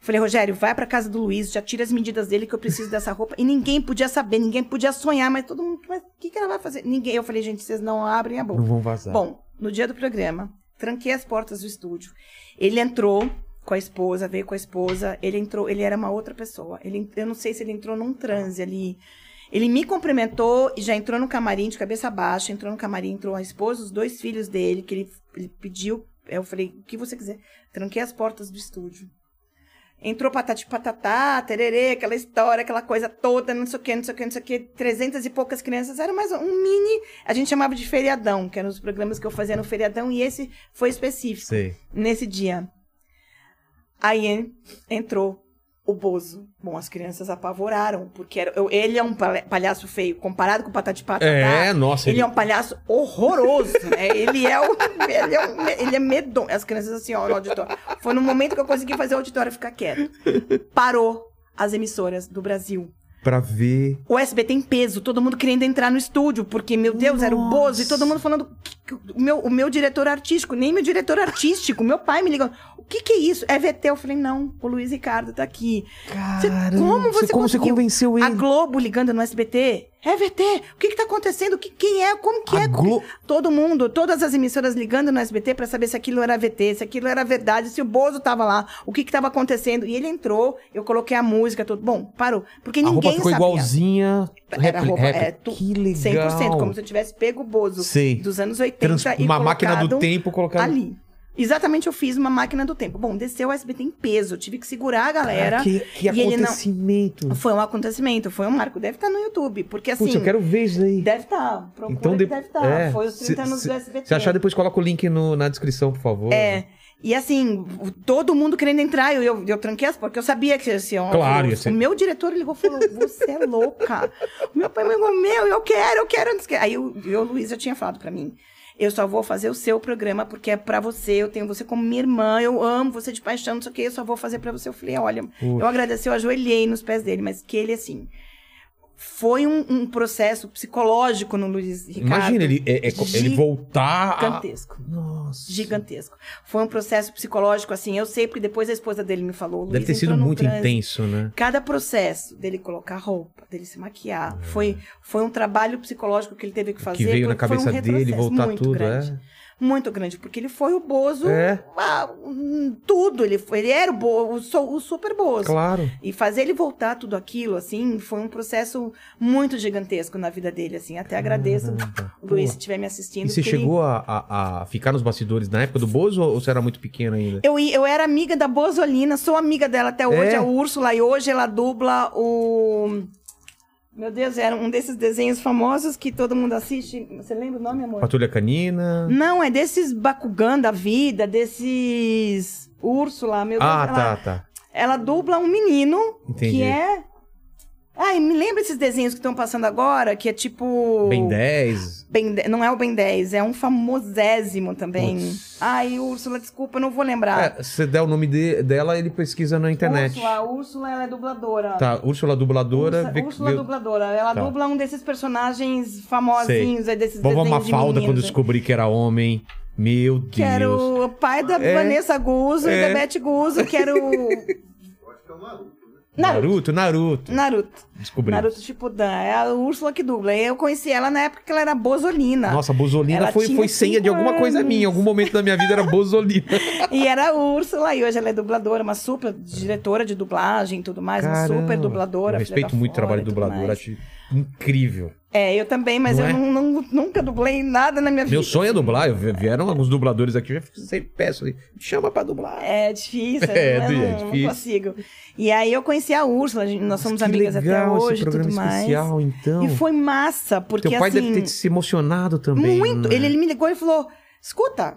Falei, Rogério, vai pra casa do Luiz, já tira as medidas dele que eu preciso dessa roupa. E ninguém podia saber, ninguém podia sonhar, mas todo mundo, mas o que, que ela vai fazer? Ninguém. Eu falei, gente, vocês não abrem a boca.
Não vão vazar.
Bom, no dia do programa, tranquei as portas do estúdio. Ele entrou com a esposa, veio com a esposa. Ele entrou, ele era uma outra pessoa. Ele, eu não sei se ele entrou num transe ali. Ele me cumprimentou e já entrou no camarim de cabeça baixa. Entrou no camarim, entrou a esposa, os dois filhos dele, que ele, ele pediu. Eu falei, o que você quiser. Tranquei as portas do estúdio. Entrou patati patatá, tererê, aquela história, aquela coisa toda, não sei o que, não sei o que, não sei o que. Trezentas e poucas crianças. Era mais um mini a gente chamava de feriadão, que eram os programas que eu fazia no feriadão, e esse foi específico,
Sei.
nesse dia. Aí en- entrou o Bozo. Bom, as crianças apavoraram, porque era- eu- ele é um palha- palhaço feio, comparado com o Patati Patatá.
É, nossa,
tá. Ele
ele-
é um palhaço horroroso, né? Ele é, o, ele é, um, ele é medonho. As crianças assim, ó, no auditório. Foi no momento que eu consegui fazer o auditório ficar quieto. Parou as emissoras do Brasil.
Pra ver.
O SBT em peso, todo mundo querendo entrar no estúdio, porque, meu Deus, era o Bozo, e todo mundo falando. que- que- O meu, o meu diretor artístico, nem meu diretor artístico, meu pai me ligando. O que, que é isso? É VT? Eu falei, não, o Luiz Ricardo tá aqui. Você- como você
como você
conseguiu?
convenceu ele?
A Globo ligando no SBT. É VT, o que, que tá acontecendo? O que, quem é? Como que
A
é?
Glo-
Todo mundo, todas as emissoras ligando no SBT pra saber se aquilo era VT, se aquilo era verdade, se o Bozo tava lá, o que que tava acontecendo. E ele entrou, eu coloquei a música, tudo. Bom, parou. Porque
a roupa
ninguém
ficou
sabia.
igualzinha.
Era
repli-
roupa,
repli-
é, tu,
que legal.
100%, como se eu tivesse pego o Bozo
Sei.
dos anos 80
Trans-
e
Uma máquina do
colocado
tempo colocada.
ali. Exatamente, eu fiz uma máquina do tempo. Bom, desceu o SBT em peso, eu tive que segurar a galera.
Cara, Ah, que que
e ele não-
acontecimento.
Foi um acontecimento, foi um marco. Deve estar no YouTube, porque assim...
Putz, eu quero ver isso daí.
Deve estar, procura
Então, de-
que deve estar.
é,
foi os 30
se-
anos
se-
do SBT.
Se achar, depois coloca o link no- na descrição, por favor.
É. E assim, o- todo mundo querendo entrar, eu, eu, eu tranquei as portas, porque eu sabia que assim, ó,
Claro,
o,
ia ser-
o meu diretor ligou e falou: Você é louca. O meu pai me ligou: Meu, eu quero, eu quero. não sei o quê." Aí o, e o Luiz já tinha falado pra mim: Eu só vou fazer o seu programa porque é pra você, eu tenho você como minha irmã, eu amo você de paixão, não sei o que, eu só vou fazer pra você. Eu falei: Olha, eu agradeci, eu ajoelhei nos pés dele, mas que ele assim. Foi um, um processo psicológico no Luiz Ricardo.
Imagina ele, é- é co- ele voltar. a-
Gigantesco
Nossa.
gigantesco. Foi um processo psicológico, assim, eu sei, porque depois a esposa dele me falou.
Deve
"Luiz,
ter sido
entrou num
muito
transe."
intenso, né?
Cada processo dele colocar roupa, dele se maquiar, foi, foi um trabalho psicológico que ele teve que fazer.
É. que veio na
porque foi
cabeça
um
dele,
retrocesso
voltar
muito
tudo,
grande.
é.
Muito grande, porque ele foi o Bozo,
É.
ah, hum, tudo, ele, foi, ele era o, Bo, o, so- o super Bozo.
Claro.
E fazer ele voltar tudo aquilo, assim, foi um processo muito gigantesco na vida dele, assim. Até agradeço,
Caramba,
o Luiz,
pô.
se estiver me assistindo.
E você
porque ele-
chegou a, a- a ficar nos bastidores na época do Bozo ou você era muito pequeno ainda?
Eu, i- eu era amiga da Bozolina, sou amiga dela até hoje,
É?
a Úrsula, e hoje ela dubla o. Meu Deus, era um desses desenhos famosos que todo mundo assiste. Você lembra o nome, amor?
Patrulha Canina.
Não, é desses Bakugan da vida, desses. Úrsula, meu Deus.
ah,
ela,
tá, tá.
ela dubla um menino
Entendi.
que é. Ai, me lembra esses desenhos que estão passando agora, que é tipo.
Bem 10.
Ben de- Não é o Ben 10, é um famosésimo também.
Putz.
Ai, Úrsula, desculpa, eu não vou lembrar.
É, se você der o nome de- dela, ele pesquisa na internet.
Tá. Úrsula, a Úrsula ela é dubladora.
Tá, Úrsula dubladora.
Úrsula,
vê-
Úrsula
vê-
dubladora. Ela
Tá.
dubla um desses personagens famosinhos, aí desses
Vovó
desenhos de
Mafalda, quando
meninos, né?
descobri que era homem. Meu Deus.
Que era o pai da
É.
Vanessa Guzzo
É.
e da Beth Guzzo, que era o...
Naruto,
Naruto.
Naruto.
Naruto.
Descobri.
Naruto Shippuden. É a Úrsula que dubla. E Eu conheci ela na época que ela era bozolina.
Nossa, Bozolina
Ela
foi,
tinha
foi senha de
cinco
alguma coisa
anos.
minha. Em algum momento da minha vida era
*laughs*
Bozolina.
E era a Úrsula, e hoje ela é dubladora, uma super diretora de dublagem e tudo mais, uma
Caramba.
super dubladora.
Eu
filha
respeito
da
muito o
fora
trabalho
e
de
tudo
dublador,
mais.
acho incrível.
É, eu também, mas
Não
eu
é?
não- não- nunca dublei nada na minha vida.
Meu sonho é dublar. Eu vi- Vieram alguns dubladores aqui, eu já fico sempre peço. assim, Me chama pra dublar.
É difícil,
*laughs* É,
eu não,
é
não
difícil.
consigo. E aí eu conheci a Úrsula, a gente- nós somos
Que
amigas até
legal
hoje
esse
e
programa
tudo mais.
especial, então.
E foi massa, porque
Teu pai
assim.
deve ter se emocionado também.
muito.
né?
Ele, ele me ligou e falou: escuta.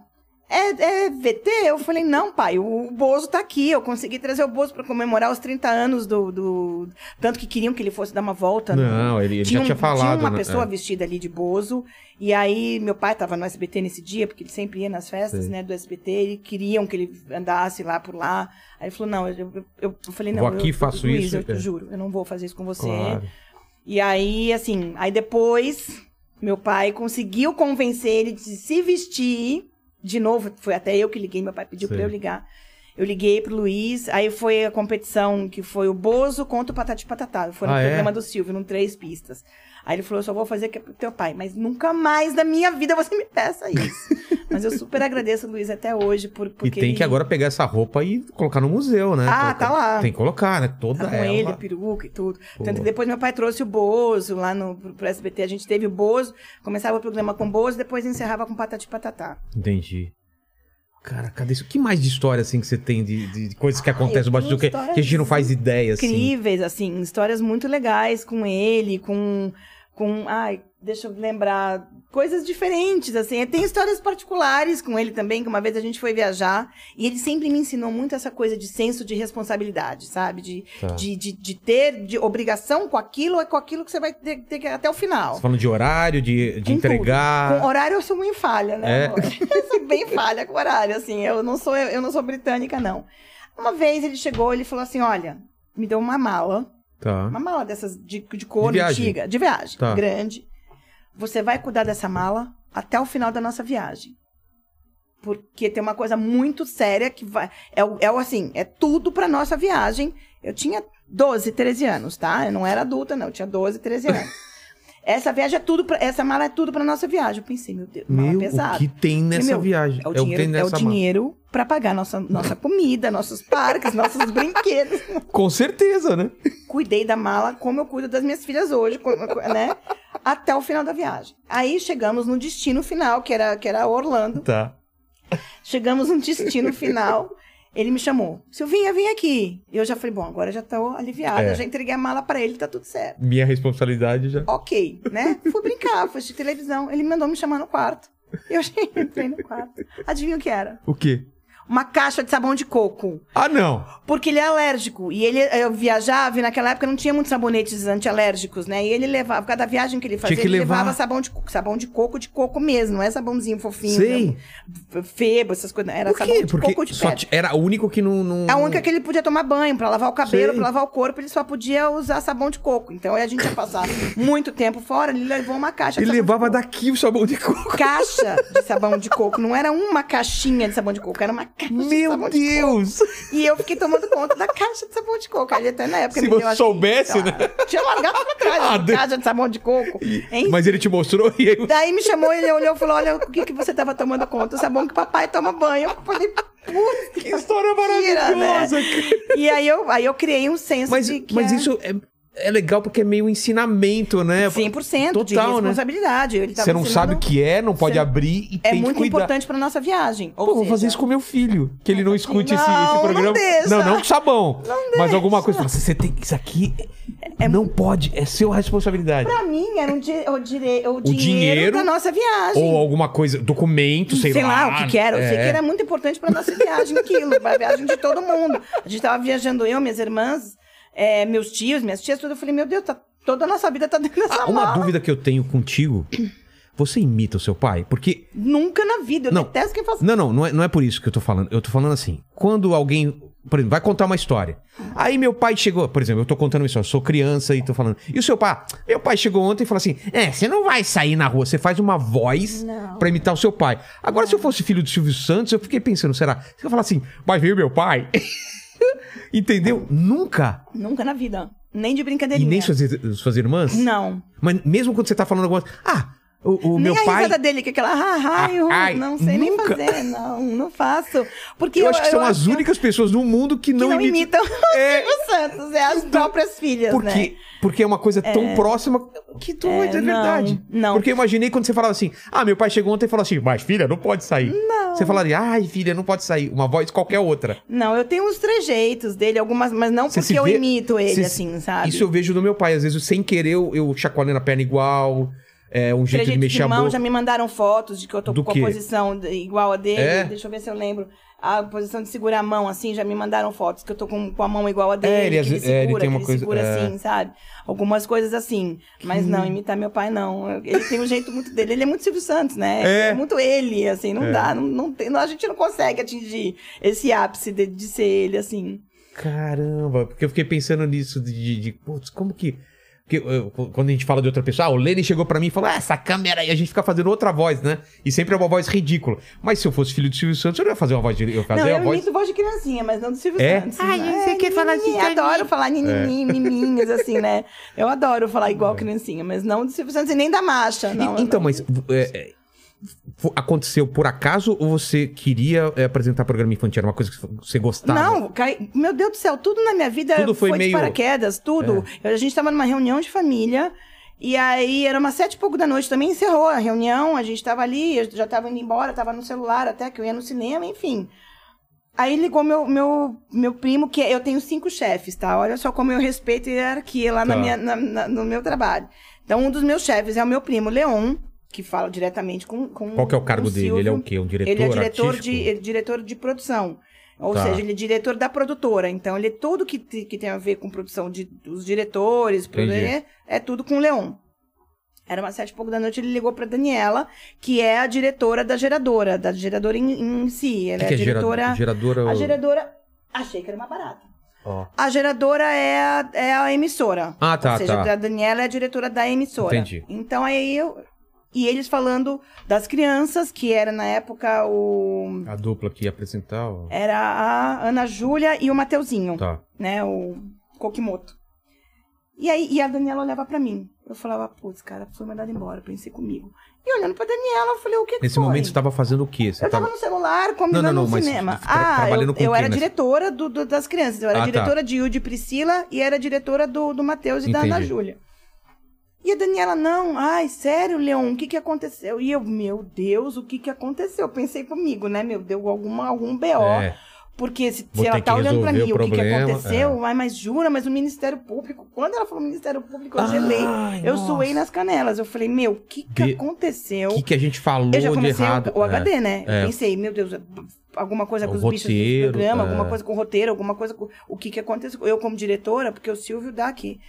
É, é VT? Eu falei, não, pai, o Bozo tá aqui. Eu consegui trazer o Bozo pra comemorar os 30 anos do. do- Tanto que queriam que ele fosse dar uma volta. no-
Não, ele, ele já
um-
tinha falado.
uma
né?
pessoa
É.
vestida ali de Bozo. E aí, meu pai tava no SBT nesse dia, porque ele sempre ia nas festas,
Sei.
né, do SBT. E queriam que ele andasse lá por lá. Aí ele falou, não, eu, eu- eu- eu falei, não.
Vou aqui,
eu,
faço
Luiz,
isso,
eu te
é.
juro, eu não vou fazer isso com você.
Claro.
E aí, assim, aí depois, meu pai conseguiu convencer ele de se vestir. De novo, foi até eu que liguei, meu pai pediu
Sei.
pra eu ligar. Eu liguei pro Luiz, aí foi a competição que foi o Bozo contra o Patati Patatá. Foi no
Ah, é?
programa do Silvio, num três pistas. Aí ele falou, eu só vou fazer que é pro teu pai, mas nunca mais na minha vida você me peça isso.
*laughs*
mas eu super agradeço o Luiz até hoje, por, porque...
E tem que
ele
agora pegar essa roupa e colocar no museu, né?
Ah,
Colocar-
tá lá.
Tem que colocar, né? Toda
Tá com
ela.
ele, a peruca e tudo.
Pô.
Tanto que depois meu pai trouxe o Bozo lá no, pro, pro SBT. A gente teve o Bozo, começava o programa com Bozo, depois encerrava com Patati Patatá.
Entendi. Cara, cadê isso? O que mais de história, assim, que você tem de, de- de coisas que
Ah, eu
acontecem no bastidor que,
tenho
que a gente não faz ideia, assim?
Incríveis, assim, histórias muito legais com ele, com com. Ai, deixa eu lembrar. Coisas diferentes, assim. Tem histórias particulares com ele também, que uma vez a gente foi viajar. E ele sempre me ensinou muito essa coisa de senso de responsabilidade, sabe? De,
Tá.
de, de, de ter de obrigação com aquilo, é com aquilo que você vai ter, ter que até o final.
Falando de horário, de, de
Com
entregar.
tudo. Com horário eu sou muito falha, né?
Ah. É.
amor? *laughs* Eu sou bem falha com horário, assim. Eu não sou, eu não sou britânica, não. Uma vez ele chegou, ele falou assim: olha, me deu uma mala.
Tá.
Uma mala dessas de, de couro
De viagem.
antiga, de viagem,
Tá.
grande. Você vai cuidar dessa mala até o final da nossa viagem. Porque tem uma coisa muito séria que vai. É, o- é o assim, é tudo pra nossa viagem. Eu tinha 12, 13 anos, tá? Eu não era adulta, não. Eu tinha 12,
*laughs*
13 anos. essa viagem é tudo pra, Essa mala é tudo pra nossa viagem. Eu pensei, meu Deus, mala
Meu,
pesada.
o que tem nessa
Meu,
viagem?
É o
que tem
dinheiro, é o
nessa mala.
dinheiro pra pagar nossa, nossa comida, nossos
*laughs*
parques, nossos brinquedos
Com certeza, né?
cuidei da mala como eu cuido das minhas filhas hoje, co- co- né? Até o final da viagem. Aí chegamos no destino final, que era, que era Orlando.
Tá.
Chegamos no destino final. Ele me chamou. Silvinha, vem aqui. E eu já falei, bom, agora já tô aliviada.
É.
Já entreguei a mala pra ele, tá tudo certo.
Minha responsabilidade já.
Ok, né? Fui brincar, fui assistir televisão. Ele mandou me chamar no quarto. Eu entrei no quarto. Adivinha o que era?
O quê?
Uma caixa de sabão de coco.
Ah, não.
Porque ele é alérgico. E ele eu viajava e naquela época não tinha muitos sabonetes antialérgicos, né? E ele levava, cada viagem que ele fazia,
que
ele
levar.
levava sabão de, co- sabão de coco, de coco mesmo, não é sabãozinho fofinho.
Sei.
né? Febo, essas coisas. não, Era
Por
sabão
quê?
de
Porque
coco de
só
pedra. É
ti- era o único que não. não...
A única que ele podia tomar banho, pra lavar o cabelo,
Sei.
pra lavar o corpo, ele só podia usar sabão de coco. Então aí a gente ia passar muito tempo fora, ele levou uma caixa. de
Ele
sabão de
levava
coco.
daqui o sabão de
*laughs*
coco.
Caixa de sabão de coco. Não era uma caixinha de sabão de coco, era uma caixa de
Meu
sabão de coco.
Deus!
E eu fiquei tomando conta da caixa de sabão de coco. Ali até na época.
Se
me deu,
você
acho que,
soubesse,
sei lá,
né?
Tinha largado pra trás
Ah,
a
Deus.
caixa de sabão de coco. Hein?
Mas ele te mostrou e aí.
Daí me chamou, ele olhou e falou: Olha, o que, que você tava tomando conta? O sabão que papai toma banho. Eu falei, puta.
Que história
Mentira,
maravilhosa! cara.
E aí eu, aí eu criei um senso
Mas,
né? de que.
mas
é
isso é, é legal porque é meio ensinamento, né?
100% de
Total, né?
responsabilidade. Ele tava
Você não
tá ensinando-
sabe o que é, não pode
Você-
abrir e
É
tem
muito
que cuidar.
importante pra nossa viagem. Ou
Pô, vou
seja,
fazer isso com meu filho. Que ele não escute esse,
Não,
esse
não
programa.
deixa.
não, não com sabão.
Não
mas
deixa.
alguma coisa. Fala, Você tem. Isso aqui não pode. É sua responsabilidade.
Pra mim era um di- o, dire... o, dinheiro
dinheiro
da nossa viagem.
Ou alguma coisa. Documento, sei,
lá, o que que era. Eu sei
É.
que era muito importante pra nossa viagem aquilo, pra viagem de todo mundo. A gente tava viajando eu, minhas irmãs, eh, meus tios, minhas tias, tudo. Eu falei, meu Deus, tá- toda a nossa vida tá dentro dessa
Ah, uma
mala.
dúvida que eu tenho contigo. Você imita o seu pai? Porque
Nunca na vida. Eu
Não.
detesto quem faz
Não, não, não é, não é por isso que eu tô falando. Eu tô falando assim, quando alguém, por exemplo, vai contar uma história. Aí meu pai chegou, por exemplo, eu tô contando isso, eu sou criança e tô falando. E o seu pai? Meu pai chegou ontem e falou assim: "É, você não vai sair na rua, você faz uma voz
Não.
pra imitar o seu pai". Agora se eu fosse filho do Silvio Santos, eu fiquei pensando, será? Se eu falar assim: "Vai ver meu pai?". *laughs* Entendeu? Nunca.
Nunca na vida. Nem de
E
brincadeirinha.
nem suas, suas irmãs?
Não.
Mas mesmo quando você tá falando alguma coisa, ah, o, o
nem
meu
a
pai
risada dele, que é aquela, ah, ai, eu
Ai,
não sei
nunca.
nem fazer. Não, não faço. Porque
eu, acho que são as
que eu-
únicas pessoas no mundo que
que
não,
não,
imitam.
imitam
É.
os Santos. É as próprias filhas,
Porque,
né?
porque é uma coisa tão próxima que doido, é,
É, não,
verdade.
não.
Porque eu imaginei quando você falava assim: ah, meu pai chegou ontem e falou assim, mas filha, não pode sair. Não. Você falaria, ai, filha, não pode sair. Uma voz qualquer outra.
Não, eu tenho uns trejeitos dele, algumas, mas não
Você se
porque eu
vê-
imito ele,
Você-
assim, sabe?
Isso é eu vejo no meu pai. Às vezes, sem querer, eu, eu chacoalhando a perna igual, é, um jeito de
Trejeitos
mexer
de
a
mão,
boca.
já me mandaram fotos de que eu tô
Do
com
quê?
a posição de- igual a dele.
É?
Deixa eu ver se eu lembro. A posição de segurar a mão, assim, já me mandaram fotos que eu tô com, com a mão igual a dele.
ele às
que ele
vezes- é,
segura,
ele tem uma
que ele
coisa-
segura
é.
assim, sabe? Algumas coisas assim. Mas não, imitar meu pai, não. Ele tem um jeito muito dele. Ele é muito Silvio Santos, né?
É.
muito ele, assim, não dá. Não, não tem- não- a gente não consegue atingir esse ápice de, de ser ele, assim.
Caramba, porque eu fiquei pensando nisso de, de, de, putz, como que. porque, eh, quando a gente fala de outra pessoa, ah, o Lenny chegou pra mim e falou: ah, essa câmera aí, a gente fica fazendo outra voz, né? E sempre é uma voz ridícula. Mas se eu fosse filho do Silvio Santos, eu não ia fazer uma voz de. Eu
Não,
fazer a
eu
voz.
imito voz de criancinha, mas não do Silvio
É?
Santos.
Ai,
né?
você
É,
quer falar de
nhenhenhen,
Titanic?
Adoro falar nininhim, miminhos, assim,
*laughs*
né? Eu adoro falar
É.
igual criancinha, mas não do Silvio Santos e nem da marcha. Não,
E- então,
não.
mas. eh, eh, fo- aconteceu por acaso ou você queria eh, apresentar programa infantil? Era uma coisa que você gostava?
Não, cai... meu Deus do céu, tudo na minha vida
Tudo foi
foi,
meio- É.
de paraquedas, tudo. Eu- A gente tava numa reunião de família, e aí era umas sete e pouco da noite, também encerrou a reunião, a gente tava ali, eu já tava indo embora, tava no celular até, que eu ia no cinema, enfim. Aí ligou meu, meu, meu primo, que é, eu tenho cinco chefes, tá? Olha só como eu respeito hierarquia lá na
Tá.
minha, na- na- no meu trabalho. Então, um dos meus chefes é o meu primo, Leon, que fala diretamente com, com
Qual que é o
com
cargo dele? Ele é o
Silvio.
quê? Um diretor
Ele é diretor
artístico?
de, ele é diretor de produção. Ou
Tá.
seja, ele é diretor da produtora. Então, ele é tudo que, te- que tem a ver com produção de, dos diretores, pro-
Entendi.
é, é tudo com o Leon. Era umas sete e pouco da noite, ele ligou pra Daniela, que é a diretora da geradora, da geradora em, em si.
O
Ela
que que
é a diretora.
geradora...
A geradora. Achei que era uma barata.
Ó.
A geradora é a, é a emissora.
Ah, tá,
Ou seja,
tá.
a Daniela é a diretora da emissora.
Entendi.
Então aí eu. E eles falando das crianças, que era na época o.
A dupla que ia apresentar... ó.
Era a Ana Júlia e o Mateuzinho,
Tá.
né? O Kokimoto. E aí e a Daniela olhava pra mim. Eu falava, putz, cara, foi mandada embora, pensei comigo. E olhando pra Daniela, eu falei, o que que
Nesse
foi?
momento você tava fazendo o quê? Você
Eu tava no celular, combinando
Não, não, não,
um
mas
cinema.
tra-
Ah,
trabalhando
eu,
com
eu
quem
era
nessa-
diretora do, do- das crianças. Eu era
Ah, tá.
diretora de Yudi e Priscila e era diretora do, do Matheus e da Ana
Entendi.
Júlia. E a Daniela, não, ai, sério, Leon, o que que aconteceu? E eu, meu Deus, o que que aconteceu? Eu pensei comigo, né, meu, deu alguma, algum B.O.
É,
Porque se,
Vou
se ela
ter
tá
que
olhando pra mim,
resolver
o,
o
que, que
problema, é.
aconteceu? Ai, mas jura, mas o Ministério Público. Quando ela falou Ministério Público, eu
Ai,
gelei. Eu
nossa.
suei nas canelas. Eu falei, meu, o que que
De-
aconteceu?
o que, que a gente falou
Eu já
de
comecei
errado?
o, o HD,
É.
né? Eu
é.
pensei, meu Deus, alguma coisa com
O
os bichos do
roteiro,
programa,
é.
alguma coisa com o roteiro, alguma coisa com. O que que acontece? Eu, como diretora, porque o Silvio dá aqui.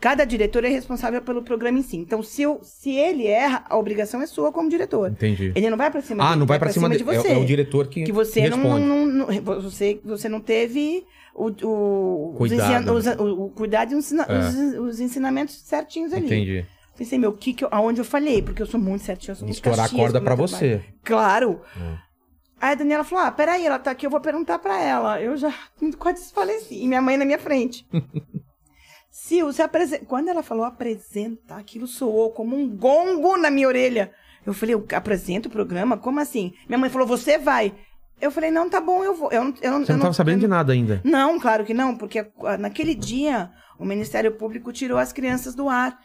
Cada diretor é responsável pelo programa em si. Então, se, eu- se ele erra, a obrigação é sua como diretor.
Entendi.
Ele não vai pra cima
Ah,
dele,
não vai pra cima,
de
de- é-
você.
É, o diretor que,
Que você não,
responde.
não- não- você, você não teve o, o- os
Cuidado, né?
ensin- os- o- o cuidado e os, ensina-
É.
os- os ensinamentos certinhos ali.
Entendi.
Pensei, meu, o que que eu- aonde eu falhei? Porque eu sou muito certinha, eu sou muito
Estourar a
caxias
corda
com
pra
meu trabalho.
você.
Claro.
Hum.
Aí a Daniela falou: Ah, peraí, ela tá aqui, eu vou perguntar pra ela. Eu já quase desfaleci. E minha mãe na
*laughs*
minha frente. Sil, você apresen- Quando ela falou apresenta, aquilo soou como um gongo na minha orelha. Eu falei: Eu apresento o programa? Como assim? Minha mãe falou: Você vai. Eu falei: Não, tá bom, eu vou. Eu, não- eu,
Você não tava sabendo de nada ainda.
não, claro que não, porque ah, naquele dia o Ministério Público tirou as crianças do ar.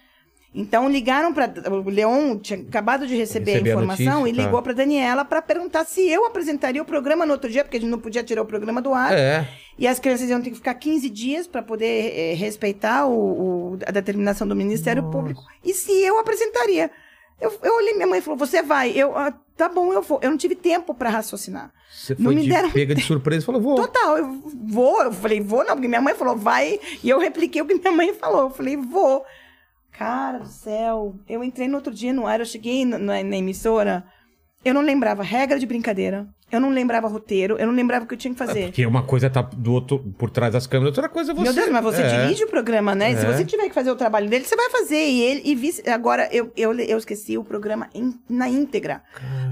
Então ligaram para o Leon tinha acabado de receber
Receber a
a informação
notícia,
e
tá.
ligou para Daniela para perguntar se eu apresentaria o programa no outro dia, porque a gente não podia tirar o programa do ar.
É.
E as crianças iam ter que ficar 15 dias para poder eh, respeitar o- o- a determinação do Ministério
Nossa.
Público. E se eu apresentaria? Eu, eu olhei minha mãe e falou: "Você vai?" Eu, "Ah, tá bom, eu vou. Eu não tive tempo para raciocinar.
Você
Não
foi
me
de
deram-
pega de surpresa e falou,
*laughs*
vou.
Total, eu vou. Eu falei, vou não, porque minha mãe falou, vai. E eu repliquei o que minha mãe falou. Eu falei, vou. Cara do céu, eu entrei no outro dia no ar, eu cheguei na, na- na emissora, eu não lembrava regra de brincadeira, eu não lembrava roteiro, eu não lembrava o que eu tinha que fazer.
Porque uma coisa tá do outro, por trás das câmeras, outra coisa é você.
Meu Deus, mas você
É.
dirige o programa, né? Se
É.
você tiver que fazer o trabalho dele, você vai fazer. E ele e vice. Agora, eu, eu, eu esqueci o programa in- na íntegra.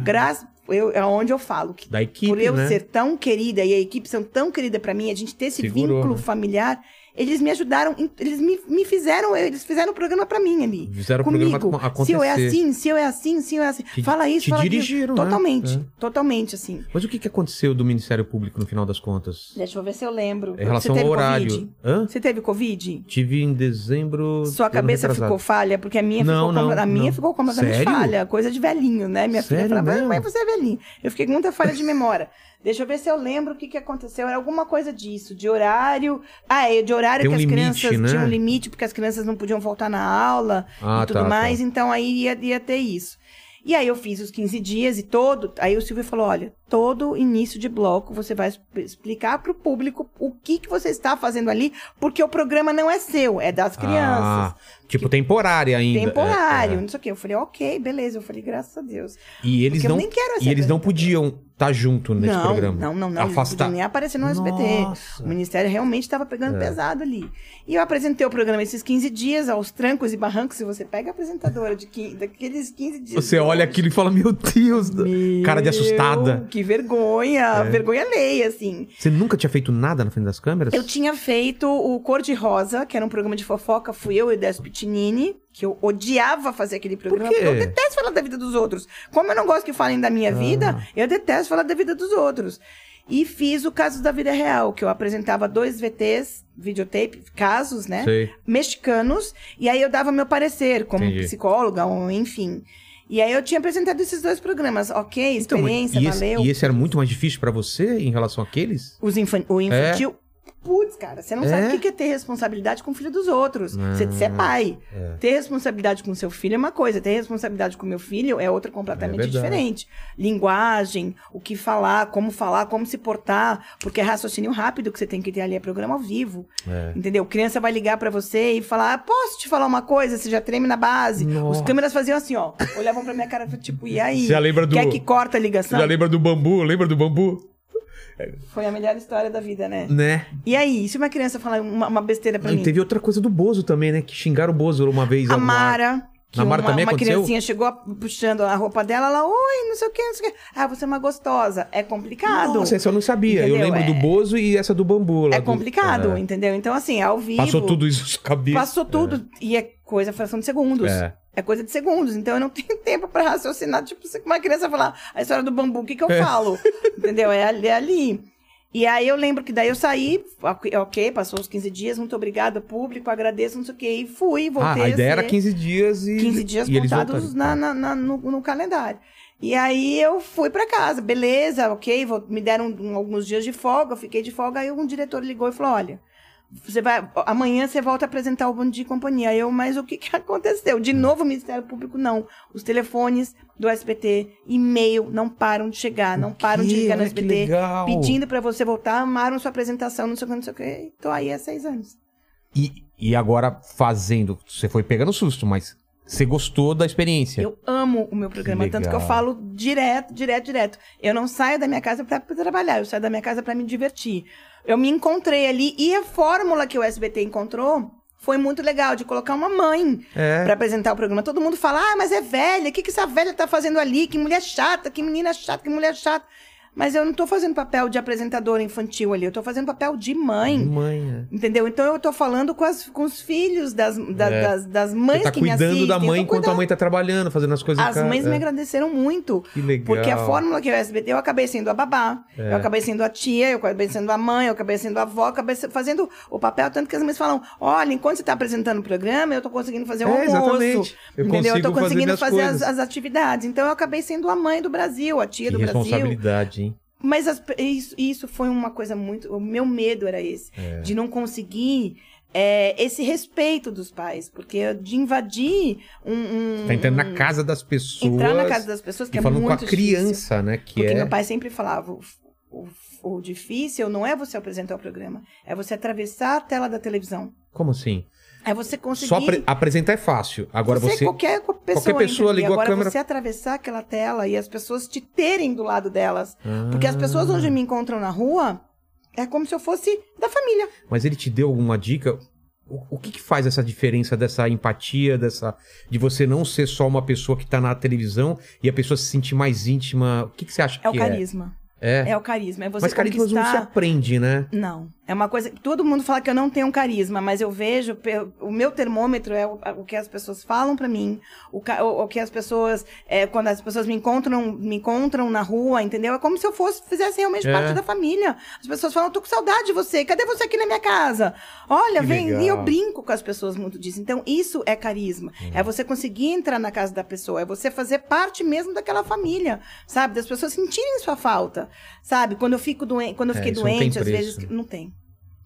Graças. Eu, é onde eu falo que
Da equipe,
por eu
né?
ser tão querida e a equipe são tão querida pra mim, a gente ter esse
Segurou,
vínculo
né?
familiar, eles me ajudaram, em- eles me, me fizeram, eles fizeram o programa pra mim ali.
Fizeram o
comigo.
programa acon-
se eu é
acontecer.
assim, se eu é assim, se eu é assim.
Te-
fala isso,
te
fala
dirigiram,
aquilo.
né?
Totalmente,
É.
totalmente assim.
Mas o que, que aconteceu do Ministério Público no final das contas?
Deixa eu ver se eu lembro.
Em relação
Você
ao
teve
horário.
Covid?
Hã?
Você teve Covid?
Tive em dezembro. do
Sua
ano
cabeça
retrasado.
ficou falha? Porque a minha,
Não,
ficou,
não,
compla- a minha
não.
ficou completamente
Sério?
falha. Coisa de velhinho, né? Minha
Sério
filha falava,
mesmo?
mãe, você é velhinho. Eu fiquei com muita falha de memória. *laughs* Deixa eu ver se eu lembro o que, que aconteceu. Era alguma coisa disso, de horário. Ah, é, de horário
Tem
que
um
as
limite,
crianças
né?
tinham um limite, porque as crianças não podiam voltar na aula
Ah,
e tudo
tá, tá.
mais. Então aí ia, ia ter isso. E aí eu fiz os 15 dias e todo. Aí o Silvio falou: olha, todo início de bloco você vai exp- explicar para o público o que, que você está fazendo ali, porque o programa não é seu, é das crianças
Ah, tipo, temporária ainda. é,
temporário,
é.
não sei o quê. Eu falei, ok, beleza. Eu falei, graças a Deus.
E eles
Porque
não.
eu nem quero
E
essa
eles não
apresentação.
podiam estar junto nesse
não,
programa.
Não, não, não. Eles não
Afastar.
podiam nem aparecer no SBT.
Nossa.
O Ministério realmente estava pegando
É.
pesado ali. E eu apresentei o programa esses 15 dias, aos trancos e barrancos. Se você pega a apresentadora de quin- daqueles 15 dias.
Você olha aquilo e fala, meu Deus, cara de
Meu,
assustada. É.
Que vergonha, vergonha alheia, assim.
Você nunca tinha feito nada na frente das câmeras?
Eu tinha feito o Cor de Rosa, que era um programa de fofoca, fui eu e o Décio Pitinini, que eu odiava fazer aquele programa,
quê?
porque eu detesto falar da vida dos outros. Como eu não gosto que falem da minha
Ah.
vida, eu detesto falar da vida dos outros. E fiz o Casos da Vida Real, que eu apresentava dois VTs, videotape, casos, né?
Sei.
mexicanos, e aí eu dava meu parecer como
Entendi.
psicóloga, ou enfim. E aí eu tinha apresentado esses dois programas, ok,
Então, mas-
experiência,
e esse,
valeu.
E esse era muito mais difícil pra você em relação àqueles?
Os infan- o infantil. Putz, cara, você não
É? Ah,
sabe o que que é ter responsabilidade com o filho dos outros. Você, você é pai.
É.
Ter responsabilidade com seu filho é uma coisa, ter responsabilidade com meu filho é outra completamente
É verdade.
diferente. Linguagem, o que falar, como falar, como se portar, porque é raciocínio rápido que você tem que ter ali, é programa ao vivo.
É.
Entendeu? Criança vai ligar pra você e falar: "Ah, posso te falar uma coisa? Você já treme na base.
Nossa.
Os câmeras faziam assim, ó. Olhavam pra minha cara, tipo, e
Você
aí?
já lembra do-
Quer que corta a
Você
ligação?
já lembra do bambu? Lembra do bambu?
Foi a melhor história da vida, né?
Né?
E aí, se uma criança falar uma, uma besteira pra
Não,
mim?
e teve outra coisa do Bozo também, né? Que xingaram o Bozo uma vez.
A
ao ar.
Mara, que
Na Mara
uma,
também
uma
aconteceu?
criancinha chegou a- puxando a roupa dela, ela, oi, não sei o que, não sei o que. Ah, você é uma gostosa. É complicado.
Nossa, essa eu não sabia. Eu
Entendeu?
lembro do
É-
Bozo e essa do bambu. lá
É
do-
complicado,
É.
entendeu? Então, assim, ao vivo.
Passou tudo isso na sua cabeça.
Passou tudo. E é coisa fração de segundos.
É.
É. coisa de segundos. Então eu não *laughs* tenho tempo pra raciocinar. Tipo, se uma criança falar a história do bambu, o que, que eu
É. *laughs*
falo? Entendeu? É ali, é ali. E aí eu lembro que daí eu saí, ok, ok, passou uns 15 dias, muito obrigada, público, agradeço, não sei o quê. E fui,
Ah,
voltei.
a ideia era
ser-
15 dias e.
15 é. dias
e eles
contados
voltaram. tá.
na, na- na- no, no calendário. E aí eu fui pra casa, beleza, ok, vou- me deram um- alguns dias de folga, eu fiquei de folga, aí um diretor ligou e falou, olha, você vai, amanhã você volta a apresentar o Bom Dia e Companhia. Aí Eu, mas o que, que *laughs* aconteceu? De novo o Ministério Público, não. Os telefones do SBT, e-mail, não param de chegar, não param
Que?
de ligar no
Olha que
SBT,
legal.
pedindo pra você voltar, amaram sua apresentação, não sei o que, não sei o que. Tô aí há seis anos.
E, e agora fazendo. Você foi pegando susto, mas você gostou da experiência.
Eu amo o meu programa,
Que
tanto que eu
legal.
falo direto, direto, direto. Eu não saio da minha casa pra trabalhar, eu saio da minha casa pra me divertir. Eu me encontrei ali e a fórmula que o SBT encontrou foi muito legal de colocar uma mãe
É.
pra apresentar o programa. Todo mundo fala: "Ah, mas é velha, o que que essa velha tá fazendo ali? Que mulher chata, que menina chata, que mulher chata". Mas eu não tô fazendo papel de apresentadora infantil ali, eu tô fazendo papel de mãe.
Mãe, é.
Entendeu? Então eu tô falando com, as- com os filhos das, da-
É.
das, das
Você
mães
tá
que
cuidando
me assistem.
da
eu tô
mãe enquanto a
cuidando.
mãe tá trabalhando, fazendo as coisas em
As
casa.
mães me
É.
agradeceram muito.
Que legal. É.
Porque a fórmula que é o SBT, eu acabei sendo a babá, eu acabei sendo a tia, eu acabei sendo a mãe, eu acabei sendo a avó, eu acabei se- fazendo o papel, tanto que as mães falam, olha, enquanto você está apresentando o programa, eu estou conseguindo fazer o
É,
almoço.
exatamente. Eu
entendeu? Eu
consigo
estou
fazer
conseguindo
minhas
fazer, as,
coisas.
as atividades. Então eu acabei sendo a mãe do Brasil, a tia
Que
do Brasil.
responsabilidade, hein?
Mas as pe- isso, isso foi uma coisa muito. O meu medo era esse.
É.
De não conseguir é, esse respeito dos pais. Porque eu- de invadir um. um-
Tá entrando
um-
na casa das pessoas.
Entrar na casa das pessoas, que
e
é
falando
muito
com a criança,
difícil.
né? Que
Porque
é.
meu pai sempre falava: o, o, o difícil não é você apresentar o programa, é você atravessar a tela da televisão.
Como assim?
É você conseguir.
Só apre- apresentar é fácil. Agora
você,
você.
qualquer co- pessoa,
qualquer pessoa
entendeu?
ligou a
Agora
câmera-
você atravessar aquela tela e as pessoas te terem do lado delas. Porque as pessoas
Ah.
hoje me encontram na rua, é como se eu fosse da família.
Ah, Mas ele te deu alguma dica? O, o que, que faz essa diferença dessa empatia, dessa de você não ser só uma pessoa que tá na televisão e a pessoa se sentir mais íntima? O que, que você acha
É o
que
carisma.
é? É.
É, o carisma. É você
Mas carisma não se
conquistar...
aprende, né?
Não. É uma coisa. Todo mundo fala que eu não tenho carisma, mas eu vejo. pe- O meu termômetro é o, o que as pessoas falam pra mim, o, ca- o- o que as pessoas. é, quando as pessoas me encontram, me encontram na rua, entendeu? É como se eu fosse, fizesse realmente
É.
parte da família. As pessoas falam, tô com saudade de você, cadê você aqui na minha casa? Olha,
Que
vem. E
legal. Uhum.
eu brinco com as pessoas muito disso. Então, isso é carisma. É você conseguir entrar na casa da pessoa, é você fazer parte mesmo daquela família, sabe? Das pessoas sentirem sua falta. Sabe? Quando eu fico doente, quando eu
É,
fiquei
isso não tem
doente, às
preço,
vezes
né?
não tem.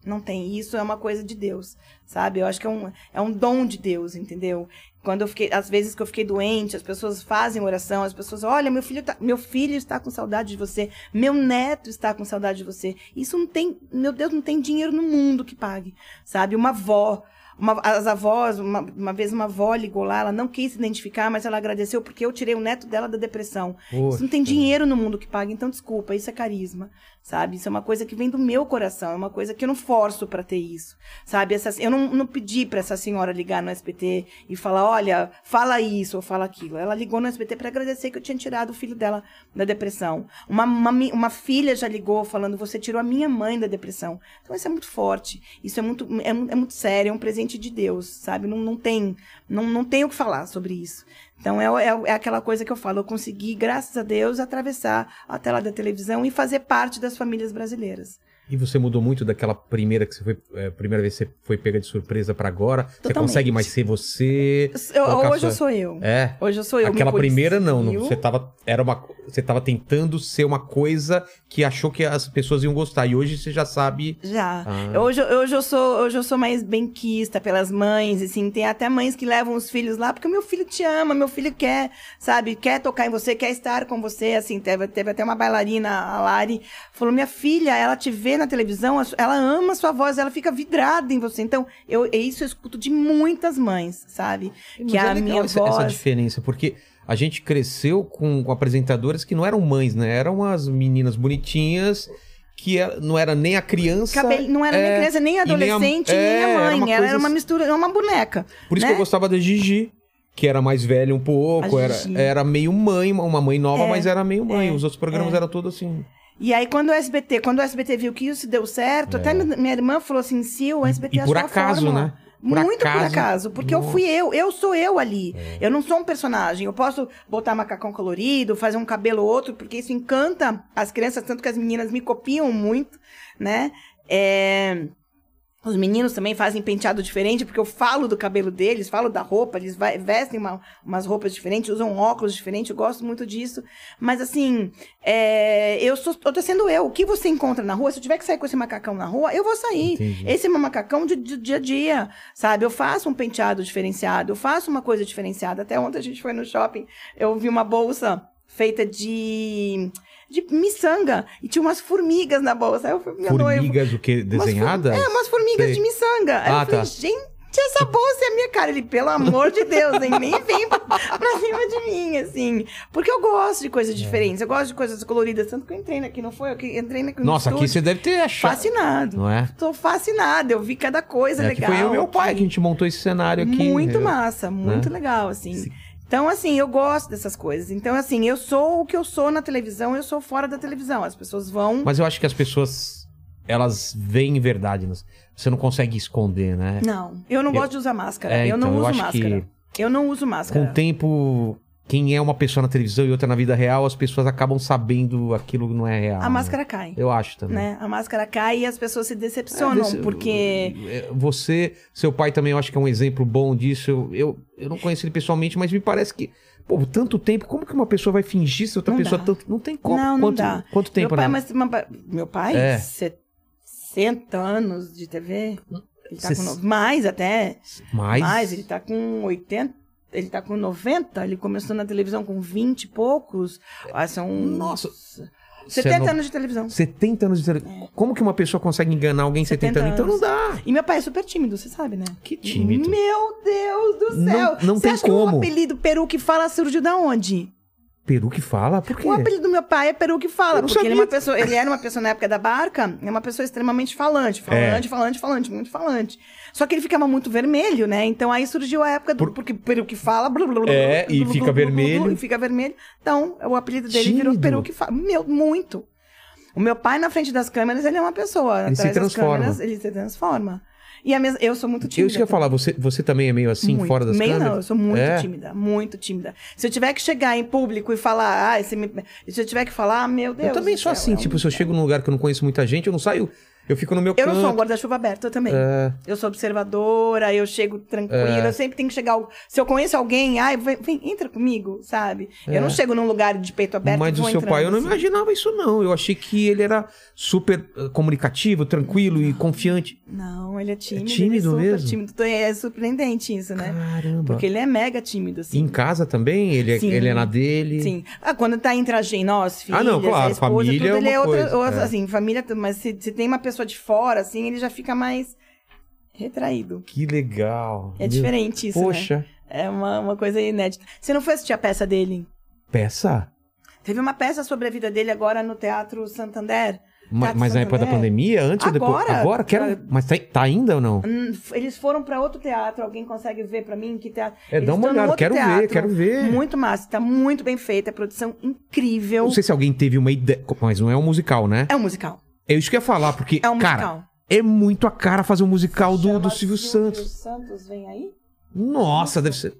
Não tem. Isso é uma coisa de Deus, sabe? Eu acho que é um, é um dom de Deus, entendeu? Quando eu fiquei, às vezes que eu fiquei doente, as pessoas fazem oração, as pessoas, olha, meu filho, tá- meu filho está com saudade de você, meu neto está com saudade de você. Isso não tem, meu Deus, não tem dinheiro no mundo que pague, sabe? Uma avó, uma- as avós, uma, uma vez uma avó ligou lá, ela não quis se identificar, mas ela agradeceu porque eu tirei o neto dela da depressão. Isso não tem
Poxa.
dinheiro no mundo que paga, então desculpa, isso é carisma, sabe? Isso é uma coisa que vem do meu coração, é uma coisa que eu não forço pra ter isso, sabe? Essa- eu não, não pedi pra essa senhora ligar no SBT e falar, olha, fala isso ou fala aquilo. Ela ligou no SBT pra agradecer que eu tinha tirado o filho dela da depressão. Uma, uma, mi- uma filha já ligou falando, você tirou a minha mãe da depressão. Então isso é muito forte, isso é muito, é, mu- é muito sério, é um presente de Deus, sabe? Não, não tem, não, não tem o que falar sobre isso. Então é, o- é, o- é aquela coisa que eu falo, eu consegui, graças a Deus, atravessar a tela da televisão e fazer parte das famílias brasileiras.
E você mudou muito daquela primeira que você foi, é, primeira vez que você foi pega de surpresa pra agora? Você
Totalmente.
consegue mais ser você?
Eu-
colocar
hoje eu
sua-
sou eu.
É.
Hoje eu sou eu. me
Aquela primeira não, não,
policio.
você tava era uma você tava tentando ser uma coisa que achou que as pessoas iam gostar e hoje você já sabe
Já.
Ah.
Hoje, eu- hoje, eu sou, hoje eu sou mais benquista pelas mães, assim. Tem até mães que levam os filhos lá porque o meu filho te ama, meu filho quer, sabe? Quer tocar em você, quer estar com você, assim. Teve, teve até uma bailarina, a Lari, falou, minha filha, ela te vê na televisão, a su- ela ama a sua voz, ela fica vidrada em você. Então, eu, isso eu escuto de muitas mães, sabe? que
Mas
a
é legal
minha
essa,
voz...
essa diferença, porque a gente cresceu com, com apresentadoras que não eram mães, né? Eram as meninas bonitinhas, que é- não era nem a criança.
Cabelo, não era
é,
nem criança, nem
e nem a-
adolescente, nem a,
é, era
mãe.
uma
ela
coisa
era uma
assim.
mistura, era uma boneca.
Por isso que
né?
eu gostava da Gigi, que era mais velha um pouco,
A
era,
Gigi.
era meio mãe, uma- uma mãe nova, mas era meio mãe.
é,
Os outros programas eram todos assim.
E aí, quando o SBT, quando o SBT viu que isso deu certo, até minha minha irmã falou assim: se o SBT
É. E por
achou a
acaso,
fórmula.
né? Por
Muito por
acaso. É.
acaso, porque eu fui eu, eu sou eu ali. Eu não sou um personagem. Eu posso botar macacão colorido, fazer um cabelo ou outro, porque isso encanta as crianças, tanto que as meninas me copiam muito, né? É, Os meninos também fazem penteado diferente, porque eu falo do cabelo deles, falo da roupa, eles vai- vestem uma- umas roupas diferentes, usam óculos diferentes, eu gosto muito disso. Mas assim, é, eu, sou, eu tô sendo eu. O que você encontra na rua, se eu tiver que sair com esse macacão na rua, eu vou sair.
Entendi.
Esse é meu macacão de, de dia a dia, sabe? Eu faço um penteado diferenciado, eu faço uma coisa diferenciada. Até ontem a gente foi no shopping, eu vi uma bolsa feita de, de miçanga e tinha umas formigas na bolsa. Aí eu fui meu noivo.
Formigas, o que?
umas for-
Desenhada?
É, umas formigas
Sei.
de miçanga. Aí
Ah,
eu falei,
tá. Tipo
gente, essa bolsa é a minha cara. Ele, pelo amor de Deus, hein? nem vem pra, pra cima de mim, assim. Porque eu gosto de
É.
coisas diferentes, eu gosto de coisas coloridas. Tanto que eu entrei aqui, não foi? Eu que entrei aqui no
Nossa, aqui
um
é
estúdio,
você deve ter achado.
Fascinado.
Não é?
Tô fascinada, eu vi cada coisa
É, que
legal.
foi eu e meu pai que a gente montou esse cenário aqui.
Muito
Eu-
massa, muito legal, assim.
Sim.
Então, assim, eu gosto dessas coisas. Então, assim, eu sou o que eu sou na televisão, eu sou fora da televisão. As pessoas vão.
Mas eu acho que as pessoas, elas veem verdade. nas- Você não consegue esconder, né?
Não, eu não
Eu-
gosto de usar máscara.
É,
eu não
então, eu
uso
acho
máscara. Eu não uso
Com
máscara.
o tempo, quem é uma pessoa na televisão e outra na vida real, as pessoas acabam sabendo aquilo que não é real.
A
né?
máscara cai.
Eu Ah, acho também.
Né? A máscara cai e as pessoas se decepcionam,
desse-
porque.
é, Você, seu pai também, eu acho que é um exemplo bom disso. Eu, eu, eu não conheço ele pessoalmente, mas me parece que. Pô, tanto tempo, como que uma pessoa vai fingir se outra
Não
pessoa
dá.
tanto. Não tem como.
Não, não
quanto,
dá.
quanto tempo,
meu pai, é
né?
mas, mas- meu pai,
É.
60 anos de TV. Ele tá
Ses-
com no- Mais até.
Mas.
Mas ele tá com 80. Ele tá com 90, ele começou na televisão com 20 e poucos. Ah, são.
Nossa.
70
Você não-
anos de televisão.
70 anos de
É.
televisão. Como que uma pessoa consegue enganar alguém 70 anos?
70
Então não dá.
E meu pai é super tímido, você sabe, né?
Que tímido.
Meu Deus do
Não-
céu!
não
você
tem
acha que
como.
o apelido Peru que fala surgiu da onde?
Peru que fala? Por quê?
O apelido do meu pai é Peru que fala,
Eu não
porque ele, é uma
sabia.
pessoa, ele era uma pessoa na época da barca, é uma pessoa extremamente falante,
É.
falante, falante, falante, muito falante. Só que ele ficava muito vermelho, né? Então aí surgiu a época do
Por-
porque Peru que fala, blá, blá, blá,
É,
blá,
e
blá,
fica
blá, blá,
vermelho.
blá, e fica vermelho. Então, o apelido dele virou
Tímido.
Peru que fala. Meu, muito. O meu pai na frente das câmeras, ele é uma pessoa,
Ele se
atrás das
transforma.
câmeras, ele se transforma. E a mes- eu sou muito tímida.
eu isso que eu ia falar, você, você também é meio assim,
Muito.
fora das
Meio
câmeras?
não, eu sou muito
É?
tímida, muito tímida. Se eu tiver que chegar em público e falar, ah, esse me... se eu tiver que falar, ah, meu Deus.
Eu também
do
sou
céu,
assim,
é um-
tipo, se eu chego num lugar que eu não conheço muita gente, eu não saio. Eu fico no meu
Eu
canto.
não sou um guarda-chuva aberto, eu também.
É.
Eu sou observadora, eu chego tranquila, eu sempre tenho que chegar. ao- Se eu conheço alguém, ai, vem, vem, entra comigo, sabe?
É.
Eu não chego num lugar de peito aberto.
Ah, Mas o
e vou
seu
entrando,
pai, eu não
assim.
imaginava isso, não. Eu achei que ele era super eh, comunicativo, tranquilo e confiante.
Não, ele é tímido.
tímido
ele é super
mesmo?
tímido. Então, É surpreendente isso, né?
Caramba.
Porque ele é mega tímido, assim.
E em casa também? Ele é,
Sim.
ele é na dele?
Sim. Ah, quando tá entre a gente, nós, filhos,
Ah, não, claro,
a esposa,
família
tudo,
é
ele
uma
é outra,
coisa,
outra-
é.
assim, família, tudo, mas se, se tem uma pessoa de fora, assim, ele já fica mais retraído.
Que legal.
É
Meu-
diferente isso, né?
Poxa,
É uma, uma coisa inédita. Você não foi assistir a peça dele?
peça.
Teve uma peça sobre a vida dele agora no Teatro Santander.
Ma-
Teatro
mas na época da
Santander.
pandemia, antes ou depois?
Tá É. Agora.
Agora? Quero... Mas tá, tá ainda ou não?
Hum, f- Eles foram pra outro teatro. Alguém consegue ver pra mim que teatro?
É,
Eles
dá uma
estão num
olhada.
outro
Quero ver,
teatro.
quero ver.
Muito massa, tá muito bem feita, a produção incrível.
Não sei se alguém teve uma ideia. Mas não é um musical, né?
É um musical.
É isso que eu ia falar, porque,
É um
cara,
musical.
é muito a cara fazer um musical do,
Chama
do Silvio Santos.
Santos vem aí?
Nossa, deve ser.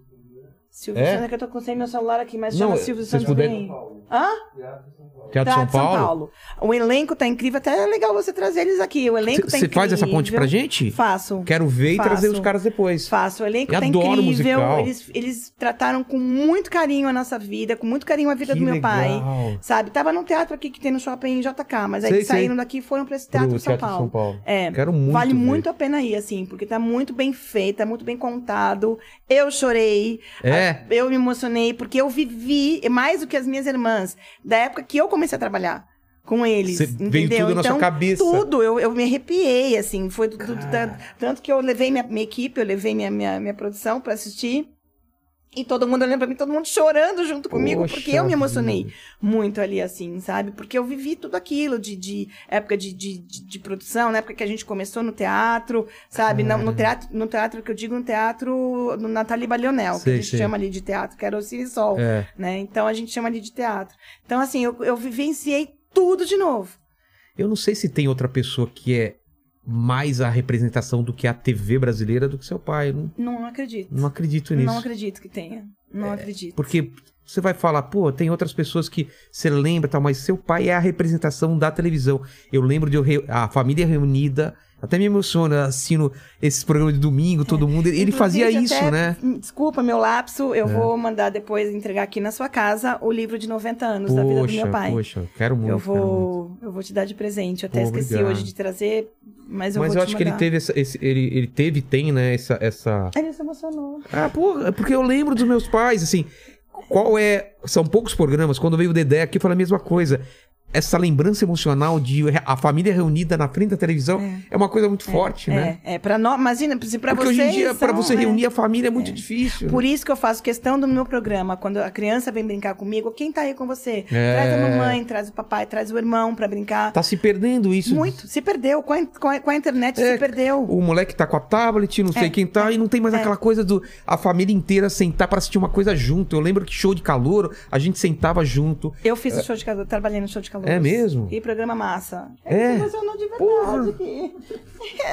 Silvio
É?
Santos, é que eu tô com sem meu celular aqui, mas
Não,
chama Silvio
vocês
Santos
puderem-
bem. Hã? Tá,
Teatro São Paulo.
O elenco tá incrível, até é legal você trazer eles aqui. O elenco tá
Você
incrível.
faz essa ponte pra gente?
Faço.
Quero ver e
Faço.
trazer os caras depois.
Faço. O elenco
Eu
tá
adoro
incrível.
musical.
Eles, eles trataram com muito carinho a nossa vida, com muito carinho a vida
Que
do meu pai.
legal.
Sabe? Tava num teatro aqui que tem no shopping JK, mas aí
Sei,
eles
sei.
saíram daqui e foram pra esse teatro
Pro
de São Paulo.
São Paulo.
É.
Quero muito.
vale
ver.
muito a pena ir, assim, porque tá muito bem feito, tá muito bem contado. Eu chorei,
É.
eu me emocionei, porque eu vivi mais do que as minhas irmãs, da época que eu comecei a trabalhar com eles.
Você
entendeu?
veio tudo na sua
Então,
cabeça.
Tudo, eu, eu me arrepiei, assim. Foi tudo, tudo tanto, tanto que eu levei minha, minha equipe, eu levei minha, minha, minha produção pra assistir. E todo mundo olhando pra mim, todo mundo chorando junto comigo,
Poxa
porque eu me emocionei
vida.
muito ali, assim, sabe? Porque eu vivi tudo aquilo de, de época de, de, de, de produção, na época que a gente começou no teatro, sabe? Na-
Uhum.
No, teatro, no teatro que eu digo, no teatro no Nathalie Balionel, que
Sei,
a gente
sei.
chama ali de teatro, que era o Cine Sol,
É.
né? Então a gente chama ali de teatro. Então, assim, eu, eu vivenciei tudo de novo.
Eu não sei se tem outra pessoa que é mais a representação do que a TV brasileira do que seu pai. Eu Não,
Não acredito.
não acredito nisso. É,
Não acredito que tenha. Não acredito.
Porque você vai falar, pô, tem outras pessoas que você lembra e tal, mas seu pai é a representação da televisão. Eu lembro de eu re- a família reunida, até me emociona, assino esses programas de domingo, todo mundo. Ele
É. Inclusive,
fazia
até-
isso, né?
hum, Desculpa meu lapso,
É.
eu vou mandar depois entregar aqui na sua casa o livro de 90 anos da vida do meu pai.
poxa, quero muito.
Eu
quero muito.
vou, eu vou te dar de presente. Eu até
Pô,
esqueci
obrigado.
hoje de trazer, mas eu
Mas
vou
eu
te
acho que ele
mandar.
teve essa, esse- ele, ele teve, tem, né, essa, essa...
Ele se emocionou.
Ah, porra, é porque eu lembro dos meus pais, assim. Qual é. São poucos programas, quando veio o Dedé aqui, eu falei a mesma coisa. Essa lembrança emocional de re- a família reunida na frente da televisão é, uma coisa muito forte, né?
É, é para nós. Imagina, se para
É Porque
vocês.
hoje em dia, pra
são,
você
é.
reunir a família é muito difícil.
Por isso que eu faço questão do meu programa. Quando a criança vem brincar comigo, quem tá aí com você?
É.
Traz a mamãe, traz o papai, traz o irmão pra brincar.
Tá se perdendo isso.
Muito. Se perdeu. Com a, in- com a- com a internet,
É,
se perdeu.
O moleque tá com a tablet, não
É.
sei quem tá, e não tem mais aquela coisa do a família inteira sentar pra assistir uma coisa junto. Eu lembro que show de calor, a gente sentava junto.
Eu fiz o show de calor, trabalhei no show de calor.
É mesmo?
E programa massa.
É?
Ele se emocionou de
Porra.
verdade. aqui.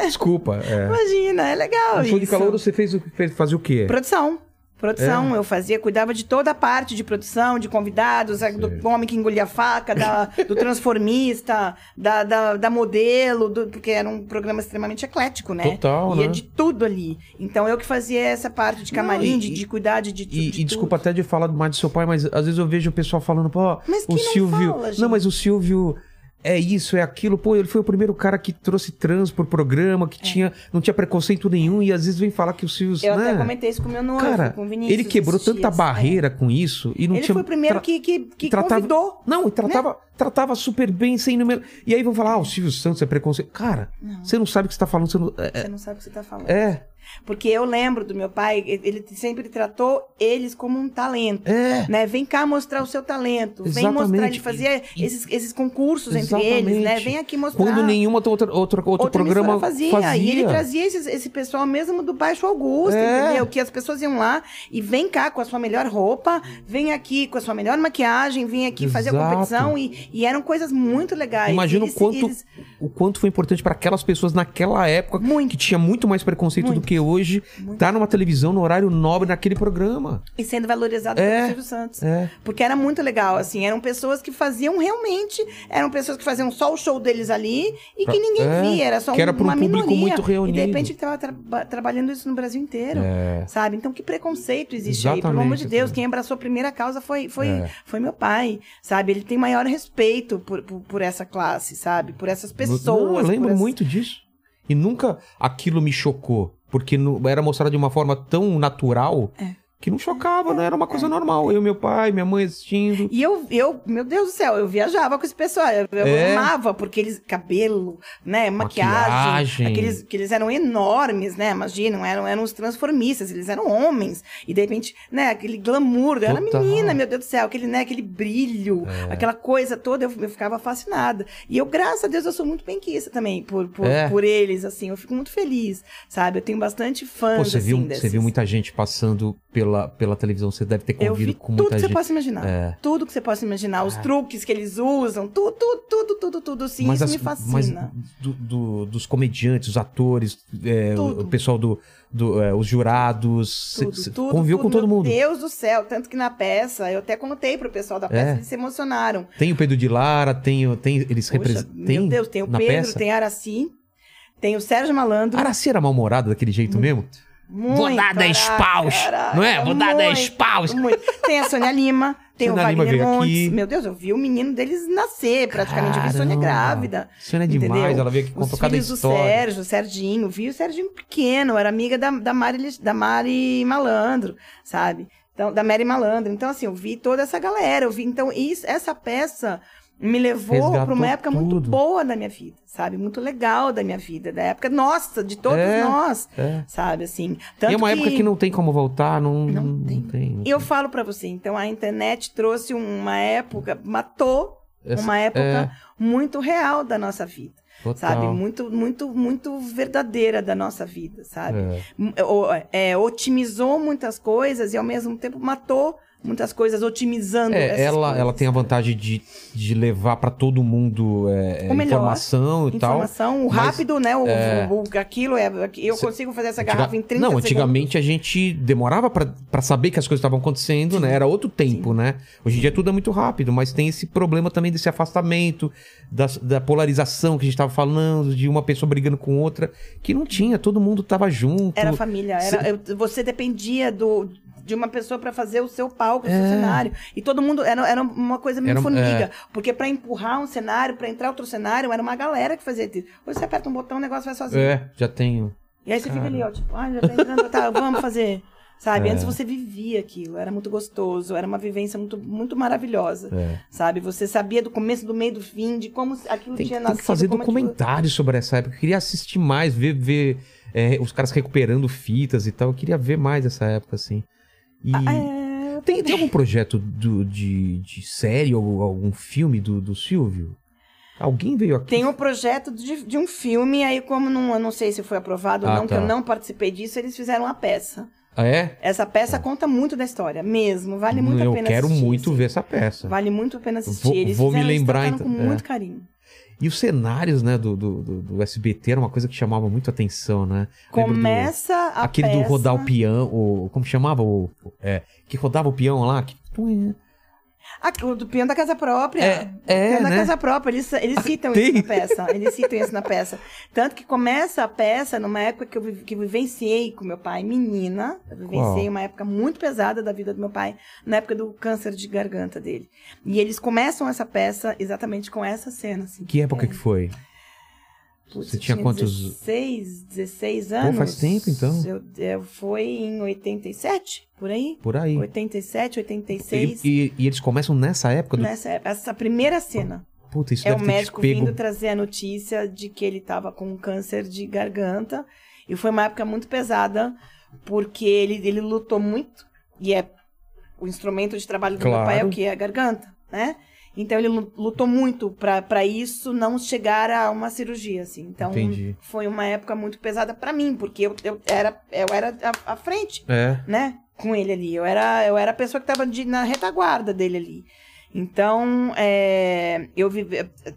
Desculpa. É.
Imagina, é legal
No
isso.
Um show de calor você fez, o- fez fazer o quê? É.
Produção. Produção, eu fazia, cuidava de toda a parte de produção, de convidados, a- do homem que engolia a faca, da- do transformista, da, da, da modelo, do- porque era um programa extremamente eclético, né?
Total,
Ia
né?
de tudo ali. Então eu que fazia essa parte de camarim,
Não, e-
de, de cuidar Tipo de, de,
E,
de
e
tudo.
desculpa até de falar mais do seu pai, mas às vezes eu vejo o pessoal falando, pô,
Mas
o
quem não
Silvio.
fala, gente?
não, mas o Silvio é isso, é aquilo. Pô, ele foi o primeiro cara que trouxe trans pro programa, que tinha, não tinha preconceito nenhum, e às vezes vem falar que o Silvio.
É. Eu
né?
até comentei isso com meu noivo,
Cara,
com o Vinícius.
ele quebrou
esses
tanta
dias.
barreira com isso e
É.
não
Ele
tinha.
foi o primeiro
tra-
que, que, que né?
tratava-
convidou.
Não, e tratava, tratava super bem, sem número. E aí vão falar, ah, o Silvio Santos é preconceito. Cara, você não sabe o que você tá falando, você não. É.
Você não sabe o que você tá falando.
É.
Porque eu lembro do meu pai, ele ele sempre tratou eles como um talento.
é.
Né? Vem cá mostrar o seu talento. Vem
Exatamente.
mostrar. Ele fazia
E-
esses, esses concursos entre
Exatamente.
eles, né? Vem aqui mostrar.
Quando nenhum outro, outro, outro, outro
Outra
programa
emissora fazia. E ele trazia esses- esse, pessoal mesmo do Baixo Augusto,
É.
entendeu? Que as pessoas iam lá e vem cá com a sua melhor roupa, vem aqui com a sua melhor maquiagem, vem aqui fazer a
Exato.
competição. E, e eram coisas muito legais.
Imagina
E
o quanto,
eles-
o quanto foi importante para aquelas pessoas naquela época
Muito.
que tinha muito mais preconceito do que hoje, tá numa televisão no horário nobre naquele programa.
E sendo valorizado
É.
pelo Silvio Santos.
É.
Porque era muito legal, assim, eram pessoas que faziam realmente, eram pessoas que faziam só o show deles ali e que ninguém
é,
via, era só
que era pra um
uma
público
minoria.
muito reunido. É.
E de repente estava trabalhando isso no Brasil inteiro, sabe? Então que preconceito existe aí, pelo amor
Exatamente,
de Deus,
cara.
quem abraçou a primeira causa foi, foi,
É.
foi meu pai, sabe? Ele tem maior respeito por, por, por essa classe, sabe? Por essas pessoas.
Não, eu
por
lembro
essas-
muito disso. E nunca aquilo me chocou, porque no- era mostrado de uma forma tão natural
É.
que não chocava, né? Era uma coisa normal. Eu, meu pai, minha mãe assistindo.
E eu, eu, meu Deus do céu, eu viajava com esse pessoal. Eu, eu
É.
amava, porque eles, cabelo, né, maquiagem.
Maquiagem.
Aqueles, que eles eram enormes, né? Imagina, eram, eram os transformistas, eles eram homens. E de repente, né, aquele glamour. Eu era
Total.
menina, meu Deus do céu, aquele, né, aquele brilho,
É.
aquela coisa toda, eu, eu ficava fascinada. E eu, graças a Deus, eu sou muito benquista também por, por,
É.
por eles, assim. Eu fico muito feliz, sabe? Eu tenho bastante fãs,
Pô, você viu, um,
assim,
você
desses.
viu muita gente passando pela, pela televisão, você deve ter
Eu
convido
vi
com
tudo
muita
que você
gente.
possa imaginar.
É.
Tudo que você possa imaginar. Os truques que eles usam. Tudo, tudo, tudo, tudo, tudo. Sim, isso
as-
me
mas
fascina.
do- do- dos comediantes, os atores, é, o,
Tudo.
o pessoal do. do, é, os jurados. Você
Tudo,
você
tudo,
conviveu
tudo.
com todo
Meu
mundo.
Deus do céu. Tanto que na peça, eu até contei pro pessoal da peça,
É.
eles se emocionaram.
Tem o Pedro de Lara, tem, o- tem eles
Poxa,
representam.
meu Deus, tem o
na
Pedro,
peça?
tem a Araci, tem o Sérgio Malandro.
Araci era mal-humorado daquele jeito mesmo?
Muito,
Vou dar 10
caraca,
paus,
caraca,
não é? Vou dar 10
muito,
paus.
muito. Tem a Sônia
*laughs*
Lima, tem
Sônia
o
Lima
Wagner
veio
Montes.
aqui.
Meu Deus, eu vi o menino deles nascer praticamente. Eu vi a Sônia
Caramba.
grávida.
Sônia é demais,
Entendeu?
ela veio aqui
Os
contou cada
filhos do
história.
Sérgio, o Serginho, vi o Serginho pequeno, era amiga da, da, Mari, da Mari Malandro, sabe? Então, da Mary Malandro. Então, assim, eu vi toda essa galera, eu vi. Então, isso, essa peça me levou
Resgatou
para uma época muito
tudo.
boa da minha vida, sabe? Muito legal da minha vida, da época nossa, de todos
É.
nós,
É.
sabe? Assim,
E
tanto
é uma época que não tem como voltar, não,
Não
não
tem.
tem.
E eu falo pra você, então a internet trouxe uma época, matou
Essa-
uma época
é.
muito real da nossa vida,
Total.
sabe? Muito, muito, muito verdadeira da nossa vida, sabe?
É.
M- o- é, otimizou muitas coisas e ao mesmo tempo matou muitas coisas, otimizando
É,
essas
ela,
coisas.
ela tem a vantagem de, de levar pra todo mundo é,
O
é,
melhor.
informação e tal.
Informação, o
mas,
rápido, né? O,
é,
o- o- aquilo é. Eu
Cê-
consigo fazer essa
Antiga-
garrafa em 30
Não,
segundos.
antigamente a gente demorava pra pra saber que as coisas estavam acontecendo, né? Era outro tempo, né? Hoje em dia tudo é muito rápido, mas tem esse problema também desse afastamento, da, da polarização que a gente tava falando, de uma pessoa brigando com outra, que não tinha, todo mundo tava junto.
Era família. Era, eu- você dependia do, de uma pessoa pra fazer o seu palco, o seu cenário. E todo mundo. Era, era uma coisa meio
É. Era um-
formiga. Porque pra empurrar um cenário, pra entrar outro cenário, era uma galera que fazia isso. Hoje você aperta um botão, o negócio vai sozinho.
É, já tenho.
E aí você fica
Cara.
ali, ó, tipo, ah, já tá entrando, tá, vamos fazer. Sabe?
É.
Antes você vivia aquilo, era muito gostoso, era uma vivência muito, muito maravilhosa.
É.
Sabe? Você sabia do começo, do meio, do fim, de como aquilo
Tem,
tinha
tem
nascido.
que fazer
como aquilo-
documentário sobre essa época. Eu queria assistir mais, ver, ver é, os caras recuperando fitas e tal. Eu queria ver mais essa época, assim. E
Ah, é,
tem, tem algum projeto do- de, de série ou algum filme do, do Silvio? Alguém veio aqui?
Tem um projeto de, de um filme, aí como não, eu não sei se foi aprovado ou
Ah,
não, que eu
tá.
não participei disso, eles fizeram uma peça.
Ah, é?
Essa peça conta muito da história, mesmo. Vale muito
Eu
a pena
quero
assistir.
muito
assim.
ver essa peça.
Vale muito a pena assistir.
Vou-
eles
vou me
fizeram, eles
lembrar,
trataram
então.
com
É.
muito carinho.
E os cenários, né, do, do, do- do SBT era uma coisa que chamava muito a atenção, né? Lembro do-
Começa a
Aquele
peça...
do rodar o peão, o, como chamava? O, é, que rodava o peão lá? Que,
Ah, o do peão da casa própria.
É, é,
Peão da
né?
casa própria. Eles, eles citam
tem?
isso na peça. Eles citam isso na peça. Tanto que começa a peça numa época que eu, vi- que eu vivenciei com meu pai, menina. Eu vivenciei
Qual?
uma época muito pesada da vida do meu pai, na época do câncer de garganta dele. E eles começam essa peça exatamente com essa cena, assim.
que época que foi?
Putz,
Você
eu
tinha quantos-
16, 16 anos.
faz tempo, então.
Eu, eu- foi em 87, por aí.
Por aí.
87,
E,
86.
e- e eles começam nessa época do.
Nessa, época, essa primeira cena.
Puta, isso
Né? É o
deve ter te
médico
pego.
vindo trazer a notícia de que ele estava com um câncer de garganta. E foi uma época muito pesada, porque ele, ele lutou muito. E é o instrumento de trabalho do meu
Claro.
pai é o que? É a garganta, né? Então ele lu- lutou muito para isso não chegar a uma cirurgia, assim. Então
Entendi.
foi uma época muito pesada para mim, porque eu, eu era, eu era à à frente
É.
né, com ele ali. Eu era, eu era a pessoa que estava na retaguarda dele ali. Então, é, eu vi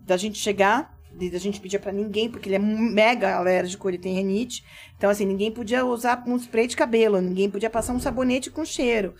da gente chegar, de- da gente pedia pra ninguém, porque ele é mega alérgico, ele tem renite. Então, assim, ninguém podia usar um spray de cabelo, ninguém podia passar um sabonete com cheiro.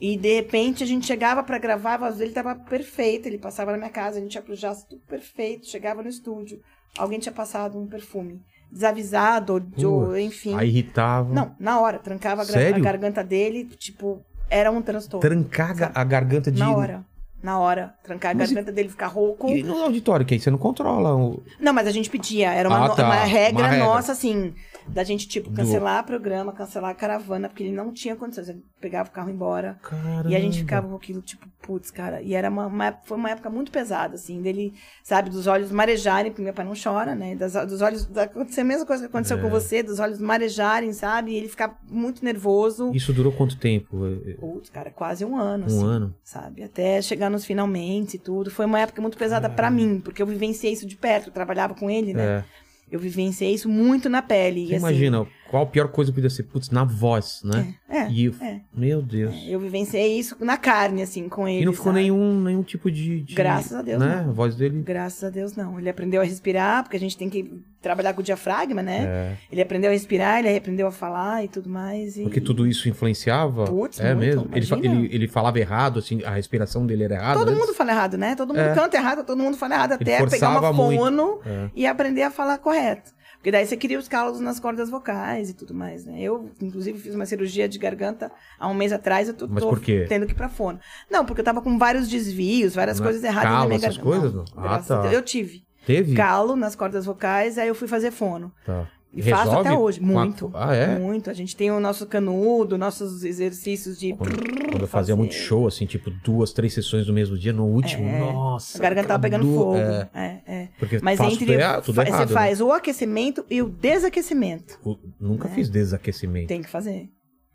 E de repente a gente chegava pra gravar, a voz dele tava perfeita, ele passava na minha casa, a gente ia pro jazz, tudo perfeito, chegava no estúdio, alguém tinha passado um perfume desavisado, ou- ou,
Putz,
enfim.
Aí irritava.
Não, na hora. Trancava a, gra-
Sério?
a garganta dele, tipo, era um transtorno.
Trancar ga- a garganta de.
Na hora. Na hora. Trancar a
Mas e-
garganta dele, ficar rouco.
E no auditório, que aí você não controla. o-
Não, mas a gente pedia. Era uma,
Ah,
no-
tá,
uma
uma
regra
regra.
nossa, assim, da gente, tipo,
Do-
cancelar programa, cancelar a caravana, porque ele não tinha condições. Ele pegava o carro e ia embora.
Caramba.
E a gente ficava com aquilo, tipo, putz, cara. E era uma, uma- foi uma época muito pesada, assim, dele, sabe, dos olhos marejarem, porque meu pai não chora, né? Das, dos olhos. Da, aconteceu a mesma coisa que aconteceu
É.
com você, dos olhos marejarem, sabe? E ele ficar muito nervoso.
Isso durou quanto tempo? Eh, eh,
Putz, cara, quase um ano,
Um
assim,
ano.
sabe? Até chegar nos finalmente e tudo. Foi uma época muito pesada pra mim, porque eu vivenciei isso de perto, eu trabalhava com ele, né?
É.
Eu vivenciei isso muito na pele.
Você
e, assim,
imagina Qual a pior coisa que podia ser? Putz, na voz, né?
É,
e
é.
Meu Deus.
Eu vivenciei isso na carne, assim, com ele.
e não ficou
sabe?
nenhum, nenhum tipo de, de-
Graças a Deus,
Né?
não.
A voz dele.
Graças a Deus, não. Ele aprendeu a respirar, porque a gente tem que trabalhar com o diafragma, né?
É.
Ele aprendeu a respirar, ele aprendeu a falar e tudo mais. E...
Porque tudo isso influenciava.
Putz,
é
muito,
mesmo. Ele, fa-
imagina.
ele, ele falava errado, assim, a respiração dele era errada.
Todo
antes.
mundo fala errado, né? Todo mundo
É.
canta errado, todo mundo fala errado, até pegar
forçava
uma
muito.
fono
É.
e aprender a falar correto. Porque daí você cria os calos nas cordas vocais e tudo mais, né? Eu, inclusive, fiz uma cirurgia de garganta há um mês atrás, eu tô,
Mas
tô
por quê?
tendo que ir pra fono. Não, porque eu tava com vários desvios, várias
Não é
coisas erradas na
calo,
minha
essas
garganta.
coisas, não? Ah,
graças a
tá.
Deus. Eu tive
Teve?
calo nas cordas vocais, aí eu fui fazer fono.
Tá.
E
Resolve
faço até hoje.
com a-
Muito.
Ah, é?
Muito. A gente tem o nosso canudo, nossos exercícios de.
Quando, quando eu fazia muito show, assim, tipo, duas, três sessões no mesmo dia, no último,
É.
nossa.
A garganta tava pegando
acabou.
fogo.
É,
É, é.
porque
Mas
faço
entre.
tudo, erra- tudo
fa-
errado.
você
né?
faz o aquecimento e o desaquecimento.
Eu nunca
né?
fiz desaquecimento.
Tem que fazer.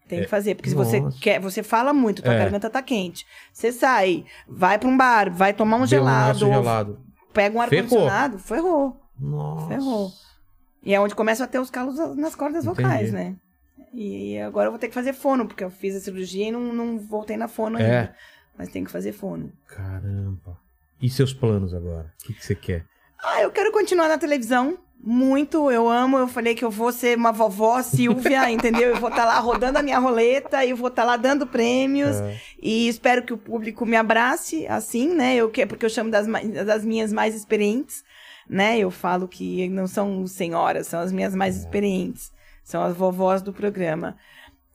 Tem
É,
que fazer, porque se
nossa.
você quer, você fala muito, tua
É.
garganta tá quente. Você sai, vai pra um bar, vai tomar
Deu
um gelado,
negócio
ou
gelado.
pega um ar
Ferrou.
condicionado, ferrou.
Nossa.
Ferrou. E é onde começam a ter os calos nas cordas
Entendi.
vocais, né? E agora eu vou ter que fazer fono, porque eu fiz a cirurgia e não, não voltei na fono
É.
ainda. Mas tem que fazer fono.
Caramba. E seus planos agora? O que, que você quer?
Ah, eu quero continuar na televisão. Muito, eu amo. Eu falei que eu vou ser uma
*laughs*
vovó Silvia, entendeu? Eu vou estar lá rodando a minha roleta, eu vou estar lá dando prêmios.
É.
E espero que o público me abrace, assim, né? Eu, que- porque eu chamo das, mai- das minhas mais experientes, né? Eu falo que não são senhoras, são as minhas
É.
mais experientes. São as vovós do programa.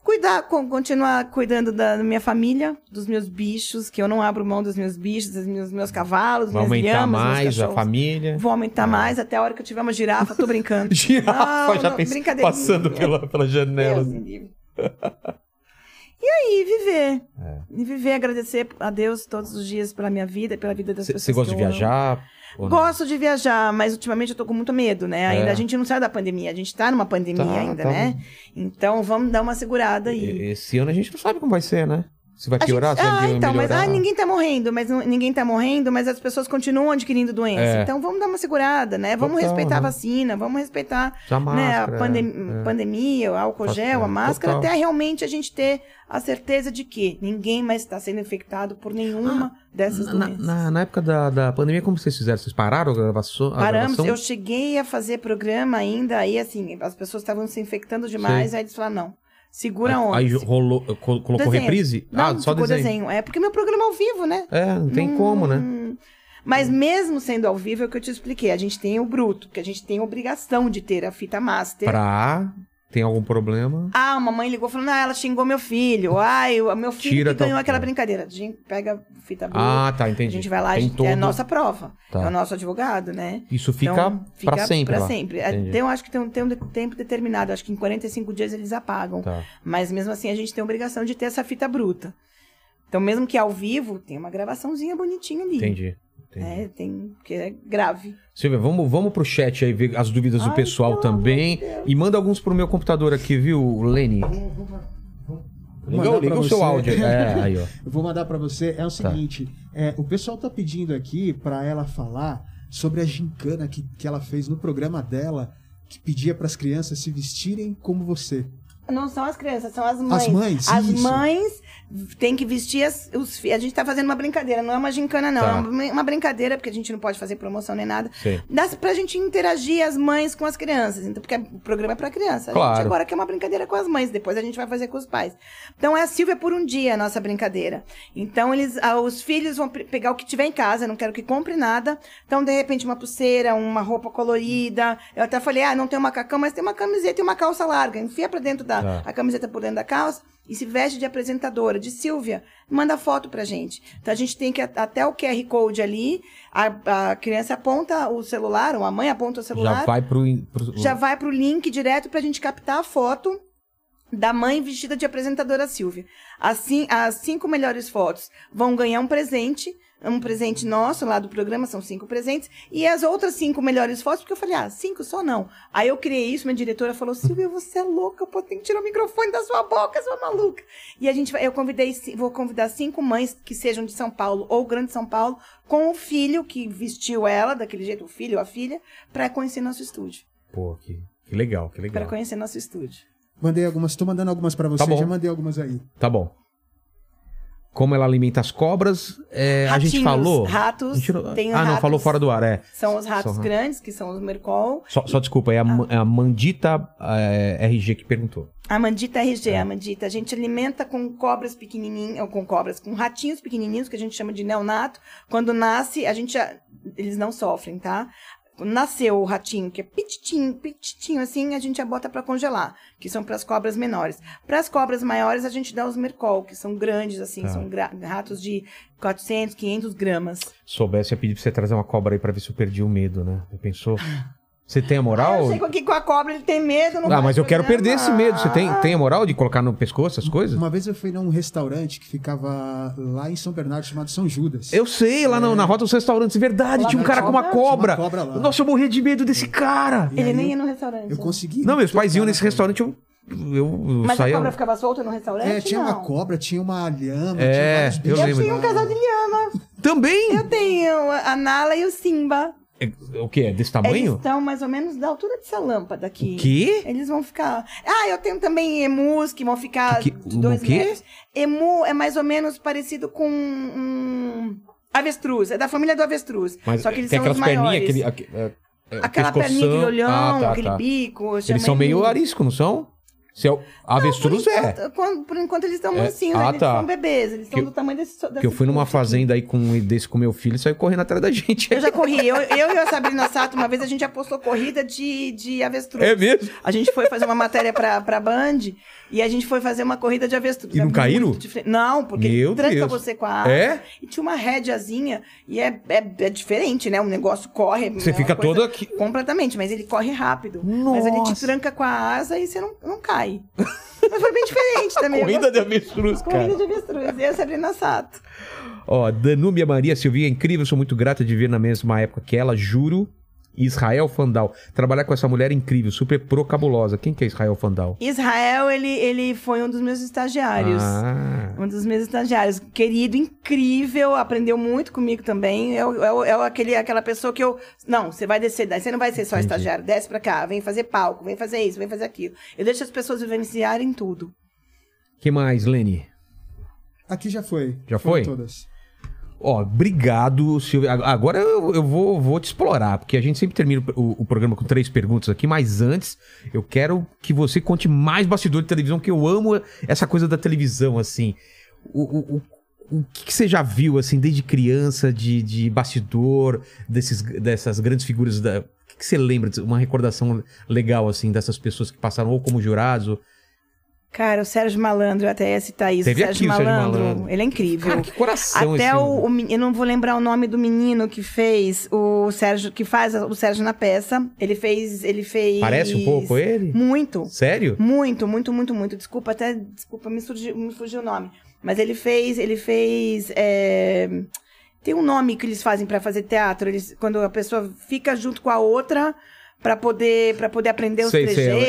Cuidar, con- continuar cuidando da minha família, dos meus bichos, que eu não abro mão dos meus bichos, dos meus, meus cavalos,
Vai
minhas
aumentar
lhamas, meus
mais a
cachorros. *laughs*
família.
Vou aumentar
É.
mais até a hora que eu tiver uma girafa,
*laughs*
tô brincando.
Girafa
Não,
já
não,
pensa-
brincadeirinha.
passando pela, pela janela.
Deus me livre. E aí, viver.
É.
E viver, agradecer a Deus todos os dias pela minha vida, e pela vida das
Você
pessoas.
você gosta de
que eu amo.
viajar? ou não?
Gosto de viajar, mas ultimamente eu tô com muito medo, né? Ainda
É.
a gente não sai da pandemia, a gente tá numa pandemia
Tá,
ainda,
tá.
né? Então vamos dar uma segurada aí.
E- Esse ano a gente não sabe como vai ser, né? Se vai
A gente-
piorar, se
ah,
vai
então, mas
melhorar.
ah, ninguém tá morrendo, mas não- ninguém tá morrendo, mas as pessoas continuam adquirindo doença.
É.
Então vamos dar uma segurada, né? Vamos
Total,
respeitar a
né?
vacina, vamos respeitar
Já
né,
máscara,
a pandem-
é.
pandemia, o álcool
Faz-
gel,
é,
a máscara,
total.
até realmente a gente ter a certeza de que ninguém mais está sendo infectado por nenhuma dessas
Ah, Na,
doenças.
na- na época da, da pandemia, como vocês fizeram? Vocês pararam a gravação? a
Paramos,
gravação?
eu cheguei a fazer programa ainda, aí assim, as pessoas estavam se infectando demais, aí eles falaram, não, segura onda.
Aí rolou, eh, col- colocou
Desenho.
reprise?
Não,
ah, só
ficou
desenho.
É porque meu programa é ao vivo, né?
É, não tem como, né?
Hum. Mas mesmo sendo ao vivo, é o que eu te expliquei. A gente tem o bruto, que a gente tem a obrigação de ter a fita master.
Pra. Tem algum problema?
Ah, uma mãe ligou falando, ah, ela xingou meu filho. Ai, o meu filho
Tira
que ganhou
tal-
aquela
é.
brincadeira. A gente pega a fita bruta,
Ah, tá,
a
entendi.
gente vai lá, a
Tem
gente, é a
todo-
nossa prova.
Tá.
É o nosso advogado, né?
Isso fica,
Então,
pra sempre.
Pra
lá.
sempre. É,
Entendi.
tem- eu acho que tem um, tem um de- tempo determinado. Acho que em 45 dias eles apagam.
Tá.
Mas mesmo assim, a gente tem a obrigação de ter essa fita bruta. Então, mesmo que ao vivo, tem uma gravaçãozinha bonitinha ali.
Entendi. entendi.
É, tem, porque é grave.
Silvia, vamos, vamos pro chat aí ver as dúvidas do
Ai,
pessoal
pelo
também. E manda alguns pro meu computador aqui, viu, Lenny?
mandar
Liga, o-
pra
liga o seu
você.
áudio.
*laughs*
É, Tá. aí, ó.
Eu vou mandar pra você. É o seguinte, é, o pessoal tá pedindo aqui pra ela falar sobre a gincana que, que ela fez no programa dela, que pedia pras crianças se vestirem como você.
Não são as crianças, são as mães.
As mães,
As
isso.
mães têm que vestir as- os filhos. A gente tá fazendo uma brincadeira, não é uma gincana, não.
Tá.
É uma, uma brincadeira, porque a gente não pode fazer promoção nem nada.
Sim.
Das, pra gente interagir as mães com as crianças. Então, porque o programa é pra criança. A
Claro.
gente agora quer uma brincadeira com as mães, depois a gente vai fazer com os pais. Então é a Silvia por um dia a nossa brincadeira. Então eles, ah, os filhos vão pe- pegar o que tiver em casa, não quero que compre nada. Então, de repente, uma pulseira, uma roupa colorida. Eu até falei, ah, não tem um macacão, mas tem uma camiseta e uma calça larga. Enfia pra dentro
Tá.
da. A camiseta por dentro da calça e se veste de apresentadora, de Silvia. Manda foto pra gente. Então a gente tem que. at- Até o QR Code ali, a, a criança aponta o celular, ou a mãe aponta o celular
Já vai pro. in- pro-
já vai pro link direto pra gente captar a foto da mãe vestida de apresentadora Silvia. Assim, as cinco melhores fotos vão ganhar um presente, um presente nosso lá do programa, são cinco presentes, e as outras cinco melhores fotos, porque eu falei, ah, cinco só não. Aí eu criei isso, minha diretora falou, Silvia, você é louca, pô, tem que tirar o microfone da sua boca, sua maluca. E a gente vai, eu convidei, ci- vou convidar cinco mães que sejam de São Paulo ou Grande São Paulo, com o filho que vestiu ela, daquele jeito, o filho ou a filha, pra conhecer nosso estúdio
Pô, que, que legal, que
para
legal.
conhecer nosso estúdio.
Mandei algumas, tô mandando algumas pra você,
Tá bom.
já mandei algumas aí.
Tá bom. Como ela alimenta as cobras, é, a gente
Ratinhos,
falou.
ratos,
a gente não-
tem
ah, não,
ratos.
falou fora do ar, é.
São os ratos
São-
grandes, que são os Mercol.
Só, só desculpa, é
Ah.
a, Ma- é a Mandita é, RG que perguntou.
A mandita RG,
É.
a mandita, a gente alimenta com cobras pequenininhas, ou com cobras, com ratinhos pequenininhos, que a gente chama de neonato. Quando nasce, a gente, a- eles não sofrem, tá? Nasceu o ratinho, que é pititinho, pititinho assim, a gente já bota pra congelar, que são pras cobras menores. Pras cobras maiores, a gente dá os mercol, que são grandes assim,
Tá.
são gra- ratos de 400, 500 gramas.
Se soubesse, ia pedir pra você trazer uma cobra aí pra ver se eu perdi o medo, né? Você pensou? Você tem a
Ah,
moral?
eu chego aqui com a cobra, ele tem medo, não
Ah,
vai
mas eu quero
jogar.
perder esse medo. Você tem, tem a moral de colocar no pescoço essas coisas?
Uma vez eu fui num restaurante que ficava lá em São Bernardo, chamado São Judas.
Eu sei, lá na, na rota dos restaurantes, verdade,
Lá
tinha um
na
cara com uma
rota?
cobra.
Tinha uma cobra lá.
Nossa, eu morria de medo desse cara.
E
Ele
aí
nem
eu-
ia no restaurante.
Eu
né?
consegui.
Não, meus pais iam
tocar
nesse
na-
restaurante, eu, eu
Mas a
saía.
cobra ficava solta no restaurante?
É, tinha
não.
uma cobra, tinha uma lhama,
É,
tinha vários
eu
bichos.
lembro.
Eu tenho um casal de lhama.
um. Também?
Eu tenho a Nala e o Simba.
É- O que? É desse
Eles
tamanho?
estão mais ou menos da altura dessa lâmpada aqui.
O quê?
Eles vão ficar. Ah, eu tenho também emus que vão ficar
Que- que-
de dois
o quê?
metros. Emu é mais ou menos parecido com um avestruz. É da família do avestruz.
Mas
Só que eles
tem
são
aquelas
os maiores.
perninhas, aquele. aque- é- é,
Aquela
pescoção.
perninha, aquele olhão,
Ah, tá,
aquele é
tá.
bico. chama
Eles são meio
emu.
arisco, não são? Se é o... Avestruz
por
é.
enquanto, quando- por enquanto eles estão
É.
mansinhos, né?
Ah,
eles
tá.
são bebês, eles
Que-
são do tamanho desse.
Porque
desse
eu fui numa
pulso aqui.
fazenda aí com um desse com meu filho e saiu correndo atrás da gente. *laughs*
Eu já corri. Eu, eu e a Sabrina Sato, uma vez a gente apostou corrida de, de avestruz.
É mesmo?
A gente foi fazer uma matéria pra, pra Band e a gente foi fazer uma corrida de avestruz.
E não
É muito
caíram?
diferente. Não, porque
Meu
tranca
Deus.
você com a asa.
É?
E tinha uma rédeazinha e é, é, é diferente, né? O negócio corre.
Você
é uma
fica
coisa-
todo aqui.
Completamente, mas ele corre rápido. Mas ele te
Nossa.
tranca com a asa e você não, não cai. Mas foi bem diferente também. eu
Corrida de
gostei.
avestruz, cara.
Corrida de avestruz. E a Sabrina Sato.
Ó, Danúbia Maria Silvia, é incrível, sou muito grata de ver na mesma época que ela, juro. Israel Fandal. Trabalhar com essa mulher é incrível, super pro cabulosa. Quem que é Israel Fandal?
Israel, ele, ele foi um dos meus estagiários.
Ah,
Um dos meus estagiários. Querido, incrível, aprendeu muito comigo também. É, o- é, o- é o aquele, aquela pessoa que eu. Não, você vai descer daí. Você não vai ser só
Entendi.
estagiário. Desce pra cá, vem fazer palco, vem fazer isso, vem fazer aquilo. Eu deixo as pessoas vivenciarem tudo.
que mais, Lene?
Aqui já foi.
Já foi?
Foram Todas.
Ó, obrigado, Silvia. Ag- Agora eu, eu vou, vou te explorar, porque a gente sempre termina o, o programa com três perguntas aqui, mas antes eu quero que você conte mais bastidor de televisão, que eu amo essa coisa da televisão, assim. O, o, o- o que que você já viu, assim, desde criança, de, de bastidor, desses, dessas grandes figuras da. O que, que você lembra? de- Uma recordação legal, assim, dessas pessoas que passaram ou como jurados. ou-
Cara, o Sérgio Malandro, eu até ia citar isso.
Teve aqui o Sérgio Malandro.
Ele é incrível.
Cara, que coração
Até
esse.
o, o men- eu não vou lembrar o nome do menino que fez o Sérgio, que faz o Sérgio na peça. Ele fez, ele fez.
Parece um pouco ele?
Muito,
Sério?
muito, muito, muito, muito. Desculpa, até desculpa, me surgiu, me fugiu o nome. Mas ele fez, ele fez. é, Tem um nome que eles fazem pra fazer teatro. Eles, quando a pessoa fica junto com a outra pra poder, para poder aprender os
Sei, sei,
trejeitos.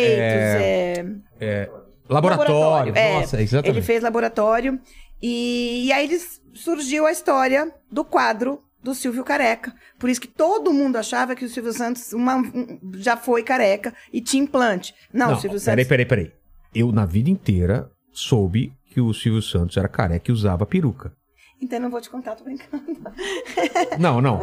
é-
é...
Laboratório.
É,
Nossa, exatamente.
Ele fez laboratório. E, e aí eles, surgiu a história do quadro do Silvio Careca. Por isso que todo mundo achava que o Silvio Santos uma- um- já foi careca e tinha implante. Não, o
peraí,
Silvio Santos.
peraí, peraí. Eu, na vida inteira, soube que o Silvio Santos era careca e usava peruca.
Então eu não vou te contar, tô brincando.
Não, não.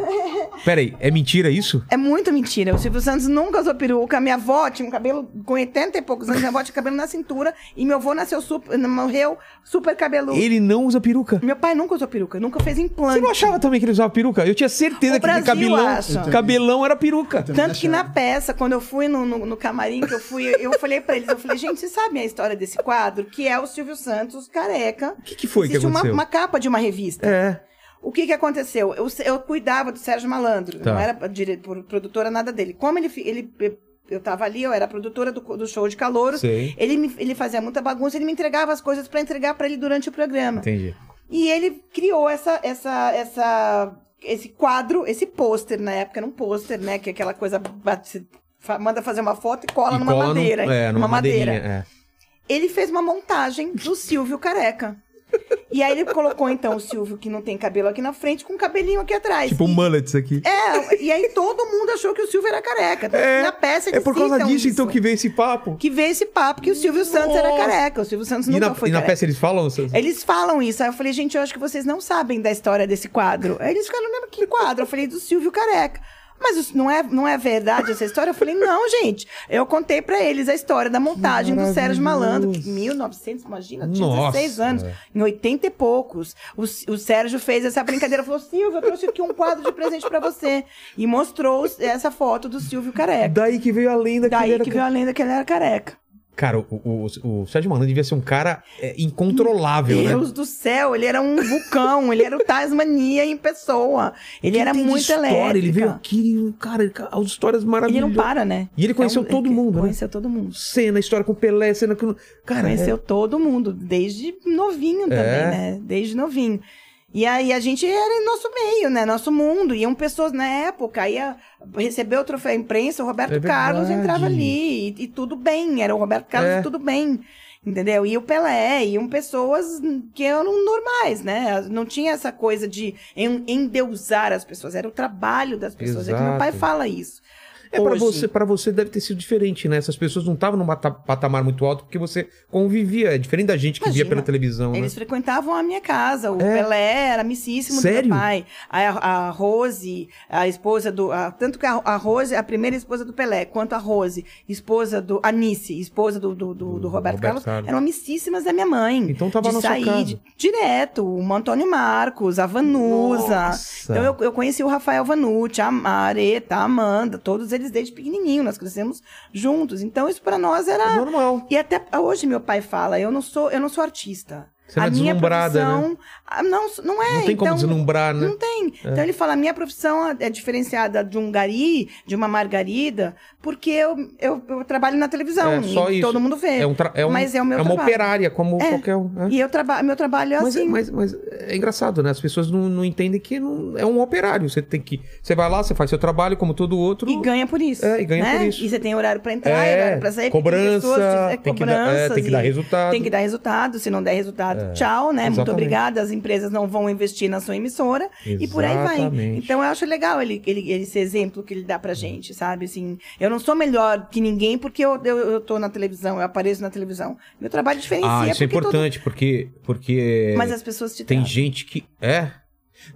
Peraí, é mentira isso?
É muito mentira. O Silvio Santos nunca usou peruca. Minha avó tinha um cabelo com 80 e poucos anos. Minha avó tinha cabelo na cintura. E meu avô nasceu super, morreu super cabeludo.
Ele não usa peruca.
Meu pai nunca usou peruca, nunca fez implante.
Você não achava também que ele usava peruca? Eu tinha certeza
O
que aquele
Brasil
cabelão,
acha.
cabelão era peruca.
Também
Tanto que
achava.
na peça, quando eu fui no, no, no camarim, que eu fui, eu falei pra eles, eu falei, gente, vocês sabem a história desse quadro? Que é o Silvio Santos careca.
O que, que foi que
Existe uma,
aconteceu?
uma capa de uma revista.
É.
O que que aconteceu? Eu, se- eu cuidava do Sérgio Malandro,
Tá.
não era dire- por- produtora nada dele. Como ele, fi- ele eu- eu tava ali, eu era produtora do, co- do show de calouros,
Sei.
ele, me- ele fazia muita bagunça, ele me entregava as coisas pra entregar pra ele durante o programa.
Entendi.
E ele criou essa, essa, essa, esse quadro, esse pôster na época, era um pôster, né? Que é aquela coisa. bate- você fa- manda fazer uma foto e cola
E
numa
cola num-
madeira.
é, numa
numa madeira.
madeirinha, é.
Ele fez uma montagem do Silvio Careca. E aí ele colocou, então, o Silvio, que não tem cabelo aqui na frente, com um cabelinho aqui atrás.
Tipo um mullets aqui.
É, e aí todo mundo achou que o Silvio era careca. na peça
é
eles
por causa
citam
disso, então,
isso.
que veio esse papo.
Que veio esse papo que o Silvio Santos era careca. O Silvio Santos
E
nunca
na,
foi
e na
careca.
peça eles falam? Santos?
Eles falam isso. Aí eu falei, gente, eu acho que vocês não sabem da história desse quadro. Aí eles ficaram, lembra que quadro? Eu falei, do Silvio Careca. Mas isso não é, não é verdade essa história? Eu falei, não, gente. Eu contei pra eles a história da montagem do Sérgio Malandro. Que 1900, imagina, eu tinha
Nossa.
16 anos. Em 80 e poucos. O, S- o Sérgio fez essa brincadeira. Falou, Silvio, eu trouxe aqui um quadro de presente pra você. E mostrou os- essa foto do Silvio Careca.
Daí que veio a lenda que ele
É. Daí
era...
que veio a lenda que ele era careca.
Cara, o, o, o Sérgio Malandro devia ser um cara é, incontrolável, né?
Deus do céu, ele era um vulcão, *laughs* ele era o Tasmania em pessoa. Ele era
tem de
muito
história,
elétrico.
Ele veio aqui, e, cara, ele- as histórias
Ele não
maravilhosas.
para, né?
E ele conheceu todo
que-
mundo, né?
Conheceu todo mundo.
Cena, história com Pelé, cena com... Cara,
Conheceu todo mundo, desde novinho também,
É.
né? Desde novinho. E aí a gente era em nosso meio, né? Nosso mundo. Iam pessoas na época, ia receber o troféu imprensa, o Roberto
É
Carlos
verdade.
entrava ali. E, e tudo bem, era o Roberto Carlos
É.
e tudo bem. Entendeu? E o Pelé, iam pessoas que eram normais, né? Não tinha essa coisa de en- endeusar as pessoas, era o trabalho das pessoas. É que meu pai
Exato.
fala isso.
É para
Hoje.
você, para você deve ter sido diferente, né? Essas pessoas não estavam num pata- patamar muito alto porque você convivia, é diferente da gente que via
Imagina.
pela televisão,
Eles
né?
frequentavam a minha casa. O
É?
Pelé era amicíssimo
Sério?
do meu pai. A, a Rose, a esposa do. a- tanto que a, a Rose, é a primeira esposa do Pelé, quanto a Rose, esposa do. Anice, esposa do, do, do- do
Do
Roberto,
Roberto
Carlos,
Carlos.
eram amicíssimas da minha mãe.
Então tava
de
na sua
sair
casa.
de- direto. O Antônio Marcos, a Vanusa.
Nossa.
Então eu, eu conheci o Rafael Vanucci, a Mareta, a Amanda, todos eles desde pequenininho. Nós crescemos juntos. Então isso pra nós era.
É normal.
E até hoje meu pai fala, eu não sou, eu não sou artista.
Você não é deslumbrada, né?
ah, não, não é.
não tem
então,
como deslumbrar, né?
Não tem. Então ele fala, a minha profissão é diferenciada de um gari, de uma margarida, porque eu, eu, eu trabalho na televisão
É, só
e
isso.
todo mundo vê.
É um, tra- é um-
Mas é o meu
uma
trabalho.
operária como
É.
qualquer um. né?
E eu traba meu trabalho é
Mas, é-
assim.
mas, mas é engraçado, né? As pessoas não, não entendem que não, é um operário. Você tem que. Você vai lá, você faz seu trabalho como todo outro.
E ganha por isso.
É, e ganha
né?
por isso.
E você tem horário pra entrar,
É,
horário pra sair. porque
cobrança,
tem, pessoas, é,
tem que dar- é, tem que
cobranças
dar
e-
resultado. É,
Tem que dar resultado. Se não der resultado, tchau, né?
exatamente.
Muito obrigada. As empresas não vão investir na sua emissora. E por aí vai.
Exatamente.
Então eu acho legal ele, ele, ele- esse exemplo que ele dá pra gente, sabe? Assim, eu não sou melhor que ninguém porque eu, eu, eu tô na televisão, eu apareço na televisão. Meu trabalho diferencia.
Ah, isso é
Então, porque todo-
importante, porque. porque
Mas é assim, as pessoas te
Tem
tratam.
gente que. É.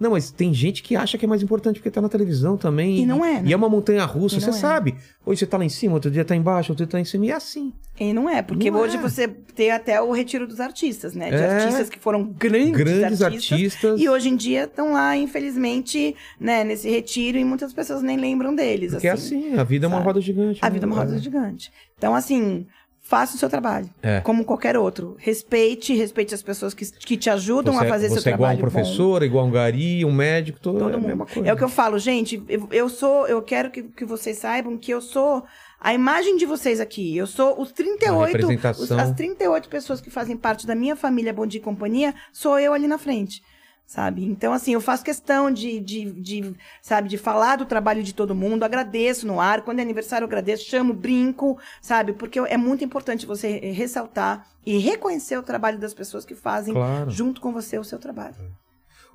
Não, mas tem gente que acha que é mais importante porque tá na televisão também.
E não é, né?
E é uma montanha russa,
E
você
não é.
sabe. Hoje você tá lá em cima, outro dia tá embaixo, outro dia tá em cima. E é assim.
E não é, porque
Não
hoje
é.
você tem até o retiro dos artistas, né? De
É.
artistas que foram grandes,
Grandes
artistas.
artistas.
E hoje em dia estão lá, infelizmente, né, nesse retiro, e muitas pessoas nem lembram deles.
Porque é
assim.
assim, a vida é uma
sabe?
roda gigante.
A
né?
vida é uma roda gigante. Então, assim, faça o seu trabalho,
É.
como qualquer outro. Respeite, respeite as pessoas que, que te ajudam
Você,
a fazer
você
seu
é igual
trabalho.
um professor, igual um gari, um médico, todo,
bom, todo
é a
mundo.
mesma coisa.
É o que eu falo, gente, eu, eu sou, eu quero que, que vocês saibam que eu sou a imagem de vocês aqui. Eu sou os
Uma
38,
representação.
os- as 38 pessoas que fazem parte da minha família Bom Dia e Companhia, sou eu ali na frente. Sabe? Então, assim, eu faço questão de, de, de, sabe, de falar do trabalho de todo mundo, agradeço no ar, quando é aniversário eu agradeço, chamo, brinco, sabe? Porque é muito importante você eh, ressaltar e reconhecer o trabalho das pessoas que fazem
Claro.
junto com você o seu trabalho.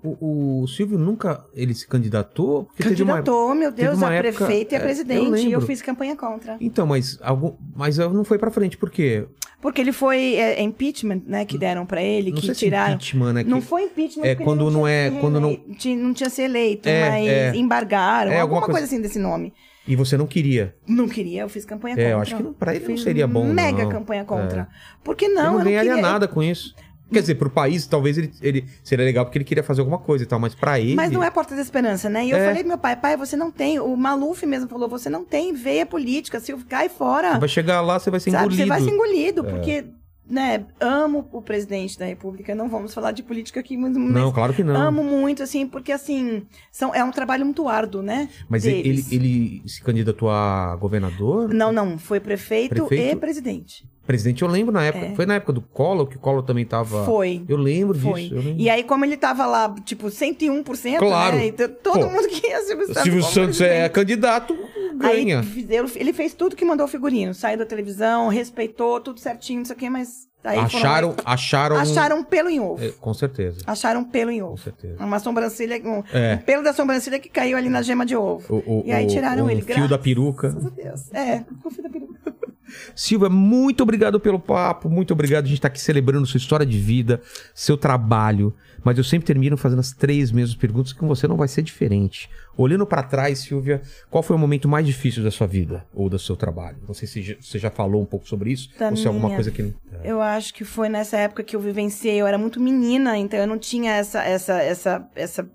O, o Silvio nunca ele se candidatou? Porque teve uma-
Candidatou, meu
teve
Deus,
uma
a
época-
prefeita e
é,
a
eu
presidente. e eu
lembro.
fiz campanha contra.
Então, mas, algum, mas não foi pra frente, por quê?
Porque ele foi é, impeachment, né, que deram pra ele,
Não
que
sei se
tiraram.
impeachment, né?
Não
que-
foi impeachment.
É,
porque ele
quando não
tinha
é-
se
quando não-
reelei- tinha- não tinha se eleito,
É,
mas
é.
embargaram,
É, alguma
alguma
coisa-
coisa assim desse nome.
E você não queria.
Não queria, eu fiz campanha contra.
É, eu acho que não, pra ele não seria bom,
Mega
não.
campanha
É.
contra. Porque
Ele
não,
não,
eu não
ganharia
queria-
nada com isso. Quer dizer, pro país, talvez ele, ele seria legal porque ele queria fazer alguma coisa e tal, mas pra ele.
Mas não é Porta da Esperança, né? E eu
É.
falei pro meu pai, pai, você não tem. O Maluf mesmo falou, você não tem veia política, se cai fora.
Vai chegar lá, você vai ser
Sabe,
engolido. É.
você vai ser engolido, porque, né, amo o presidente da República, não vamos falar de política aqui, mas, mas
Não, claro que não.
amo muito, assim, porque, assim, são, é um trabalho muito árduo, né?
Mas ele, ele,
deles.
ele se candidatou a governador?
Não, não, foi prefeito,
Prefeito?
e presidente.
presidente. Eu lembro na época.
É.
Foi na época do Collor que o Collor também tava.
Foi.
Eu lembro
Foi.
disso. Eu lembro.
E aí, como ele tava lá, tipo, 101%,
Claro.
né? Então, todo
Pô,
mundo que ia Silvio
O
Santos.
Silvio
como
Santos é
presidente.
candidato,
Aí,
ganha.
ele- ele fez tudo que mandou o figurino. Saiu da televisão, respeitou, tudo certinho, não sei o quê, mas... Aí foram
acharam, acharam.
lá e- Acharam um pelo em ovo.
É, com certeza.
Acharam um pelo em
Com
ovo.
certeza.
Uma sobrancelha... Um,
É.
um pelo da sobrancelha que caiu ali na gema de ovo.
O, o-
E aí
o-
tiraram
o
ele,
fio
graças
da peruca.
Meu Deus. É, o fio da peruca.
Silvia, muito obrigado pelo papo, muito obrigado. A gente tá aqui celebrando sua história de vida, seu trabalho. Mas eu sempre termino fazendo as três mesmas perguntas, que com você não vai ser diferente. Olhando pra trás, Silvia, qual foi o momento mais difícil da sua vida ou do seu trabalho? Não sei se já- você já falou um pouco sobre isso,
Da
ou se é alguma
minha
coisa que. É.
Eu acho que foi nessa época que eu vivenciei. Eu era muito menina, então eu não tinha essa essa essa essa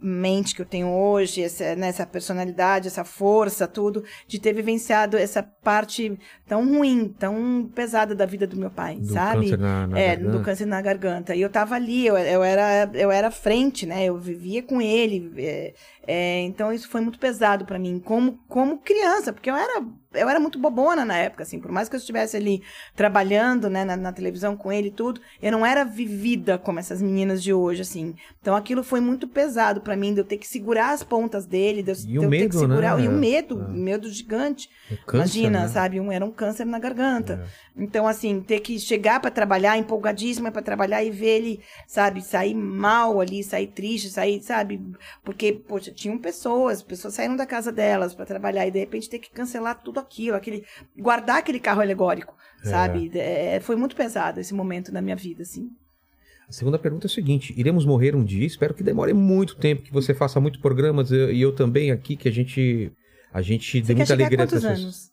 mente que eu tenho hoje, essa, né, essa personalidade, essa força, tudo, de ter vivenciado essa parte tão ruim, tão pesada da vida do meu pai,
Do
sabe?
câncer na, na
é,
garganta.
do câncer na garganta. E eu tava ali, eu, eu era eu era à frente, né? Eu vivia com ele. é, é, então isso foi muito pesado pra mim, como, como criança, porque eu era eu era muito bobona na época, assim, por mais que eu estivesse ali trabalhando, né, na, na televisão com ele e tudo, eu não era vivida como essas meninas de hoje, assim. Então aquilo foi muito pesado pra mim, de eu ter que segurar as pontas dele, de eu,
E
de
o
eu ter que
medo,
segurar,
né?
e o medo,
É.
medo gigante.
O câncer,
Imagina,
né?
sabe? Um, era um câncer na
É.
garganta. Então, assim, ter que chegar pra trabalhar, empolgadíssima pra trabalhar e ver ele, sabe, sair mal ali, sair triste, sair, sabe? Porque, poxa, tinham pessoas, pessoas saíram da casa delas pra trabalhar e de repente ter que cancelar tudo aquilo, aquele guardar aquele carro alegórico,
É.
sabe? É, foi muito pesado esse momento na minha vida, assim.
A segunda pergunta é a seguinte: iremos morrer um dia? Espero que demore muito tempo, que você faça muitos programas eu- e eu também aqui, que a gente. A gente dê
Você quer
muita
chegar a
alegria às
quantos
pessoas.
anos?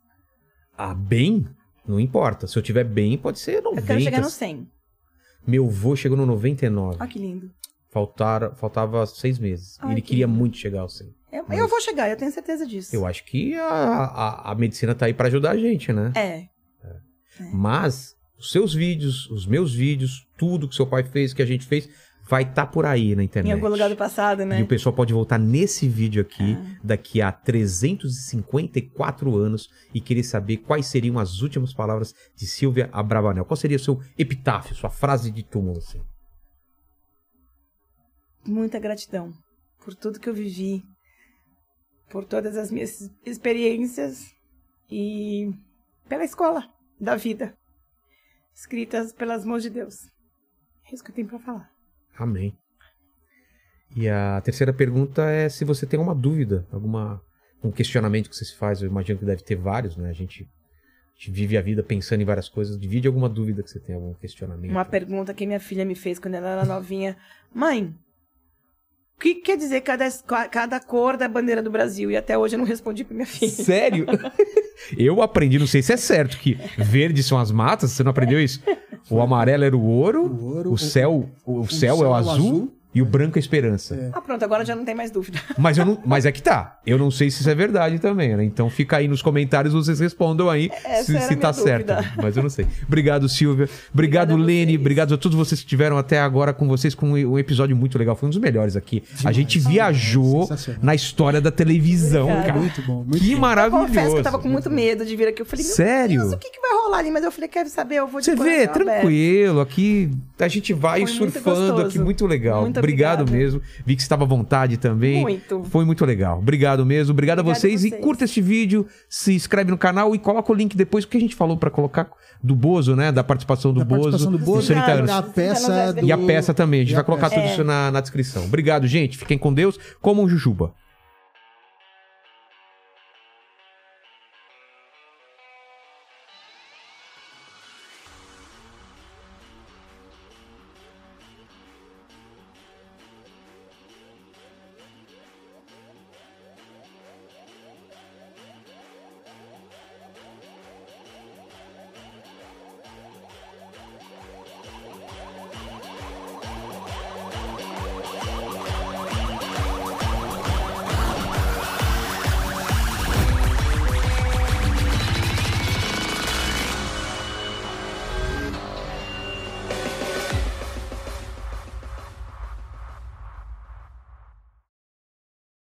Ah, bem? Não importa. Se eu tiver bem, pode ser 90.
Eu quero chegar no 100.
Meu avô chegou no 99.
Olha que lindo.
Faltara, faltava seis meses.
Ai,
Ele
que
queria
lindo.
muito chegar ao 100.
Eu,
Mas-
eu vou chegar, eu tenho certeza disso.
Eu acho que a, a, a medicina tá aí pra ajudar a gente, né?
É,
Mas os seus vídeos, os meus vídeos, tudo que seu pai fez, que a gente fez, vai estar tá por aí na internet.
em algum lugar do passado, né?
E o pessoal pode voltar nesse vídeo aqui
Ah.
daqui a 354 anos e querer saber quais seriam as últimas palavras de Silvia Abravanel. Qual seria o seu epitáfio, sua frase de túmulo? Assim?
muita gratidão por tudo que eu vivi, por todas as minhas experiências e pela escola da vida, escritas pelas mãos de Deus. É isso que eu tenho para falar.
Amém. E a terceira pergunta é se você tem alguma dúvida, alguma um questionamento que você se faz. Eu imagino que deve ter vários, né? A gente, a gente vive a vida pensando em várias coisas. Divide alguma dúvida que você tem, algum questionamento.
Uma *laughs* pergunta que minha filha me fez quando ela era novinha: Mãe, o que quer dizer cada, es- qua- cada cor da bandeira do Brasil? E até hoje eu não respondi para minha filha.
Sério? *laughs* Eu aprendi, não sei se é certo, que verdes são as matas, você não aprendeu isso? O amarelo era o ouro,
O ouro,
o céu, o céu é o azul e o branco é a esperança.
É.
Ah, pronto, agora já não tem mais dúvida.
Mas, eu não, mas é que tá. Eu não sei se isso é verdade também, né? Então fica aí nos comentários, vocês respondam aí
Essa
se,
era
se
a
tá
minha
certo.
dúvida.
Mas eu não sei. Obrigado, Silvia. Obrigado,
Obrigada a
Lene.
vocês.
Obrigado a todos vocês que estiveram até agora com vocês, com um episódio muito legal. Foi um dos melhores aqui. A
Demais.
gente viajou
Sensacional.
na história da televisão,
Obrigada.
cara.
Muito bom, muito
Que
bom.
Eu
*laughs* maravilhoso.
confesso que eu tava com muito medo de vir aqui. Eu falei, meu
Sério?
Deus, o que, que vai rolar ali? Mas eu falei, quero saber, eu vou de
Você vê, é
coração aberto.
tranquilo, aqui a gente vai
Foi muito
surfando
gostoso.
aqui, muito legal.
Muito
obrigado
obrigada.
mesmo. Vi que você estava à vontade também.
Muito.
Foi muito legal. Obrigado mesmo. Obrigado a
Obrigada
vocês.
a
E
vocês.
curta este vídeo, se inscreve no canal e coloca o link depois, porque a gente falou pra colocar do Bozo, né? Da participação do
Da
Bozo.
participação do Bozo,
30 anos.
da peça
E
do-
E a peça também. A gente
E
vai
a
colocar
peça.
É.
tudo isso na, na descrição. Obrigado, gente. Fiquem com Deus. Comam jujuba.